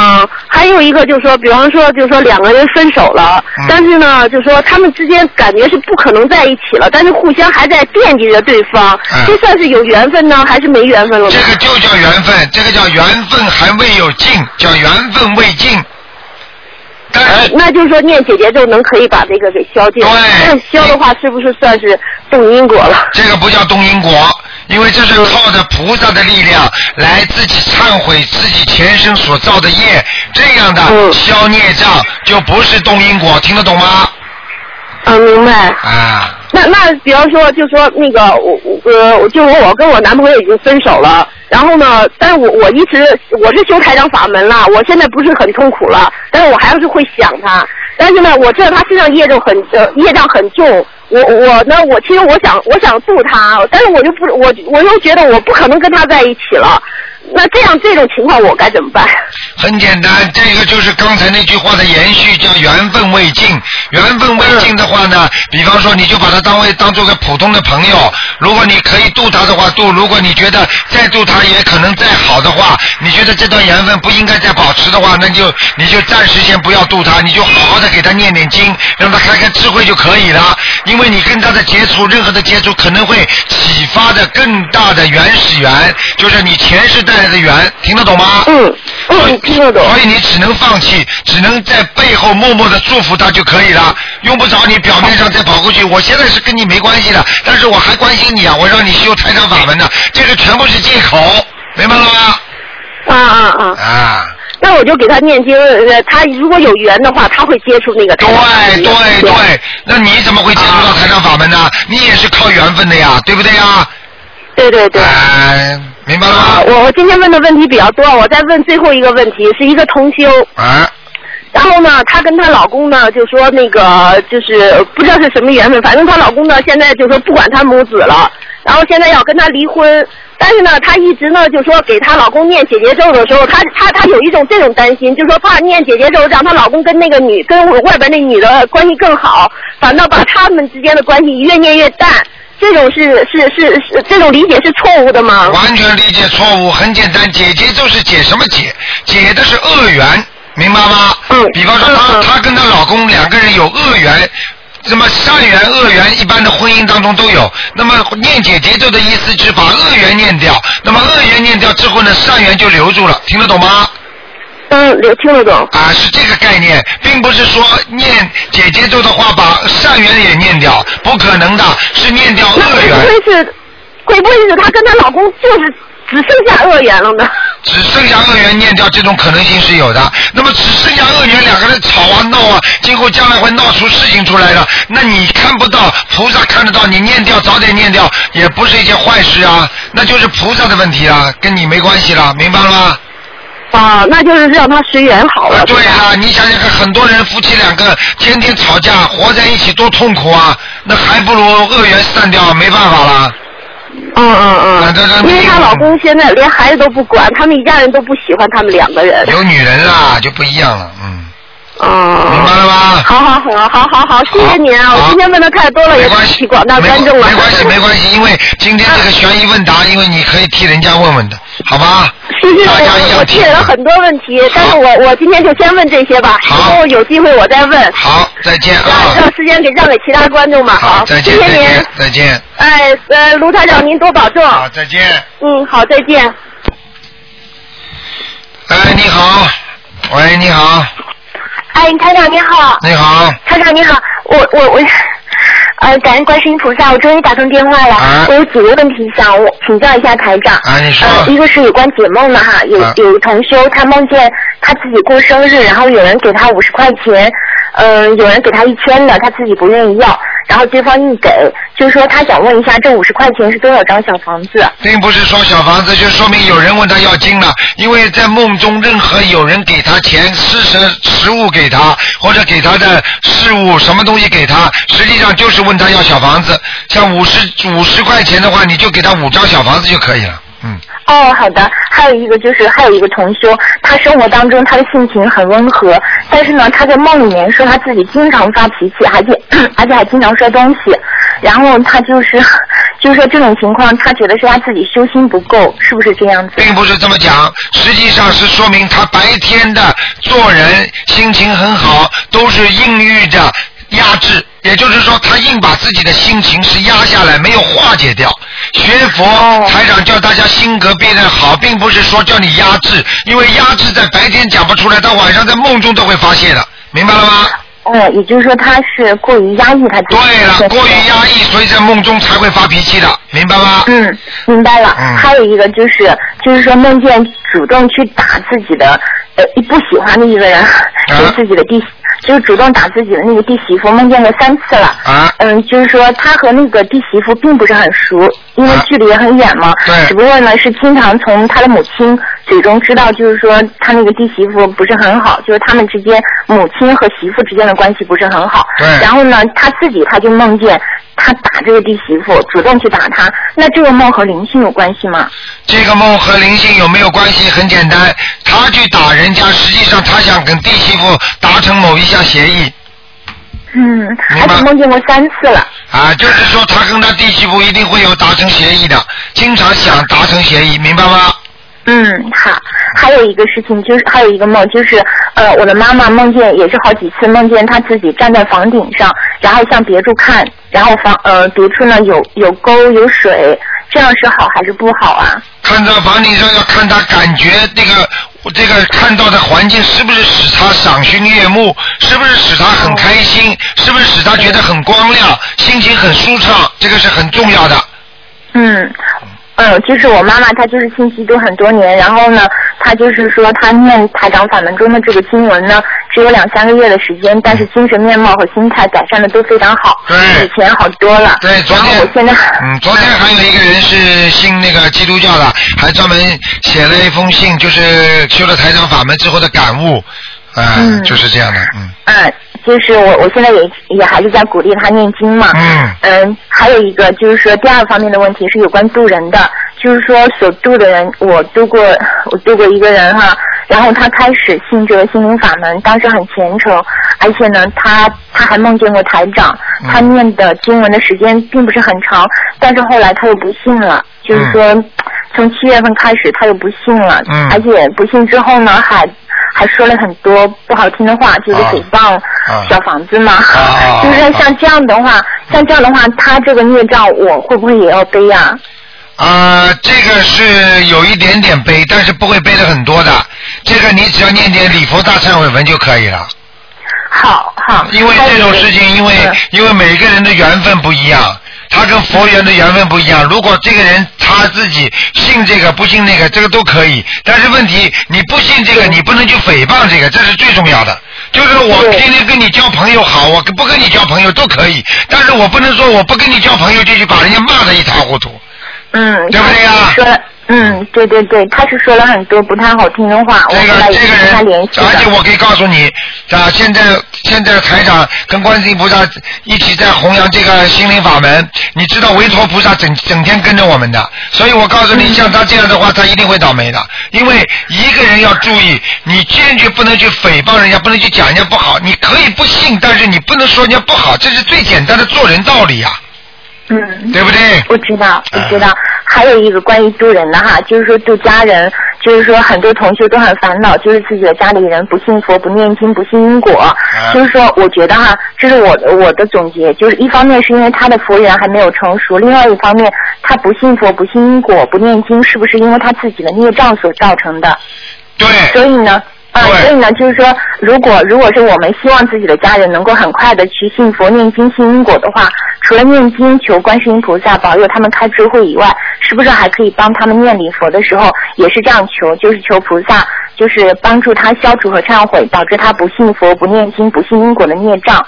Speaker 3: 嗯，还有一个就是说，比方说，就是说两个人分手了，
Speaker 2: 嗯
Speaker 3: 但是呢，就是说他们之间感觉是不可能在一起了，但是互相还在惦记着对方，这算是有缘分呢，还是没缘分了
Speaker 2: 嗯
Speaker 3: 呢？
Speaker 2: 这个就叫缘分，这个叫缘分还未有尽，叫缘分未尽。
Speaker 3: 呃那就是说念姐姐咒能可以把这个给消尽，但消的话是不是算是动因果了？
Speaker 2: <laughs> 这个不叫动因果，因为这是靠着菩萨的力量来自己忏悔自己前生所造的业，这样的消孽障就不是动因果，听得懂吗？
Speaker 3: 嗯，明白。
Speaker 2: 啊。
Speaker 3: 那那比方说，就说那个我我呃，就我我跟我男朋友已经分手了，然后呢，但是我我一直我是修台长法门了，我现在不是很痛苦了，但是我还是会想他，但是呢，我知道他身上业障很呃业障很重，我我呢我其实我想我想度他，但是我就不我我又觉得我不可能跟他在一起了，那这样这种情况我该怎么办？ <laughs>
Speaker 2: 很简单，这个就是刚才那句话的延续，叫缘分未尽。缘分未尽的话呢，比方说你就把他当为当做个普通的朋友，如果你可以度他的话度，如果你觉得再度他也可能再好的话，你觉得这段缘分不应该再保持的话，那就你就暂时先不要度他，你就好好的给他念念经，让他开开智慧就可以了。因为你跟他的接触，任何的接触可能会启发的更大的原始缘，就是你前世带来的缘，听得懂吗？
Speaker 3: 嗯。
Speaker 2: 嗯，听得懂。所以你只能放弃，只能在背后默默的祝福他就可以了，用不着你表面上再跑过去。我现在是跟你没关系的，但是我还关心你啊，我让你修财长法门呢，这个全部是借口，明白了吗？
Speaker 3: 啊啊啊！
Speaker 2: 啊。
Speaker 3: 那我就给他念经，呃，他如果有缘的话，他会接触那个台长法门。对
Speaker 2: 对对，那你怎么会接触到财长法门呢？你也是靠缘分的呀，对不对呀？
Speaker 3: 对对对。
Speaker 2: 哎，明白了吗？
Speaker 3: 我我今天问的问题比较多，我再问最后一个问题，是一个同修。
Speaker 2: 啊。
Speaker 3: 然后呢，她跟她老公呢，就说那个就是不知道是什么缘分，反正她老公呢现在就说不管她母子了，然后现在要跟她离婚。但是呢，她一直呢就说给她老公念姐姐咒的时候，她她她有一种这种担心，就说怕念姐姐咒让她老公跟那个女跟外边那女的关系更好，反倒把他们之间的关系越念越淡。这种是是是是这种理解是错误的吗？
Speaker 2: 完全理解错误，很简单，解结就是解什么解？解的是恶缘，明白吗？嗯。比方说她她跟她老公两个人有恶缘。那么善缘、恶缘，一般的婚姻当中都有。那么念解结咒的意思是把恶缘念掉，那么恶缘念掉之后呢，善缘就留住了，听得懂吗？
Speaker 3: 嗯，听得懂。
Speaker 2: 啊，是这个概念，并不是说念解结咒的话把善缘也念掉，不可能的，是念掉恶缘。
Speaker 3: 会不会是，会不会是她跟她老公就是只剩下恶缘了呢？ <laughs>
Speaker 2: 只剩下恶缘念掉，这种可能性是有的。那么只剩下恶缘，两个人吵啊闹啊，今后将来会闹出事情出来的。那你看不到，菩萨看得到，你念掉，早点念掉，也不是一件坏事啊。那就是菩萨的问题啊，跟你没关系了，明白了吗？
Speaker 3: 啊，那就是让他随缘好了。
Speaker 2: 对啊，你想想看，很多人夫妻两个天天吵架，活在一起多痛苦啊！那还不如恶缘散掉，没办法啦。
Speaker 3: 嗯嗯
Speaker 2: 嗯，
Speaker 3: 因为她老公现在连孩子都不管，他们一家人都不喜欢他们两个人。
Speaker 2: 有女人啦，就不一样了，嗯。
Speaker 3: 哦，
Speaker 2: 明白了吗？
Speaker 3: 好好好好好好，谢谢您啊！我今天问的太多了，也对不起广大
Speaker 2: 没
Speaker 3: 观众了。
Speaker 2: 没关系，没关系，因为今天这个悬疑问答，因为你可以替人家问问的，好吧？
Speaker 3: 是是，我我积累了很多问题，但是我我今天就先问这些吧，以后有机会我再问。
Speaker 2: 好，再见啊！
Speaker 3: 让时间给让给其他观众吧。好，
Speaker 2: 再见，
Speaker 3: 谢
Speaker 2: 再
Speaker 3: 谢您
Speaker 2: 见，。再见。
Speaker 3: 哎，呃，卢台长您多保重。
Speaker 2: 好，再见。
Speaker 3: 嗯，好，再见。
Speaker 2: 哎，你好，喂，你好，
Speaker 12: 哎，台长您好，
Speaker 2: 你好，
Speaker 12: 台长您好，我我我，呃，感恩观世音菩萨，我终于打通电话了。我有几个问题想我请教一下台长。
Speaker 2: 啊，你说。
Speaker 12: 呃，一个是有关解梦的哈，有、
Speaker 2: 啊
Speaker 12: 有同修他梦见他自己过生日，然后有人给他五十块钱，嗯、有人给他一千的，他自己不愿意要，然后对方一给，就说他想问一下这五十块钱是多少张小房子？
Speaker 2: 并不是说小房子，就说明有人问他要经了，因为在梦中任何有人给他钱、施食食物给他，或者给他的事物什么东西给他，实际上就是问他要小房子。像五十五十块钱的话，你就给他五张小房子就可以了。嗯，
Speaker 12: 哦，好的。还有一个就是，还有一个同修，他生活当中他的性情很温和，但是呢，他在梦里面说他自己经常发脾气，还经而且还 <clears throat> 经常摔东西。然后他就是，就是说这种情况，他觉得是他自己修心不够，是不是这样子？
Speaker 2: 并不是这么讲，实际上是说明他白天的做人心情很好，都是硬郁着压制，也就是说他硬把自己的心情是压下来，没有化解掉。学
Speaker 12: 哦
Speaker 2: 佛台长叫大家性格变得好，并不是说叫你压制，因为压制在白天讲不出来，到晚上在梦中都会发泄的，明白了吗？
Speaker 12: 哦，也就是说他是过于压抑他自己。对了，过于
Speaker 2: 压抑，所以在梦中才会发脾气的，明白吗？
Speaker 12: 嗯，明白了。还有一个就是，就是说梦见主动去打自己的呃一不喜欢的一个人，
Speaker 2: 啊
Speaker 12: 就是自己的弟，就是主动打自己的那个弟媳妇，梦见过三次了。
Speaker 2: 啊。
Speaker 12: 嗯，就是说他和那个弟媳妇并不是很熟，因为距离也很远嘛。
Speaker 2: 啊对
Speaker 12: 只不过呢，是经常从他的母亲嘴中知道，就是说他那个弟媳妇不是很好，就是他们之间母亲和媳妇之间的关系不是很好。
Speaker 2: 对
Speaker 12: 然后呢，他自己他就梦见他打这个弟媳妇，主动去打他。那这个梦和灵性有关系吗？
Speaker 2: 这个梦和灵性有没有关系？很简单，他去打人家，实际上他想跟弟媳妇达成某一项协议
Speaker 12: 嗯，而且梦见过三次了。
Speaker 2: 啊，就是说他跟他弟媳妇一定会有达成协议的，经常想达成协议，明白吗？
Speaker 12: 嗯，好。还有一个事情就是，还有一个梦就是，呃，我的妈妈梦见也是好几次梦见她自己站在房顶上，然后向别处看，然后房呃别处呢有有沟有水，这样是好还是不好啊？
Speaker 2: 看到房顶上要看他感觉这个这个看到的环境是不是使他赏心悦目，是不是使他很开心，是不是使他觉得很光亮，心情很舒畅，这个是很重要的。
Speaker 12: 嗯，嗯，就是我妈妈，她就是信基督很多年，然后呢，她就是说她念台长法门中的这个经文呢，只有两三个月的时间，但是精神面貌和心态改善的都非常好，
Speaker 2: 对，
Speaker 12: 以前好多了。
Speaker 2: 对，昨天我
Speaker 12: 现在
Speaker 2: 嗯，昨天还有一个人是信那个基督教的，还专门写了一封信，就是修了台长法门之后的感悟，啊、
Speaker 12: 嗯
Speaker 2: 就是这样的，嗯，
Speaker 12: 嗯，就是我我现在也也还是在鼓励他念经嘛。
Speaker 2: 嗯。
Speaker 12: 嗯，还有一个就是说第二方面的问题是有关渡人的，就是说所渡的人，我渡过我渡过一个人哈，然后他开始信这个心灵法门，当时很虔诚，而且呢，他他还梦见过台长，
Speaker 2: 嗯
Speaker 12: 他念的经文的时间并不是很长，但是后来他又不信了，就是说。从七月份开始，他又不信了，
Speaker 2: 嗯
Speaker 12: 而且不信之后呢，还还说了很多不好听的话，就是
Speaker 2: 啊
Speaker 12: 诽谤、
Speaker 2: 啊
Speaker 12: 小房子嘛。
Speaker 2: 啊
Speaker 12: <laughs> 就是说像这样的话，像这样的话，他这个孽障我会不会也要背呀、
Speaker 2: 啊、这个是有一点点背，但是不会背的很多的，这个你只要念点礼佛大忏悔文就可以了。
Speaker 12: 好好。
Speaker 2: 因为这种事情，因为因为每个人的缘分不一样，他跟佛缘的缘分不一样。如果这个人他自己信这个不信那个，这个都可以。但是问题你不信这个，你不能去诽谤这个，这是最重要的。就是我今天跟你交朋友好，我不跟你交朋友都可以，但是我不能说我不跟你交朋友就去把人家骂得一塌糊涂。
Speaker 12: 嗯，
Speaker 2: 对不啊对呀、
Speaker 12: 说了，嗯，对对对，他是说了很多不太好听的话，我后来也是跟他联系的。
Speaker 2: 而且我可以告诉你，啊，现在现在台长跟观世音菩萨一起在弘扬这个心灵法门。你知道维陀菩萨整整天跟着我们的，所以我告诉
Speaker 12: 嗯
Speaker 2: 你，像他这样的话，他一定会倒霉的。因为一个人要注意，你坚决不能去诽谤人家，不能去讲人家不好。你可以不信，但是你不能说人家不好，这是最简单的做人道理呀、啊
Speaker 12: 嗯，
Speaker 2: 对不对？啊
Speaker 12: 我知道，我知道。还有一个关于渡人的哈，就是说渡家人，就是说很多同学都很烦恼，就是自己的家里人不信佛、不念经、不信因果。
Speaker 2: 啊
Speaker 12: 就是说，我觉得哈，这是我我的总结，就是一方面是因为他的佛缘还没有成熟，另外一方面他不信佛、不信因果、不念经，是不是因为他自己的孽障所造成的？
Speaker 2: 对。
Speaker 12: 所以呢，啊，所以呢，就是说，如果如果是我们希望自己的家人能够很快的去信佛、念经、信因果的话，除了念经求观世音菩萨保佑他们开智慧以外，是不是还可以帮他们念礼佛的时候也是这样求，就是求菩萨，就是帮助他消除和忏悔，导致他不信佛、不念经、不信因果的孽障，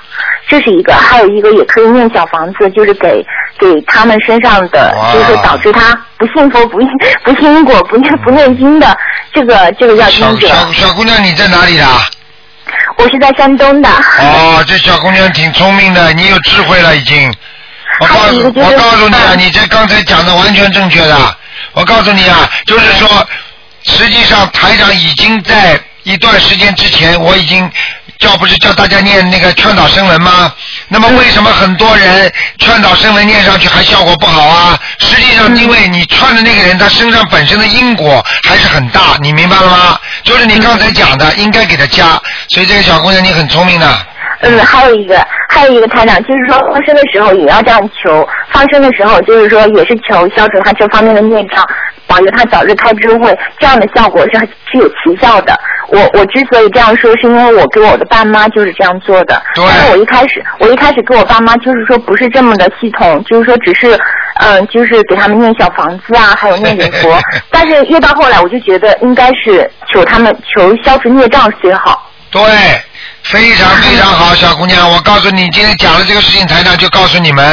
Speaker 12: 这是一个；还有一个也可以念小房子，就是给给他们身上的，就是说导致他不信佛、不念不信因果、不念不念经的这个这个要经者。
Speaker 2: 小小姑娘，你在哪里的？啊
Speaker 12: 我是在山东的。
Speaker 2: 哦，这小姑娘挺聪明的，你有智慧了已经。我告诉我告诉你啊，你这刚才讲的完全正确的。我告诉你啊，就是说，实际上台长已经在一段时间之前，我已经叫不是叫大家念那个劝导声文吗？那么为什么很多人劝导声文念上去还效果不好啊？实际上，因为你劝的那个人他身上本身的因果还是很大，你明白了吗？就是你刚才讲的，应该给他加。所以这个小姑娘你很聪明的。
Speaker 12: 嗯，还有一个，还有一个台长，就是说放生的时候也要这样求，放生的时候就是说也是求消除他这方面的孽障，保佑他早日开智慧，这样的效果是是有奇效的。我我之所以这样说，是因为我跟我的爸妈就是这样做的。
Speaker 2: 对。
Speaker 12: 但是我一开始，我一开始跟我爸妈就是说不是这么的系统，就是说只是嗯、就是给他们念小房子啊，还有念点佛。但是越到后来，我就觉得应该是求他们求消除孽障最好。
Speaker 2: 对，非常非常好，小姑
Speaker 12: 嗯
Speaker 2: 娘，我告诉你，今天讲了这个事情，台长就告诉你们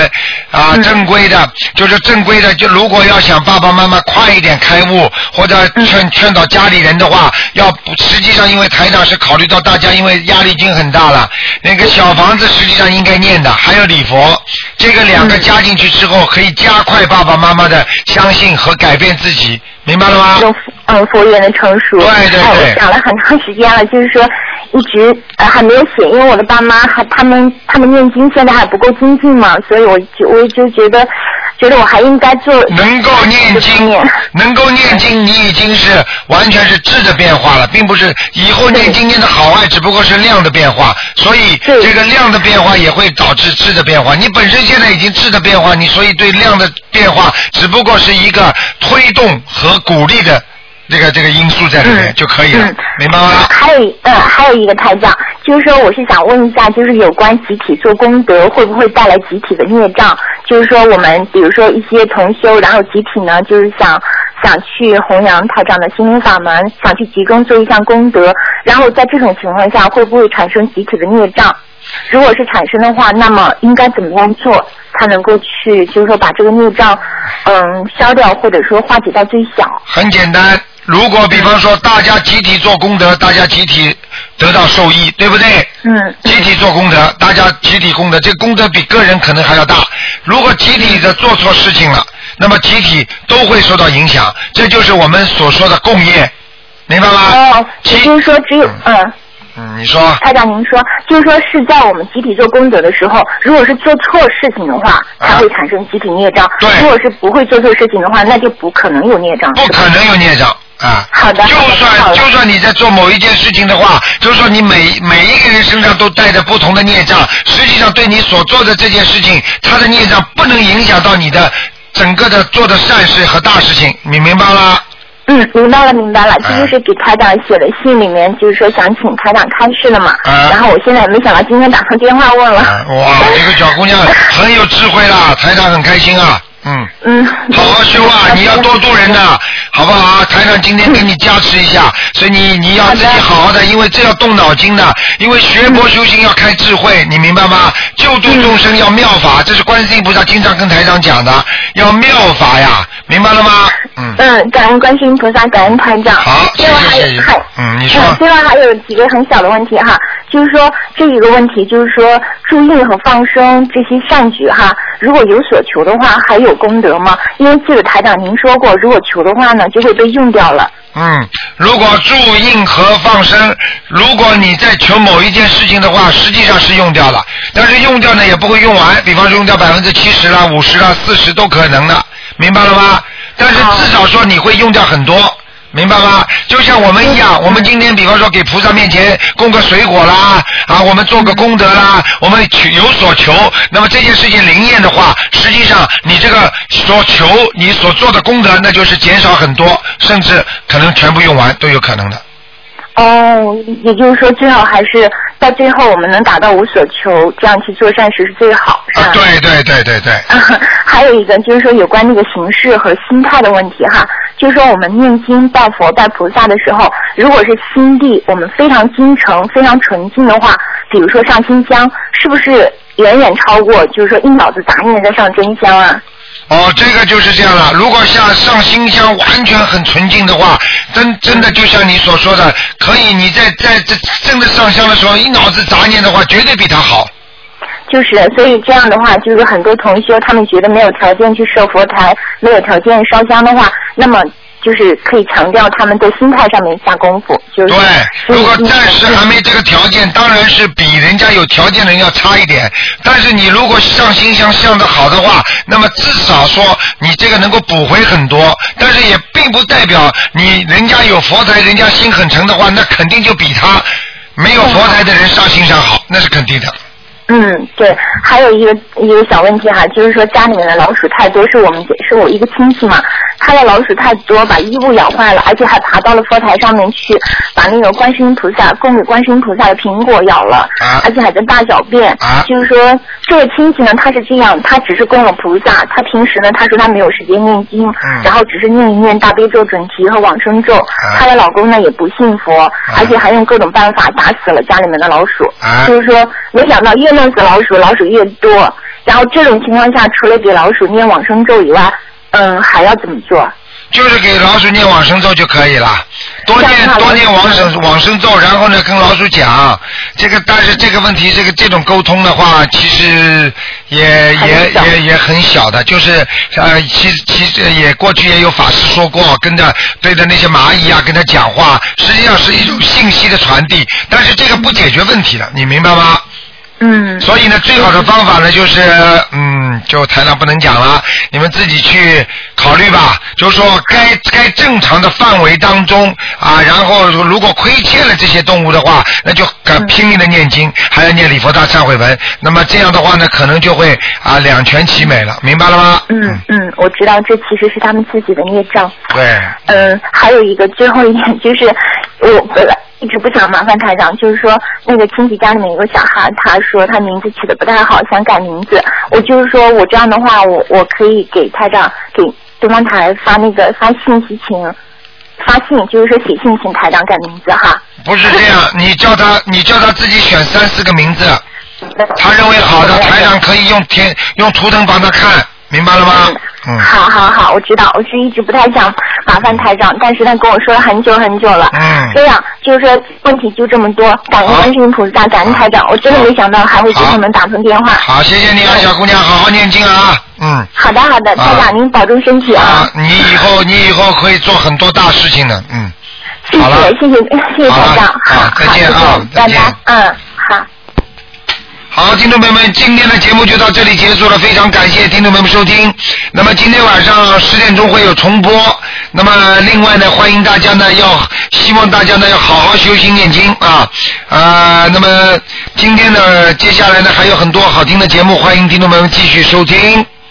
Speaker 2: 啊，
Speaker 12: 嗯
Speaker 2: 正规的，就是正规的，就如果要想爸爸妈妈快一点开悟，或者
Speaker 12: 嗯
Speaker 2: 劝劝导家里人的话，要实际上因为台长是考虑到大家因为压力已经很大了，那
Speaker 12: 嗯
Speaker 2: 个小房子实际上应该念的，还有礼佛，这个两
Speaker 12: 嗯
Speaker 2: 个加进去之后，可以加快爸爸妈妈的相信和改变自己，明白了吗？
Speaker 12: 用嗯佛缘的成熟。对
Speaker 2: 对
Speaker 12: 哎，
Speaker 2: 对
Speaker 12: 我想了很长时间了，就是说一直呃还没有写，因为我的爸妈还他们他们念经现在还不够精进嘛，所以我就我就觉得觉得我还应该做
Speaker 2: 能够念经，能够念经，你已经是完全是质的变化了，并不是以后念经念的好坏，只不过是量的变化，所以这个量的变化也会导致质的变化。你本身现在已经质的变化，你所以对量的变化只不过是一个推动和鼓励的这个这个因素在里面就可以了，明白吗？
Speaker 12: 还有一呃，还有一个台长，就是说我是想问一下，就是有关集体做功德会不会带来集体的孽障？就是说我们比如说一些同修，然后集体呢就是想想去弘扬台长的心灵法门，想去集中做一项功德，然后在这种情况下会不会产生集体的孽障？如果是产生的话，那么应该怎么样做才能够去，就是说把这个孽障，嗯，消掉或者说化解到最小？
Speaker 2: 很简单，如果比方说大家集体做功德，大家集体得到受益，对不对？
Speaker 12: 嗯。
Speaker 2: 集体做功德，大家集体功德，这功德比个人可能还要大。如果集体的做错事情了，那么集体都会受到影响，这就是我们所说的共业，明白吗？
Speaker 12: 哦，也就是说只有嗯。
Speaker 2: 啊嗯，你说。
Speaker 12: 台长，您说，就是说是在我们集体做功德的时候，如果是做错事情的话，
Speaker 2: 嗯
Speaker 12: 才会产生集体孽障；对如果是不会做错事情的话，那就不可能有孽障。
Speaker 2: 不可能有孽障啊。好的。就算就算你在做某一件事情的话，就是说你每每一个人身上都带着不同的孽障，实际上对你所做的这件事情，它的孽障不能影响到你的整个的做的善事和大事情，你明白吗？
Speaker 12: 嗯，明白了，明白了，这
Speaker 2: 嗯
Speaker 12: 就是给台长写的信里面，就是说想请台长开示的嘛。
Speaker 2: 啊
Speaker 12: 然后我现在也没想到今天打通电话问了。
Speaker 2: 哇，这个小姑娘很有智慧啦，台长很开心啊，嗯。
Speaker 12: 嗯。
Speaker 2: 好好修啊，你要多度人呐、好不好啊？台长今天给你加持一下，所以你你要自己好好的，因为这要动脑筋的，因为学佛修心要开智慧，你明白吗？救度众生要妙法，这是观世音菩萨经常跟台长讲的，要妙法呀，明白了吗？嗯，
Speaker 12: 嗯，感恩观世音菩萨，感恩台长。
Speaker 2: 好，谢
Speaker 12: 另外还
Speaker 2: 谢
Speaker 12: 有
Speaker 2: 谢谢
Speaker 12: 还。
Speaker 2: 嗯，你说。
Speaker 12: 嗯，另外还有几个很小的问题哈，就是说这一个问题就是说注意和放生这些善举哈，如果有所求的话，还有功德吗？因为记得台长您说过，如果求的话呢，就会被用掉了。
Speaker 2: 嗯，如果注印和放生，如果你在求某一件事情的话，实际上是用掉了，但是用掉呢也不会用完，比方说用掉百分之七十啦、五十啦、四十都可能的，明白了吗？但是至少说你会用掉很多。明白吗？就像我们一样，我们今天比方说给菩萨面前供个水果啦，啊，我们做个功德啦，我们求有所求，那么这件事情灵验的话，实际上你这个所求你所做的功德，那就是减少很多，甚至可能全部用完都有可能的。
Speaker 12: 哦，也就是说最好还是到最后我们能达到无所求，这样去做善事是最好。
Speaker 2: 啊，对对对对对，
Speaker 12: <laughs> 还有一个就是说有关那个形式和心态的问题哈，就是说我们念经拜佛拜菩萨的时候，如果是心地我们非常精诚、非常纯净的话，比如说上新香，是不是远远超过就是说一脑子杂念在上真香啊？
Speaker 2: 哦，这个就是这样了。如果像上新香完全很纯净的话，真真的就像你所说的，可以你在在这真的上香的时候，一脑子杂念的话，绝对比他好。
Speaker 12: 就是，所以这样的话，就是很多同修他们觉得没有条件去设佛台，没有条件烧香的话，那么就是可以强调他们在心态上面下功夫，就是
Speaker 2: 对，如果暂时还没这个条件，当然是比人家有条件的人要差一点。但是你如果上心香上的好的话，那么至少说你这个能够补回很多。但是也并不代表你人家有佛台，人家心很诚的话，那肯定就比他没有佛台的人上心香好，那是肯定的。
Speaker 12: 嗯，对，还有一个一个小问题哈，就是说家里面的老鼠太多，是我们是我一个亲戚嘛，他的老鼠太多，把衣服咬坏了，而且还爬到了佛台上面去，把那个观世音菩萨供给观世音菩萨的苹果咬了，而且还在大小便。就是说这个亲戚呢，他是这样，他只是供了菩萨，他平时呢，他说他没有时间念经，
Speaker 2: 嗯
Speaker 12: 然后只是念一念大悲咒、准提和往生咒。她的老公呢也不信佛，而且还用各种办法打死了家里面的老鼠。
Speaker 2: 啊
Speaker 12: 就是说，没想到越弄死老鼠，老鼠越多。然后这种情况下，除了给老鼠念往生咒以外，嗯，还要怎么做？
Speaker 2: 就是给老鼠念往生咒就可以了，多念多念往生往生咒，然后呢跟老鼠讲这个，但是这个问题，这个这种沟通的话，其实也也也也很小的，就是呃，其实其实也过去也有法师说过，跟着对着那些蚂蚁啊跟他讲话，实际上是一种信息的传递，但是这个不解决问题的，你明白吗？
Speaker 12: 嗯。
Speaker 2: 所以呢，最好的方法呢，就是嗯，就台长不能讲了，你们自己去考虑吧。就是说该该正常的范围当中啊，然后如果亏欠了这些动物的话，那就敢拼命的念经，还要念礼佛大忏悔文。那么这样的话呢，可能就会啊两全其美了，明白了吗？
Speaker 12: 嗯嗯，我知道这其实是他们自己的孽障。
Speaker 2: 对，
Speaker 12: 嗯，还有一个最后一点 <laughs> 就是，我本来一直不想麻烦台长，就是说那个亲戚家里面有个小孩，他说他名字起的不太好，想改名字。我就是说我这样的话，我我可以给台长给东方台发那个发信息请，发信就是说写信请台长改名字哈。
Speaker 2: 不是这样，你叫他，你叫他自己选三四个名字，他认为好的，台长可以用天用图腾帮他看，明白了吗？嗯。
Speaker 12: 好好好，我知道，我是一直不太想麻烦台长，但是他跟我说了很久很久了。
Speaker 2: 嗯
Speaker 12: 这样就是说问题就这么多，感恩观世音菩萨，感恩台长，我真的没想到还会给你们打通电话。
Speaker 2: 好，谢谢你啊，小姑娘，好好念经啊，嗯，
Speaker 12: 好的好的，台长、您保重身体啊，
Speaker 2: 你以后你以后可以做很多大事情的，嗯，
Speaker 12: 谢
Speaker 2: 好了
Speaker 12: 谢谢谢谢谢台长，
Speaker 2: 好，再见啊，再
Speaker 12: 拜
Speaker 2: 见。
Speaker 12: 拜，嗯，好。
Speaker 2: 好，听众朋友们，今天的节目就到这里结束了，非常感谢听众朋友们收听。那么今天晚上十点钟会有重播。那么另外呢，欢迎大家呢要希望大家呢要好好修心念经啊啊、那么今天呢，接下来呢还有很多好听的节目，欢迎听众朋友们继续收听。